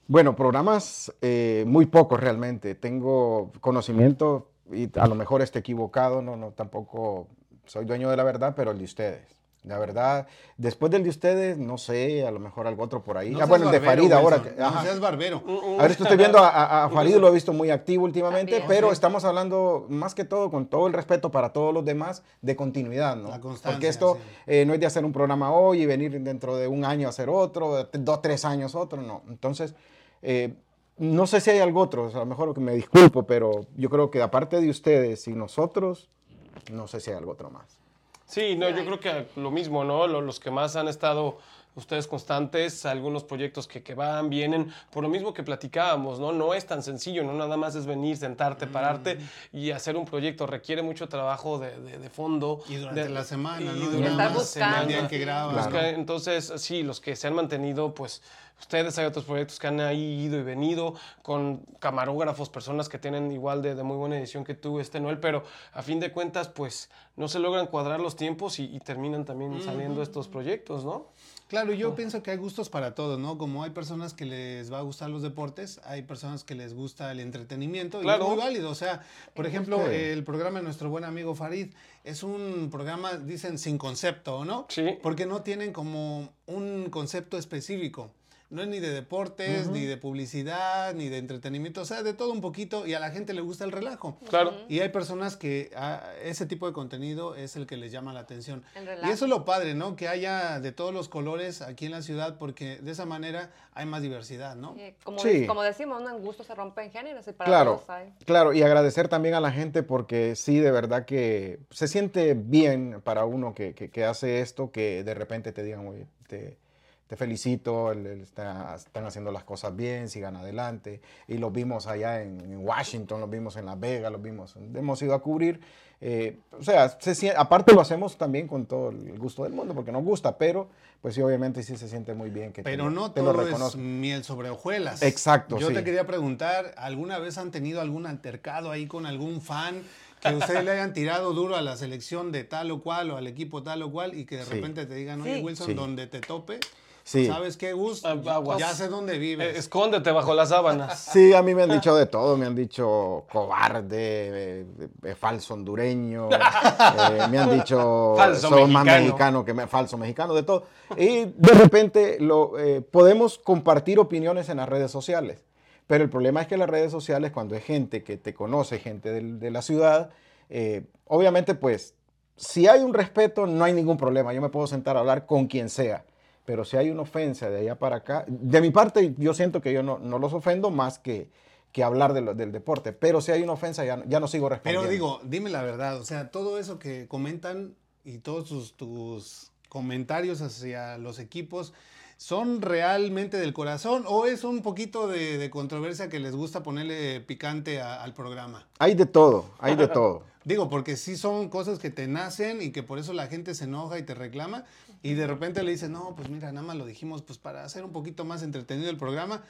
Speaker 4: Bueno, programas eh, muy pocos realmente. Tengo conocimiento y a lo mejor esté equivocado, no, no, tampoco soy dueño de la verdad, pero el de ustedes. La verdad, después del de ustedes, no sé, a lo mejor algo otro por ahí.
Speaker 1: No
Speaker 4: ah,
Speaker 1: seas
Speaker 4: bueno, el de
Speaker 1: barbero,
Speaker 4: Farida ahora.
Speaker 1: Wilson,
Speaker 4: que-
Speaker 1: No
Speaker 4: ajá.
Speaker 1: seas barbero.
Speaker 4: Ahora esto estoy viendo a, a, a Farid, lo he visto muy activo últimamente,
Speaker 2: También.
Speaker 4: pero estamos hablando más que todo, con todo el respeto para todos los demás, de continuidad, ¿no?
Speaker 1: La constancia,
Speaker 4: Porque esto
Speaker 1: sí.
Speaker 4: eh, no es de hacer un programa hoy y venir dentro de un año a hacer otro, de t- dos, tres años otro, no. Entonces, eh, no sé si hay algo otro, o sea, a lo mejor que me disculpo, pero yo creo que aparte de ustedes y nosotros, no sé si hay algo otro más.
Speaker 3: Sí, no, yo creo que lo mismo, ¿no? Lo- Los que más han estado ustedes constantes, algunos proyectos que, que van, vienen, por lo mismo que platicábamos, ¿no? No es tan sencillo, no nada más es venir,
Speaker 1: Mm.
Speaker 3: sentarte, pararte y hacer un proyecto, requiere mucho trabajo de, de- de fondo.
Speaker 1: Y durante
Speaker 3: de-
Speaker 1: la semana,
Speaker 3: y
Speaker 1: ¿no?
Speaker 3: durante
Speaker 2: Estar
Speaker 3: la
Speaker 2: buscando.
Speaker 1: El día
Speaker 3: semana.
Speaker 1: en que graban.
Speaker 3: Busca-
Speaker 1: ¿no?
Speaker 3: Entonces, sí, los que se han mantenido, pues ustedes hay otros proyectos que han ahí ido y venido con camarógrafos, personas que tienen igual de, de muy buena edición que tú, este Noel, pero a fin de cuentas, pues no se logran cuadrar los tiempos y, y terminan también saliendo estos proyectos, ¿no?
Speaker 1: Claro,
Speaker 3: Oh.
Speaker 1: yo pienso que hay gustos para todos, ¿no? Como hay personas que les va a gustar los deportes, hay personas que les gusta el entretenimiento
Speaker 3: Claro. Pues
Speaker 1: y es muy válido. O sea, por ejemplo,
Speaker 4: Sí.
Speaker 1: el programa de nuestro buen amigo Farid es un programa, dicen, sin concepto, ¿no?
Speaker 3: Sí.
Speaker 1: Porque no tienen como un concepto específico. No es ni de deportes, ni de publicidad, ni de entretenimiento, o sea, de todo un poquito y a la gente le gusta el relajo.
Speaker 3: Claro.
Speaker 1: Y hay personas que ah, ese tipo de contenido es el que les llama la atención.
Speaker 2: El
Speaker 1: Y
Speaker 2: relajo.
Speaker 1: eso es lo padre, ¿no? Que haya de todos los colores aquí en la ciudad, porque de esa manera hay más diversidad, ¿no?
Speaker 2: Eh, Como,
Speaker 4: Sí.
Speaker 2: como decimos, ¿no? en gusto se rompen géneros y para
Speaker 4: Claro,
Speaker 2: todos hay.
Speaker 4: claro, y agradecer también a la gente porque sí, de verdad que se siente bien para uno que, que- que hace esto, que de repente te digan, oye, te, te felicito, el- el- está- están haciendo las cosas bien, sigan adelante. Y los vimos allá en, en Washington, los vimos en Las Vegas, los vimos, hemos ido a cubrir. eh, o sea, se sien- aparte lo hacemos también con todo el gusto del mundo, porque nos gusta, pero pues sí, obviamente sí se siente muy bien que te
Speaker 1: Pero
Speaker 4: lo-
Speaker 1: no
Speaker 4: te lo
Speaker 1: todo es
Speaker 4: reconozcan.
Speaker 1: miel sobre hojuelas.
Speaker 4: Exacto,
Speaker 1: Yo
Speaker 4: sí.
Speaker 1: te quería preguntar, ¿alguna vez han tenido algún altercado ahí con algún fan que ustedes le hayan tirado duro a la selección de tal o cual o al equipo tal o cual y que de
Speaker 4: Sí.
Speaker 1: repente te digan, oye,
Speaker 2: Sí.
Speaker 1: Wilson,
Speaker 4: Sí.
Speaker 1: donde te tope,
Speaker 4: Sí.
Speaker 1: ¿sabes qué, Gus?
Speaker 3: Ah, Aguas.
Speaker 1: Ya sé dónde
Speaker 3: Eh,
Speaker 1: vives.
Speaker 3: escóndete bajo las sábanas.
Speaker 4: Sí, a mí me han dicho de todo, me han dicho cobarde, eh, eh, falso hondureño, eh, me han dicho
Speaker 3: Falso
Speaker 4: soy más
Speaker 3: mexicano.
Speaker 4: mexicano que me- falso mexicano, de todo. Y de repente lo, eh, podemos compartir opiniones en las redes sociales, pero el problema es que las redes sociales, cuando es gente que te conoce, gente del- de, la ciudad, eh, obviamente pues si hay un respeto no hay ningún problema, yo me puedo sentar a hablar con quien sea. Pero si hay una ofensa de allá para acá, de mi parte yo siento que yo no, no los ofendo más que, que hablar de lo- del deporte, pero si hay una ofensa ya, no- ya no sigo respondiendo.
Speaker 1: Pero digo, dime la verdad, o sea, todo eso que comentan y todos sus- tus comentarios hacia los equipos, ¿son realmente del corazón o es un poquito de, de controversia que les gusta ponerle picante a- al programa?
Speaker 4: Hay de todo, hay de todo.
Speaker 1: Digo, porque sí son cosas que te nacen y que por eso la gente se enoja y te reclama y de repente le dices, no, pues mira, nada más lo dijimos pues para hacer un poquito más entretenido el programa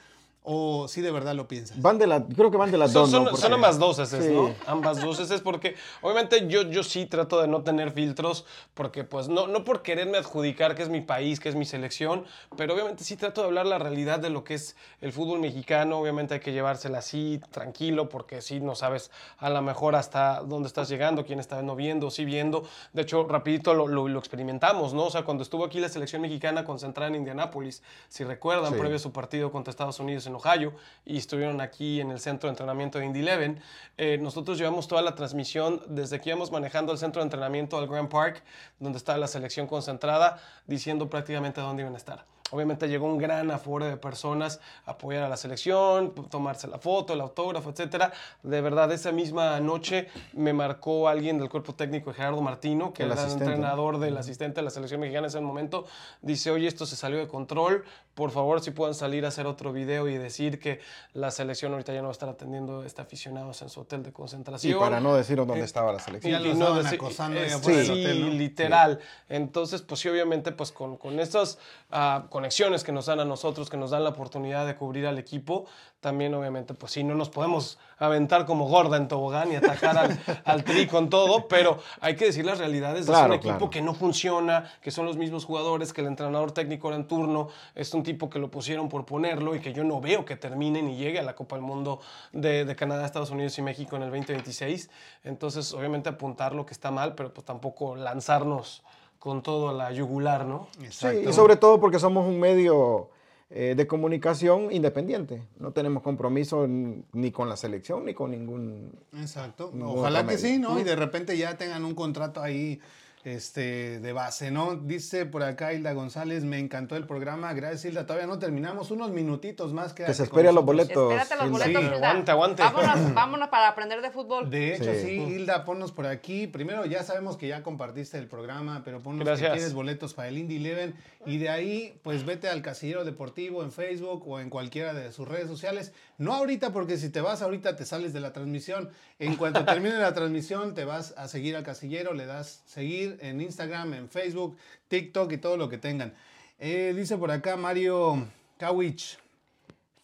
Speaker 1: o si de verdad lo piensas.
Speaker 4: Van de la, creo que van de las
Speaker 3: Son,
Speaker 4: dos, ¿no?
Speaker 3: son- son
Speaker 4: Porque-
Speaker 3: ambas dos heces,
Speaker 4: Sí.
Speaker 3: ¿no? Ambas dos heces, porque obviamente yo, yo sí trato de no tener filtros, porque pues no, no por quererme adjudicar que es mi país, que es mi selección, pero obviamente sí trato de hablar la realidad de lo que es el fútbol mexicano, obviamente hay que llevársela así, tranquilo, porque sí no sabes a lo mejor hasta dónde estás llegando, quién está no viendo, sí viendo, de hecho rapidito lo, lo- lo experimentamos, ¿no? O sea, cuando estuvo aquí la selección mexicana concentrada en Indianápolis, si recuerdan,
Speaker 4: Sí.
Speaker 3: previo a su partido contra Estados Unidos en Ohio y estuvieron aquí en el centro de entrenamiento de Indy Eleven. Eh, nosotros llevamos toda la transmisión desde que íbamos manejando el centro de entrenamiento al Grand Park, donde estaba la selección concentrada, diciendo prácticamente dónde iban a estar. Obviamente llegó un gran aforo de personas a apoyar a la selección, p- tomarse la foto, el autógrafo, etcétera. De verdad, esa misma noche me marcó alguien del cuerpo técnico de Gerardo Martino, que
Speaker 4: El
Speaker 3: era el
Speaker 4: asistente, ¿no?
Speaker 3: entrenador entrenador del asistente de la selección mexicana en ese momento dice, oye, esto se salió de control, por favor si puedan salir a hacer otro video y decir que la selección ahorita ya no va a estar atendiendo este aficionados en su hotel de
Speaker 4: Y
Speaker 3: concentración.
Speaker 4: para no deciros dónde
Speaker 3: Eh,
Speaker 4: estaba la
Speaker 1: Ya
Speaker 4: selección.
Speaker 1: lo
Speaker 3: y
Speaker 1: estaban
Speaker 3: decir-
Speaker 1: acosando allá
Speaker 3: es-
Speaker 1: afuera del
Speaker 3: sí,
Speaker 1: hotel, ¿no?
Speaker 3: literal. Entonces, pues sí, obviamente, pues con, con estas ah, conexiones que nos dan a nosotros, que nos dan la oportunidad de cubrir al equipo, también obviamente, pues sí, no nos podemos aventar como gorda en tobogán y atacar al, al tri con todo, pero hay que decir las realidades de
Speaker 4: Claro,
Speaker 3: un equipo
Speaker 4: claro.
Speaker 3: que no funciona, que son los mismos jugadores, que el entrenador técnico era en turno, es un tipo que lo pusieron por ponerlo y que yo no veo que termine ni llegue a la Copa del Mundo de, de Canadá, Estados Unidos y México en el 2026. Entonces, obviamente apuntar lo que está mal, pero pues tampoco lanzarnos con todo a la yugular, ¿no?
Speaker 4: Sí,
Speaker 1: Exacto.
Speaker 4: y sobre todo porque somos un medio eh, de comunicación independiente. No tenemos compromiso n- ni con la selección ni con ningún...
Speaker 1: Exacto.
Speaker 4: Ningún
Speaker 1: Ojalá
Speaker 4: otro
Speaker 1: que sí,
Speaker 4: medio.
Speaker 1: ¿no? Y de repente ya tengan un contrato ahí este, de base, ¿no? Dice por acá Hilda González, me encantó el programa. Gracias, Hilda. Todavía no terminamos, unos minutitos más.
Speaker 4: Que se
Speaker 1: quédate con
Speaker 4: espere a los
Speaker 1: nosotros.
Speaker 4: boletos.
Speaker 2: Espérate los
Speaker 4: Hilda.
Speaker 1: Sí,
Speaker 2: boletos, Hilda.
Speaker 3: aguante, aguante.
Speaker 2: Vámonos, vámonos para aprender de fútbol.
Speaker 1: De hecho, sí.
Speaker 4: Sí.
Speaker 1: Hilda, ponnos por aquí. Primero, ya sabemos que ya compartiste el programa, pero ponnos
Speaker 3: Gracias.
Speaker 1: que quieres boletos para el Indy Eleven. Y de ahí, pues vete al Casillero Deportivo en Facebook o en cualquiera de sus redes sociales. No ahorita, porque si te vas ahorita te sales de la transmisión. En cuanto termine la transmisión, te vas a seguir al Casillero, le das seguir en Instagram, en Facebook, TikTok y todo lo que tengan. Eh, dice por acá Mario Kawich.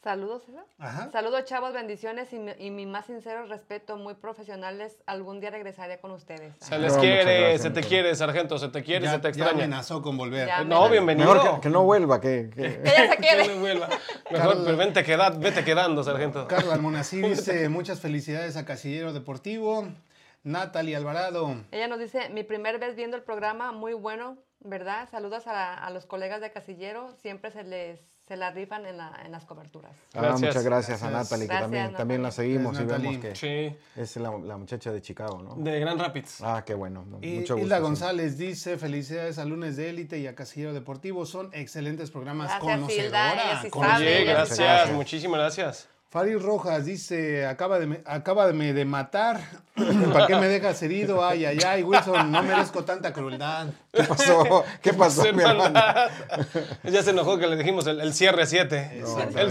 Speaker 2: Saludos, César.
Speaker 1: Ajá.
Speaker 2: Saludos, chavos, bendiciones y mi, y mi más sincero respeto, muy profesionales. Algún día regresaré con ustedes.
Speaker 3: Se les
Speaker 4: No, muchas
Speaker 3: quiere,
Speaker 4: gracias,
Speaker 3: se te
Speaker 4: muchas
Speaker 3: quiere, sargento, se te quiere,
Speaker 1: Ya,
Speaker 3: se te
Speaker 1: ya
Speaker 3: extraña.
Speaker 1: amenazó con volver.
Speaker 2: Ya
Speaker 3: No,
Speaker 2: amenazó.
Speaker 3: bienvenido.
Speaker 4: Mejor que, que no vuelva, que, que-
Speaker 2: Que ya se
Speaker 3: Que
Speaker 2: quede.
Speaker 3: no vuelva. Mejor, pero vente, queda- vete quedando, sargento.
Speaker 1: Carlos Almonací dice, muchas felicidades a Casillero Deportivo. Natalie Alvarado.
Speaker 2: Ella nos dice, mi primer vez viendo el programa, muy bueno, ¿verdad? Saludos a, la- a los colegas de Casillero, siempre se les se la rifan en, la- en las coberturas.
Speaker 4: Ah,
Speaker 3: Gracias.
Speaker 4: muchas gracias a
Speaker 1: Gracias.
Speaker 4: Natalie, que
Speaker 2: Gracias,
Speaker 4: también,
Speaker 2: Natalie.
Speaker 4: también la seguimos y
Speaker 1: Gracias,
Speaker 4: vemos
Speaker 1: Natalie.
Speaker 3: Sí,
Speaker 4: que es la, la muchacha de Chicago, ¿no?
Speaker 3: de Gran Rapids.
Speaker 4: Ah, qué bueno. no,
Speaker 1: Y
Speaker 4: Mucho gusto.
Speaker 1: Hilda
Speaker 4: sí.
Speaker 1: González dice, felicidades a Lunes de Élite y a Casillero Deportivo. Son excelentes programas
Speaker 2: Gracias,
Speaker 1: conocedora.
Speaker 2: Hilda, ella sí
Speaker 1: con-
Speaker 2: sabe.
Speaker 3: Oye,
Speaker 2: ella
Speaker 3: gracias,
Speaker 4: sabe.
Speaker 3: muchísimas gracias.
Speaker 1: Farid Rojas dice, acaba de, me- acaba de, me de matar. ¿Para qué me dejas herido? Ay, ay, ay, Wilson, no merezco tanta crueldad.
Speaker 4: ¿Qué pasó? ¿Qué pasó, mi hermano?
Speaker 3: ya se enojó que le dijimos el, el cierre 7.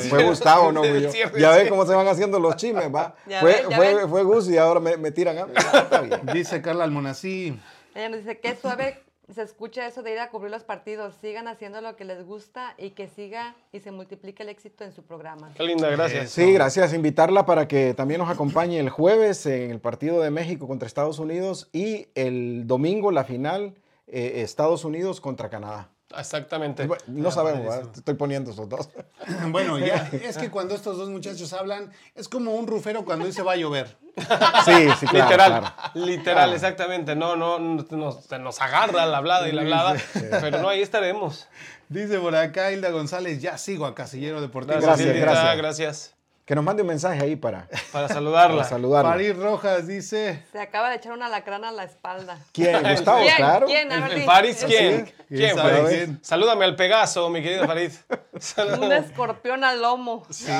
Speaker 4: Fue Gustavo, no fui yo. Ya ves cómo se van haciendo los chimes, va.
Speaker 2: Ya
Speaker 4: Fue,
Speaker 2: ven, ya
Speaker 4: fue,
Speaker 2: ven.
Speaker 4: fue Gus y ahora me, me tiran a mí. Ah, está bien.
Speaker 1: Dice Carla Almonací.
Speaker 2: Ella nos dice, qué suave se escucha eso de ir a cubrir los partidos, sigan haciendo lo que les gusta y que siga y se multiplique el éxito en su programa.
Speaker 3: Qué linda, gracias.
Speaker 4: Sí, gracias. Invitarla para que también nos acompañe el jueves en el partido de México contra Estados Unidos y el domingo la final eh, Estados Unidos contra Canadá.
Speaker 3: Exactamente.
Speaker 4: No sabemos, ¿verdad? Estoy poniendo esos dos.
Speaker 1: Bueno, ya, es que cuando estos dos muchachos hablan, es como un rufero cuando dice va a llover.
Speaker 4: Sí, sí, claro.
Speaker 3: literal,
Speaker 4: claro.
Speaker 3: literal, exactamente. No, no, nos, se nos agarra la hablada y la hablada, pero no, ahí estaremos.
Speaker 1: Dice por acá Hilda González, ya sigo a Casillero Deportivo.
Speaker 4: Gracias,
Speaker 3: Lilita,
Speaker 4: gracias.
Speaker 3: gracias.
Speaker 4: Que nos mande un mensaje ahí para,
Speaker 3: Para saludarla.
Speaker 4: para saludarla.
Speaker 1: Farid Rojas dice,
Speaker 2: Se acaba de echar una lacrana a la espalda.
Speaker 4: ¿Quién? Gustavo,
Speaker 2: ¿Quién?
Speaker 4: claro.
Speaker 2: ¿Quién? A ver,
Speaker 3: ¿El
Speaker 2: di.
Speaker 3: Farid quién?
Speaker 1: Sí.
Speaker 3: ¿Quién,
Speaker 1: ¿Quién sabe
Speaker 3: Farid?
Speaker 1: quién?
Speaker 3: Salúdame al Pegaso, mi querido Farid.
Speaker 2: Un escorpión al lomo.
Speaker 1: sí,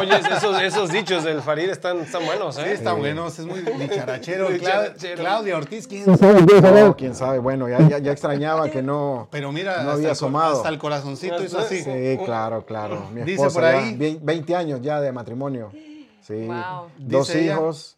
Speaker 3: Oye, esos, esos dichos del Farid están, están buenos, ¿eh?
Speaker 1: está bueno, es muy dicharachero. Cla-
Speaker 3: Dicharachero.
Speaker 1: Claudia Ortiz, ¿quién?
Speaker 5: ¿Quién sabe? ¿Quién sabe?
Speaker 4: No, quién sabe. Bueno, ya, ya, ya extrañaba que no,
Speaker 1: Pero mira,
Speaker 4: no
Speaker 1: hasta,
Speaker 4: había
Speaker 1: el, cor-
Speaker 4: asomado.
Speaker 1: hasta el corazoncito hizo así.
Speaker 4: Sí, claro, claro. Mi
Speaker 1: Dice
Speaker 4: esposa
Speaker 1: por
Speaker 4: ya,
Speaker 1: ahí-
Speaker 4: bien- 20 años ya de matrimonio. Sí.
Speaker 2: Wow.
Speaker 4: Dos
Speaker 1: Dice ella-
Speaker 4: hijos.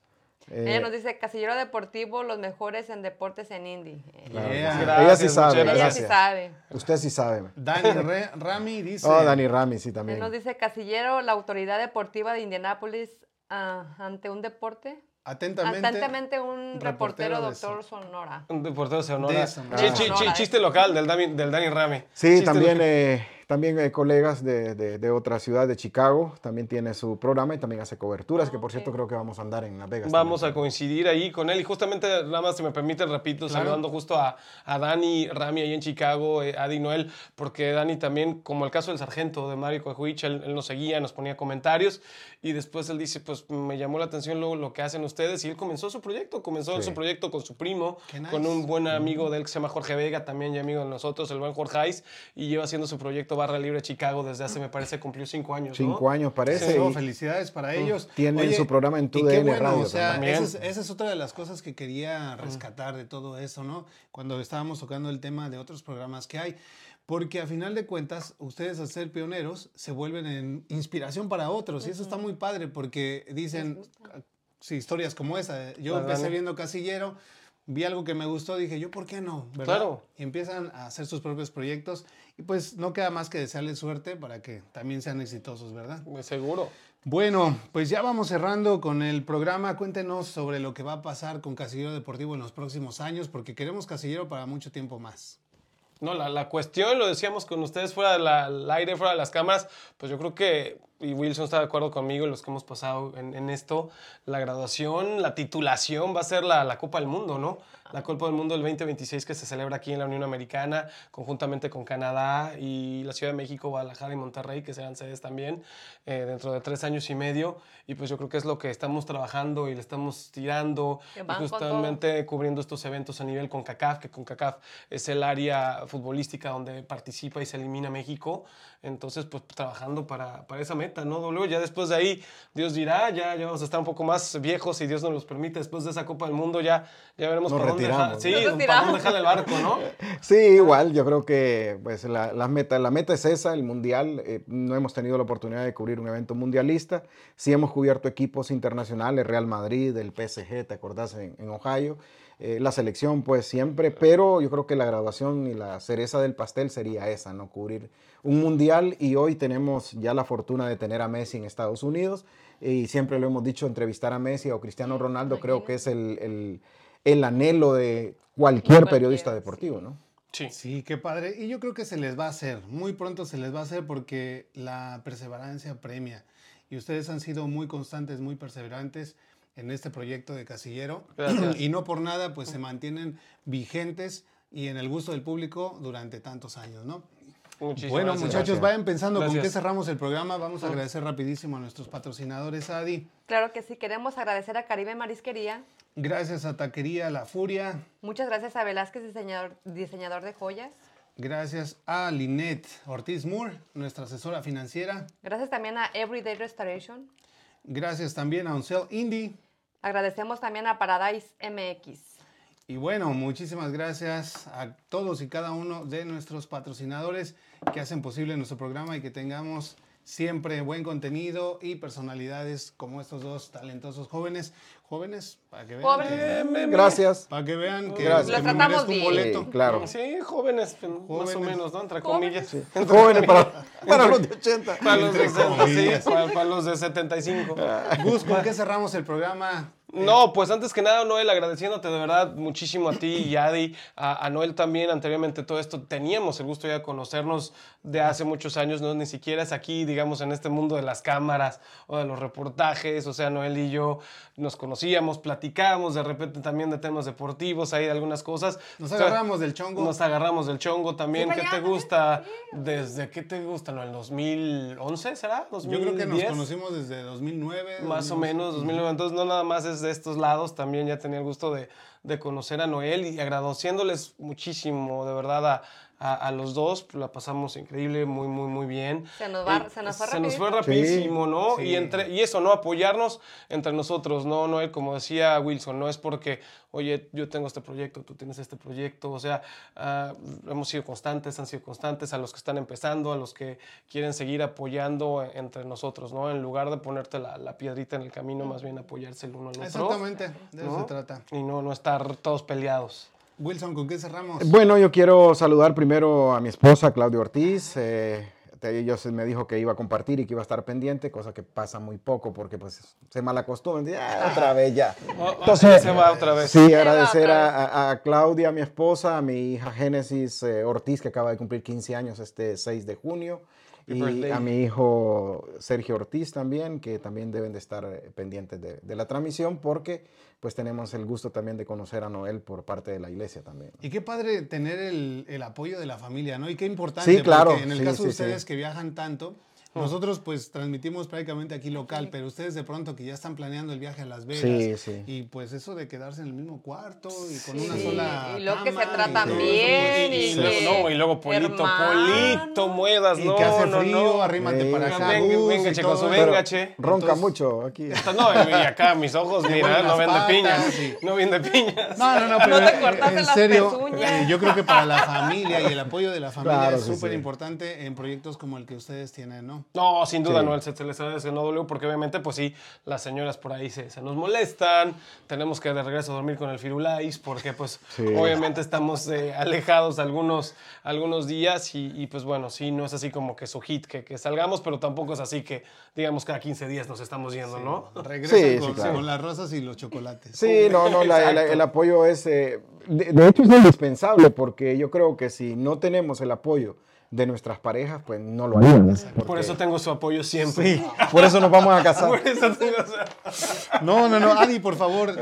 Speaker 4: eh,
Speaker 2: Ella nos dice, Casillero Deportivo, los mejores en deportes en Indy. Eh,
Speaker 4: claro que
Speaker 1: Yeah.
Speaker 4: sí.
Speaker 3: Gracias,
Speaker 4: Ella sí
Speaker 3: muchas
Speaker 4: sabe.
Speaker 2: Ella
Speaker 4: Gracias.
Speaker 2: sí sabe.
Speaker 4: Usted sí sabe.
Speaker 1: Dani Re- Rami dice,
Speaker 4: Oh, Dani Rami, sí,
Speaker 2: Él
Speaker 4: también.
Speaker 2: nos dice, Casillero, la autoridad deportiva de Indianápolis ah, ante un deporte.
Speaker 1: atentamente,
Speaker 2: Atentamente un reportero,
Speaker 1: de
Speaker 2: doctor Sonora.
Speaker 3: Un deportero de Sonora.
Speaker 1: De Sonora.
Speaker 3: Chi- chi- chi-
Speaker 2: Sonora,
Speaker 3: chiste local del Dani, del Dani Rami.
Speaker 4: Sí,
Speaker 3: Chiste
Speaker 4: también,
Speaker 3: local.
Speaker 4: eh, también eh, colegas de, de- de otra ciudad, de Chicago, también tiene su programa y también hace coberturas, que por cierto creo que vamos a andar en Las Vegas.
Speaker 3: Vamos
Speaker 4: también.
Speaker 3: a coincidir ahí con él. Y justamente, nada más, si me permiten, repito, saludando justo a, a Dani Rami ahí en Chicago, eh, a Adi Noel, porque Dani también, como el caso del sargento de Mario Cojuich, él, él nos seguía, nos ponía comentarios. Y después él dice: Pues me llamó la atención lo, lo que hacen ustedes. Y él comenzó su proyecto, comenzó
Speaker 4: Sí.
Speaker 3: su proyecto con su primo,
Speaker 1: Qué nice.
Speaker 3: con un buen amigo de él que se llama Jorge Vega, también ya amigo de nosotros, el buen Jorge Hayes, y lleva haciendo su proyecto Barra Libre Chicago desde hace, me parece, cumplió cinco años. ¿no?
Speaker 4: Cinco años parece.
Speaker 1: Sí, no,
Speaker 4: y-
Speaker 1: felicidades para ellos.
Speaker 4: Tienen su programa en
Speaker 1: y qué
Speaker 4: TUDN
Speaker 1: bueno,
Speaker 4: Radio
Speaker 1: O sea,
Speaker 3: también.
Speaker 1: esa es, esa es otra de las cosas que quería rescatar de todo eso, ¿no? Cuando estábamos tocando el tema de otros programas que hay. Porque a final de cuentas, ustedes al ser pioneros se vuelven en inspiración para otros. Y eso está muy padre porque dicen ah, sí, historias como esa. Yo
Speaker 4: Pues
Speaker 3: Ah,
Speaker 1: empecé
Speaker 3: dale.
Speaker 1: viendo Casillero, vi algo que me gustó, dije, ¿yo por qué no? ¿Verdad?
Speaker 3: Claro.
Speaker 1: Y empiezan a hacer sus propios proyectos. Y pues no queda más que desearles suerte para que también sean exitosos, ¿verdad?
Speaker 3: Seguro.
Speaker 1: Bueno, pues ya vamos cerrando con el programa. Cuéntenos sobre lo que va a pasar con Casillero Deportivo en los próximos años, porque queremos Casillero para mucho tiempo más.
Speaker 3: No, la, la cuestión, lo decíamos con ustedes fuera del aire, fuera de las cámaras, pues yo creo que, y Wilson está de acuerdo conmigo, los que hemos pasado en, en esto, la graduación, la titulación va a ser la, la Copa del Mundo, ¿no? la Copa del Mundo del 2026 que se celebra aquí en la Unión Americana, conjuntamente con Canadá y la Ciudad de México, Guadalajara y Monterrey, que serán sedes también eh, dentro de tres años y medio. Y pues yo creo que es lo que estamos trabajando y le estamos tirando,
Speaker 2: Que
Speaker 3: y
Speaker 2: van con todo.
Speaker 3: justamente cubriendo estos eventos a nivel CONCACAF, que CONCACAF es el área futbolística donde participa y se elimina México. Entonces, pues trabajando para, para esa meta, ¿no? Luego ya después de ahí, Dios dirá, ya, ya vamos a estar un poco más viejos, si Dios nos los permite, después de esa Copa del Mundo ya, ya veremos
Speaker 4: Nos
Speaker 3: por dónde
Speaker 4: retiramos.
Speaker 3: deja- sí,
Speaker 2: Nos
Speaker 3: para dónde
Speaker 2: retiramos.
Speaker 3: dejar el barco, ¿no?
Speaker 4: Sí, igual, yo creo que pues, la, la meta, la meta es esa, el mundial. eh, no hemos tenido la oportunidad de cubrir un evento mundialista. Sí hemos cubierto equipos internacionales, Real Madrid, el PSG, ¿te acordás? En, en Ohio. Eh, la selección, pues siempre, pero yo creo que la graduación y la cereza del pastel sería esa, ¿no? Cubrir un mundial y hoy tenemos ya la fortuna de tener a Messi en Estados Unidos eh, y siempre lo hemos dicho, entrevistar a Messi o Cristiano Ronaldo creo que es el- el- el anhelo de cualquier
Speaker 2: Cualquiera,
Speaker 4: periodista
Speaker 2: sí.
Speaker 4: deportivo, ¿no?
Speaker 3: Sí.
Speaker 1: Sí, qué padre. Y yo creo que se les va a hacer, muy pronto se les va a hacer porque la perseverancia premia. Y ustedes han sido muy constantes, muy perseverantes en este proyecto de Casillero.
Speaker 3: Gracias.
Speaker 1: Y no por nada, pues se mantienen vigentes y en el gusto del público durante tantos años, ¿no?
Speaker 3: Muchísimas
Speaker 1: bueno,
Speaker 3: gracias. Oh.
Speaker 1: muchachos, vayan pensando con
Speaker 3: Gracias.
Speaker 1: qué cerramos el programa. Vamos a agradecer rapidísimo a nuestros patrocinadores, Adi.
Speaker 2: Claro que sí, queremos agradecer a Caribe Marisquería.
Speaker 1: Gracias a Taquería La Furia.
Speaker 2: Muchas gracias a Velázquez, diseñador, diseñador de joyas.
Speaker 1: Gracias a Lynette Ortiz Moore, nuestra asesora financiera.
Speaker 2: Gracias también a Everyday Restoration.
Speaker 1: Gracias también a Uncel Indie.
Speaker 2: Agradecemos también a Paradise MX.
Speaker 1: Y bueno, muchísimas gracias a todos y cada uno de nuestros patrocinadores que hacen posible nuestro programa y que tengamos siempre buen contenido y personalidades como estos dos talentosos jóvenes. Jóvenes, para que vean.
Speaker 2: Jóvenes.
Speaker 4: Gracias.
Speaker 1: Para que vean que
Speaker 4: Gracias.
Speaker 1: que
Speaker 4: Los
Speaker 1: me
Speaker 2: tratamos
Speaker 1: merezco un
Speaker 2: bien.
Speaker 1: boleto.
Speaker 4: Sí, claro.
Speaker 3: Sí, jóvenes, más
Speaker 1: Jóvenes.
Speaker 3: o menos, ¿no? Entre
Speaker 2: Jóvenes.
Speaker 3: comillas.
Speaker 4: Jóvenes para, para los de 80.
Speaker 3: Para los de
Speaker 1: Entre
Speaker 3: 60, sí,
Speaker 1: comillas. Ah.
Speaker 3: para, para los de 75.
Speaker 1: Gus, ¿con qué cerramos el programa?
Speaker 3: No, pues antes que nada, Noel, agradeciéndote de verdad muchísimo a ti y a Adi, a, a Noel también, anteriormente todo esto, teníamos el gusto ya de conocernos de hace muchos años, no ni siquiera es aquí, digamos, en este mundo de las cámaras o de los reportajes, o sea, Noel y yo nos conocíamos, platicábamos de repente también de temas deportivos, ahí de algunas cosas.
Speaker 1: Nos
Speaker 3: O sea,
Speaker 1: agarramos del chongo.
Speaker 3: Nos agarramos del chongo también.
Speaker 2: Sí,
Speaker 3: ¿Qué te
Speaker 2: vaya,
Speaker 3: gusta? ¿Desde qué te gusta? ¿No? ¿El 2011 será?
Speaker 1: Yo creo que nos
Speaker 3: 2010?
Speaker 1: conocimos desde 2009.
Speaker 3: Más o
Speaker 1: 2011.
Speaker 3: menos, 2009. Entonces, no nada más es de estos lados. También ya tenía el gusto de, de conocer a Noel y agradeciéndoles muchísimo, de verdad, a, a- a los dos. La pasamos increíble, muy, muy, muy bien.
Speaker 2: Se nos va-
Speaker 3: Y
Speaker 2: se nos fue
Speaker 3: Se nos
Speaker 2: rapidito.
Speaker 3: fue rapidísimo, ¿no?
Speaker 1: Sí.
Speaker 3: Y, entre, y eso, ¿no? Apoyarnos entre nosotros, ¿no, Noel? Como decía Wilson, no es porque, oye, yo tengo este proyecto, tú tienes este proyecto. O sea, ah, hemos sido constantes, han sido constantes a los que están empezando, a los que quieren seguir apoyando entre nosotros, ¿no? En lugar de ponerte la, la piedrita en el camino, más bien apoyarse el uno al otro.
Speaker 1: Exactamente, de eso
Speaker 3: ¿no?
Speaker 1: se trata.
Speaker 3: Y no, no estar todos peleados.
Speaker 1: Wilson, ¿con qué cerramos?
Speaker 4: Bueno, yo quiero saludar primero a mi esposa, Claudia Ortiz. eh, te- ella se- me dijo que iba a compartir y que iba a estar pendiente, cosa que pasa muy poco porque pues se mal acostumbran. dicen, "Ah, otra vez ya.
Speaker 3: O- o-
Speaker 4: Entonces-
Speaker 3: ah, se va otra vez.
Speaker 4: Sí,
Speaker 2: va
Speaker 4: agradecer
Speaker 2: otra
Speaker 4: a, a- a Claudia, a mi esposa, a mi hija Génesis eh, Ortiz, que acaba de cumplir 15 años este 6 de junio.
Speaker 3: Happy
Speaker 4: Y
Speaker 3: birthday.
Speaker 4: a mi hijo Sergio Ortiz también, que también deben de estar eh, pendientes de, de la transmisión, porque pues tenemos el gusto también de conocer a Noel por parte de la iglesia también.
Speaker 1: Y qué padre tener el, el apoyo de la familia, ¿no? Y qué importante,
Speaker 4: Sí, claro,
Speaker 1: porque en el
Speaker 4: sí,
Speaker 1: caso de
Speaker 4: sí,
Speaker 1: ustedes
Speaker 4: sí.
Speaker 1: que viajan tanto, nosotros pues transmitimos prácticamente aquí local, pero ustedes de pronto que ya están planeando el viaje a Las Vegas,
Speaker 4: Sí, sí.
Speaker 1: y pues eso de quedarse en el mismo cuarto y con
Speaker 2: Sí,
Speaker 1: una sola
Speaker 2: y luego que se
Speaker 1: cama y
Speaker 2: tratan
Speaker 1: todo eso,
Speaker 2: bien,
Speaker 1: pues,
Speaker 2: y
Speaker 3: Y
Speaker 1: sí.
Speaker 3: luego,
Speaker 2: que-
Speaker 3: no, y luego Polito,
Speaker 2: hermano.
Speaker 3: Polito, muedas,
Speaker 1: Y
Speaker 3: no,
Speaker 1: que hace
Speaker 3: no,
Speaker 1: frío,
Speaker 3: no.
Speaker 1: arrímate
Speaker 4: Sí.
Speaker 1: para acá,
Speaker 3: Venga,
Speaker 1: Gus,
Speaker 3: venga,
Speaker 1: y
Speaker 3: chicos,
Speaker 1: todo
Speaker 3: venga,
Speaker 1: eso.
Speaker 3: che.
Speaker 4: Ronca
Speaker 1: Entonces-
Speaker 4: mucho aquí.
Speaker 3: No, y acá mis ojos, mira,
Speaker 1: vuelan
Speaker 3: no
Speaker 1: las
Speaker 3: vende piña.
Speaker 1: patas y-
Speaker 3: No vende piña.
Speaker 1: No, no, no,
Speaker 2: No
Speaker 1: pero
Speaker 2: te
Speaker 1: eh,
Speaker 2: cortaste
Speaker 1: en
Speaker 2: las
Speaker 1: serio,
Speaker 2: pezuñas.
Speaker 1: eh, yo creo que para la familia y el apoyo de la familia
Speaker 4: Claro,
Speaker 1: es
Speaker 4: sí,
Speaker 1: súper
Speaker 4: sí.
Speaker 1: importante en proyectos como el que ustedes tienen, ¿no?
Speaker 3: No, sin duda,
Speaker 4: Sí.
Speaker 3: no, el se, se les agradece, no doble, porque obviamente, pues sí, las señoras por ahí se, se nos molestan, tenemos que de regreso dormir con el firulais, porque pues
Speaker 4: Sí.
Speaker 3: obviamente estamos eh, alejados algunos, algunos días y, y, pues bueno, sí, no es así como que su hit, que, que salgamos, pero tampoco es así que, digamos, cada 15 días nos estamos yendo, ¿no?
Speaker 1: Regresan
Speaker 4: Sí, sí,
Speaker 1: con,
Speaker 4: claro.
Speaker 1: con las rosas y los chocolates.
Speaker 4: Sí, no, no, la- la- el apoyo es, eh, de, de hecho es indispensable porque yo creo que si no tenemos el apoyo de nuestras parejas, pues no lo haríamos.
Speaker 3: Por eso tengo su apoyo siempre.
Speaker 4: Por eso nos vamos a casar.
Speaker 3: Por eso tengo su-
Speaker 1: No, no, no, Adi, por favor,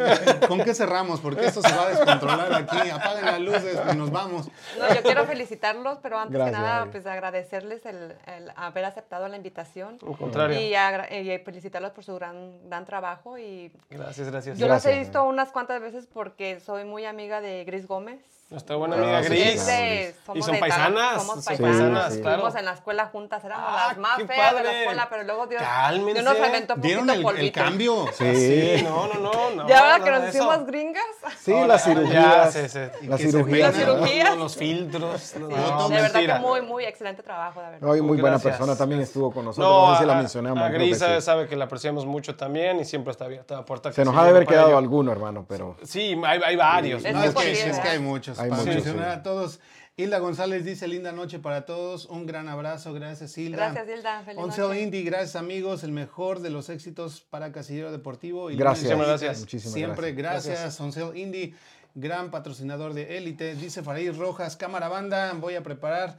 Speaker 1: ¿con qué cerramos? Porque esto se va a descontrolar aquí. Apaguen las luces y nos vamos.
Speaker 2: No, yo quiero felicitarlos, pero antes
Speaker 4: Gracias,
Speaker 2: que nada,
Speaker 4: Adri.
Speaker 2: pues agradecerles el, el haber aceptado la invitación
Speaker 3: Al contrario.
Speaker 2: y, agra- y eh, felicitarlos por su gran, gran trabajo. Y
Speaker 3: Gracias, gracias.
Speaker 2: yo los he
Speaker 4: Gracias,
Speaker 2: visto unas cuantas veces porque soy muy amiga de Gris Gómez.
Speaker 3: Nuestra buena amiga
Speaker 4: Ah, sí,
Speaker 3: Gris.
Speaker 2: Es de- somos
Speaker 3: y son
Speaker 2: de Tala-
Speaker 3: paisanas.
Speaker 2: Somos
Speaker 3: son
Speaker 2: paisanas.
Speaker 3: paisanas,
Speaker 4: Sí, sí.
Speaker 3: claro.
Speaker 2: Fuimos en la escuela juntas, éramos
Speaker 3: Ah,
Speaker 2: las más
Speaker 3: qué
Speaker 2: feas de la
Speaker 3: padre.
Speaker 2: escuela, pero luego Dios,
Speaker 3: Cálmense.
Speaker 2: Dios nos reventó un
Speaker 1: ¿Vieron
Speaker 2: poquito
Speaker 1: el, el
Speaker 2: polvito.
Speaker 1: cambio?
Speaker 4: Sí,
Speaker 3: Sí, no, no, no. no
Speaker 2: Y ahora que
Speaker 3: nada
Speaker 2: nos
Speaker 3: de eso.
Speaker 2: hicimos gringas,
Speaker 4: sí,
Speaker 3: Ahora,
Speaker 4: la
Speaker 3: ya,
Speaker 4: cirugía.
Speaker 3: sí, sí.
Speaker 4: La
Speaker 1: Que se
Speaker 4: cirugía.
Speaker 2: Las cirugías.
Speaker 3: No, Los filtros. No,
Speaker 1: No,
Speaker 2: de verdad
Speaker 3: mentira.
Speaker 2: que muy, muy excelente trabajo, de verdad.
Speaker 4: No, y muy buena
Speaker 3: Gracias.
Speaker 4: persona también estuvo con nosotros.
Speaker 3: No,
Speaker 4: No, sé si la
Speaker 3: a-
Speaker 4: mencionamos.
Speaker 3: A
Speaker 4: creo que
Speaker 3: Gris sabe,
Speaker 4: sí.
Speaker 3: sabe que la apreciamos mucho también y siempre está abierta la puerta.
Speaker 4: Se nos
Speaker 3: sí,
Speaker 4: ha de haber
Speaker 3: para
Speaker 4: quedado
Speaker 3: ello.
Speaker 4: alguno, hermano, pero.
Speaker 3: Sí, hay, hay varios.
Speaker 2: Es
Speaker 1: No,
Speaker 3: ¿no?
Speaker 2: muy
Speaker 1: es que,
Speaker 2: posible,
Speaker 1: es que
Speaker 2: ¿verdad?
Speaker 1: hay muchos.
Speaker 4: Hay
Speaker 1: para
Speaker 4: muchos,
Speaker 1: mencionar
Speaker 4: sí.
Speaker 1: a todos. Hilda González dice, linda noche para todos. Un gran abrazo. Gracias, Hilda.
Speaker 2: Gracias, Hilda. Feliz
Speaker 1: Oncel
Speaker 2: noche.
Speaker 1: Indy, gracias amigos, el mejor de los éxitos para Casillero Deportivo. Y
Speaker 4: Gracias.
Speaker 1: Lunes,
Speaker 3: Muchísimas gracias.
Speaker 4: Muchísimas
Speaker 1: Siempre gracias.
Speaker 3: gracias.
Speaker 1: Oncel Indy, gran patrocinador de Élite. Dice Farid Rojas, cámara banda, voy a preparar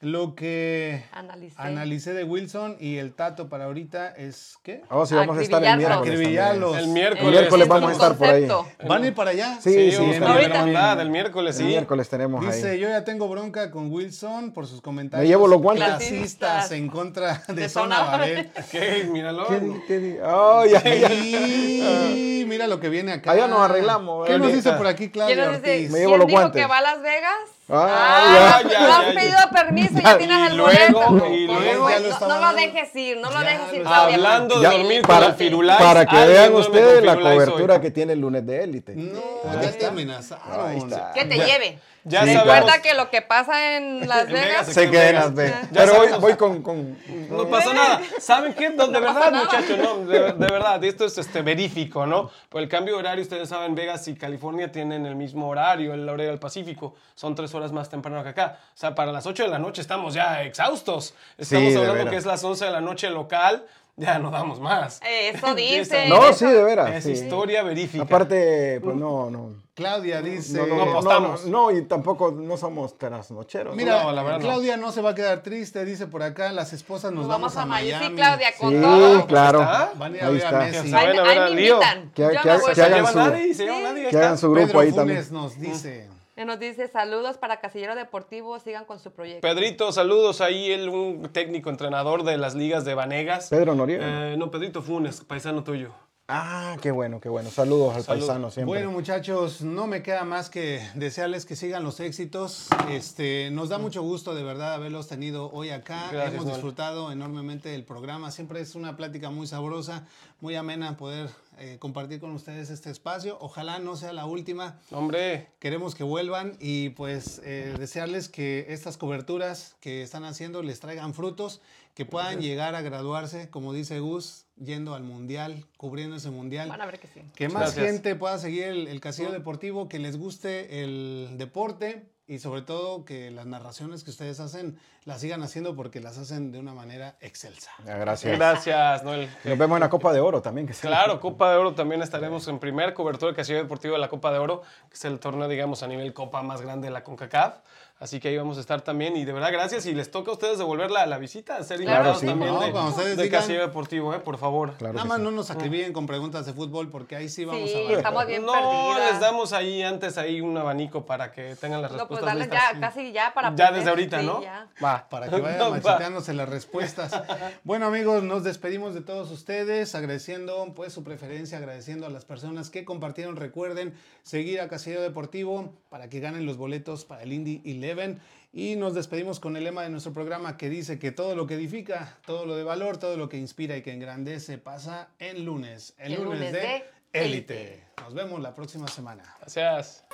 Speaker 1: lo que
Speaker 2: Analicé.
Speaker 1: analicé de Wilson y el tato para ahorita es, ¿qué?
Speaker 4: Oh, sí, vamos a estar el
Speaker 2: Acribillarlos.
Speaker 4: miércoles.
Speaker 1: Acribillarlos.
Speaker 4: también.
Speaker 3: El
Speaker 1: El
Speaker 3: miércoles.
Speaker 4: El miércoles
Speaker 2: Es
Speaker 4: vamos a
Speaker 2: un
Speaker 4: estar por ahí.
Speaker 2: concepto.
Speaker 1: ¿Van a ir para allá?
Speaker 4: Sí,
Speaker 3: Sí,
Speaker 4: sí,
Speaker 3: buscando
Speaker 4: está bien.
Speaker 3: la hermandad, el miércoles,
Speaker 4: El
Speaker 3: sí.
Speaker 4: miércoles tenemos
Speaker 1: Dice,
Speaker 4: ahí.
Speaker 1: yo ya tengo bronca con Wilson por sus comentarios.
Speaker 4: llevo los guantes.
Speaker 1: Clasistas en contra de,
Speaker 2: De
Speaker 1: Zona
Speaker 2: Zona
Speaker 1: Babel.
Speaker 3: Ok, míralo.
Speaker 4: ¿Qué di- qué di- Ay, ay, ay.
Speaker 1: Y mira lo que viene acá.
Speaker 4: Allá nos arreglamos,
Speaker 1: ¿Qué nos
Speaker 4: Verónica.
Speaker 1: dice por aquí
Speaker 2: ¿Quién
Speaker 1: Claudia
Speaker 2: nos dice?
Speaker 1: Ortiz?
Speaker 4: Me llevo
Speaker 2: ¿Quién
Speaker 4: los
Speaker 2: dijo
Speaker 4: guantes.
Speaker 2: que va a Las Vegas?
Speaker 4: Ah,
Speaker 3: ya,
Speaker 2: no
Speaker 3: ya,
Speaker 2: has
Speaker 3: ya.
Speaker 2: pedido permiso, ya,
Speaker 4: Ya,
Speaker 2: tienes
Speaker 3: y
Speaker 2: el
Speaker 3: luego,
Speaker 2: boleto.
Speaker 3: y
Speaker 2: ¿Cómo
Speaker 3: luego
Speaker 2: ves?
Speaker 1: ya lo está
Speaker 2: no, no lo
Speaker 1: dando.
Speaker 2: dejes ir, no lo
Speaker 1: Ya
Speaker 2: dejes
Speaker 1: lo
Speaker 2: ir.
Speaker 1: está
Speaker 2: Claudia.
Speaker 1: dando.
Speaker 3: Hablando de
Speaker 4: Ya,
Speaker 3: dormir
Speaker 4: para-
Speaker 3: con el firulais.
Speaker 4: Para que
Speaker 3: alguien
Speaker 4: vean
Speaker 3: duerme con
Speaker 4: ustedes la
Speaker 3: firulais hoy. Mm,
Speaker 4: cobertura que tiene el lunes de élite.
Speaker 1: No, ya te amenazaron.
Speaker 4: Ahí está.
Speaker 2: Que te lleve.
Speaker 3: Ya
Speaker 2: Recuerda
Speaker 3: sabemos.
Speaker 2: que lo que pasa en Las
Speaker 3: En Vegas
Speaker 2: Vegas
Speaker 3: se
Speaker 4: Se queden las de.
Speaker 3: Ya
Speaker 4: Pero voy,
Speaker 3: sabemos.
Speaker 4: voy con. con-
Speaker 3: No pasa nada. ¿Saben qué? No, de verdad, muchachos, no, de, de verdad, esto es este, verífico, ¿no? Por el cambio de horario, ustedes saben, Vegas y California tienen el mismo horario, el horario del Pacífico. Son tres horas más temprano que acá. O sea, para las 8 de la noche estamos ya exhaustos. Estamos
Speaker 4: Sí, de
Speaker 3: hablando
Speaker 4: veras.
Speaker 3: que es las 11 de la noche local, ya no damos más.
Speaker 2: Eso dicen.
Speaker 4: No, sí, de veras.
Speaker 3: Es
Speaker 4: sí.
Speaker 3: historia verífica.
Speaker 4: Aparte, pues no, no.
Speaker 1: Claudia dice.
Speaker 4: No, no,
Speaker 3: no
Speaker 4: no,
Speaker 3: apostamos.
Speaker 4: no, y tampoco no somos trasnocheros.
Speaker 1: Mira,
Speaker 3: No, la verdad no.
Speaker 1: Claudia no se va a quedar triste, dice por acá, las esposas nos,
Speaker 2: Nos vamos a Miami.
Speaker 1: Miami.
Speaker 2: Sí, Claudia, con
Speaker 4: Sí,
Speaker 2: todo.
Speaker 4: claro.
Speaker 3: está.
Speaker 1: Van a ir a
Speaker 4: Ah, pues Ahí
Speaker 1: ver a
Speaker 4: está.
Speaker 1: Messi.
Speaker 3: Se
Speaker 2: Ahí,
Speaker 3: vayan a ver
Speaker 2: ahí
Speaker 3: al
Speaker 2: me
Speaker 3: lío.
Speaker 2: invitan.
Speaker 4: Que-
Speaker 2: Yo
Speaker 4: que-
Speaker 2: me voy.
Speaker 4: que
Speaker 3: Se
Speaker 4: hagan
Speaker 3: llevan
Speaker 4: su-
Speaker 3: nadie, se llevan nadie. ahí
Speaker 4: Que
Speaker 3: está.
Speaker 4: hagan su grupo
Speaker 1: Pedro
Speaker 4: ahí
Speaker 1: Funes
Speaker 4: también.
Speaker 1: nos dice.
Speaker 2: Y Nos dice saludos para Casillero Deportivo, sigan con su proyecto.
Speaker 3: Pedrito, saludos. Ahí él, un técnico entrenador de las ligas de Vanegas.
Speaker 4: Pedro Noriega.
Speaker 3: Eh, no, Pedrito Funes, paisano tuyo.
Speaker 4: Ah, qué bueno, qué bueno. Saludos al
Speaker 3: Saludos.
Speaker 4: paisano siempre.
Speaker 1: Bueno, muchachos, no me queda más que desearles que sigan los éxitos. Este, nos da mucho gusto de verdad haberlos tenido hoy acá.
Speaker 3: Gracias,
Speaker 1: Hemos
Speaker 3: Noel.
Speaker 1: disfrutado enormemente del programa. Siempre es una plática muy sabrosa, muy amena poder eh, compartir con ustedes este espacio. Ojalá no sea la última.
Speaker 3: Hombre,
Speaker 1: Queremos que vuelvan y pues eh, desearles que estas coberturas que están haciendo les traigan frutos, que puedan llegar a graduarse, como dice Gus, yendo al mundial, cubriendo ese mundial.
Speaker 2: Van a ver que sí.
Speaker 1: Que más
Speaker 3: Gracias.
Speaker 1: gente pueda seguir el, el Casillero Deportivo, que les guste el deporte y sobre todo que las narraciones que ustedes hacen las sigan haciendo porque las hacen de una manera excelsa.
Speaker 4: Ah, gracias.
Speaker 3: gracias, Noel.
Speaker 4: Nos vemos en la Copa de Oro también. Que se-
Speaker 3: Claro, Copa de Oro también estaremos en primer cobertura del Casillero Deportivo de la Copa de Oro, que es el torneo, digamos, a nivel Copa más grande de la CONCACAF. Así que ahí vamos a estar también. Y de verdad, gracias. Y les toca a ustedes devolver la, la visita, ser invitados
Speaker 4: sí.
Speaker 3: también
Speaker 1: No,
Speaker 3: de,
Speaker 1: cuando ustedes
Speaker 3: de
Speaker 1: digan.
Speaker 3: Casillero Deportivo, ¿eh? por favor.
Speaker 4: Claro
Speaker 1: Nada
Speaker 4: que
Speaker 1: más
Speaker 4: sí.
Speaker 1: no nos acribillen con preguntas de fútbol porque ahí sí vamos
Speaker 2: Sí,
Speaker 1: a variar.
Speaker 2: estamos bien
Speaker 3: no,
Speaker 2: perdidas.
Speaker 3: les damos ahí antes ahí un abanico para que tengan las
Speaker 2: No, pues
Speaker 3: respuestas
Speaker 2: darles
Speaker 3: listas.
Speaker 2: ya, casi ya para
Speaker 3: Ya
Speaker 2: aprender.
Speaker 3: desde ahorita,
Speaker 2: Sí,
Speaker 3: ¿no?
Speaker 2: ya.
Speaker 3: Va.
Speaker 1: Para que vayan
Speaker 3: No, va.
Speaker 1: macheteándose las respuestas. Bueno, amigos, nos despedimos de todos ustedes, agradeciendo pues su preferencia, agradeciendo a las personas que compartieron. Recuerden seguir a Casillero Deportivo para que ganen los boletos para el Indy 11. Y nos despedimos con el lema de nuestro programa que dice que todo lo que edifica, todo lo de valor, todo lo que inspira y que engrandece pasa en lunes. El,
Speaker 2: El
Speaker 1: lunes,
Speaker 2: lunes
Speaker 1: de
Speaker 2: de
Speaker 1: Élite. Nos vemos la próxima semana.
Speaker 3: Gracias.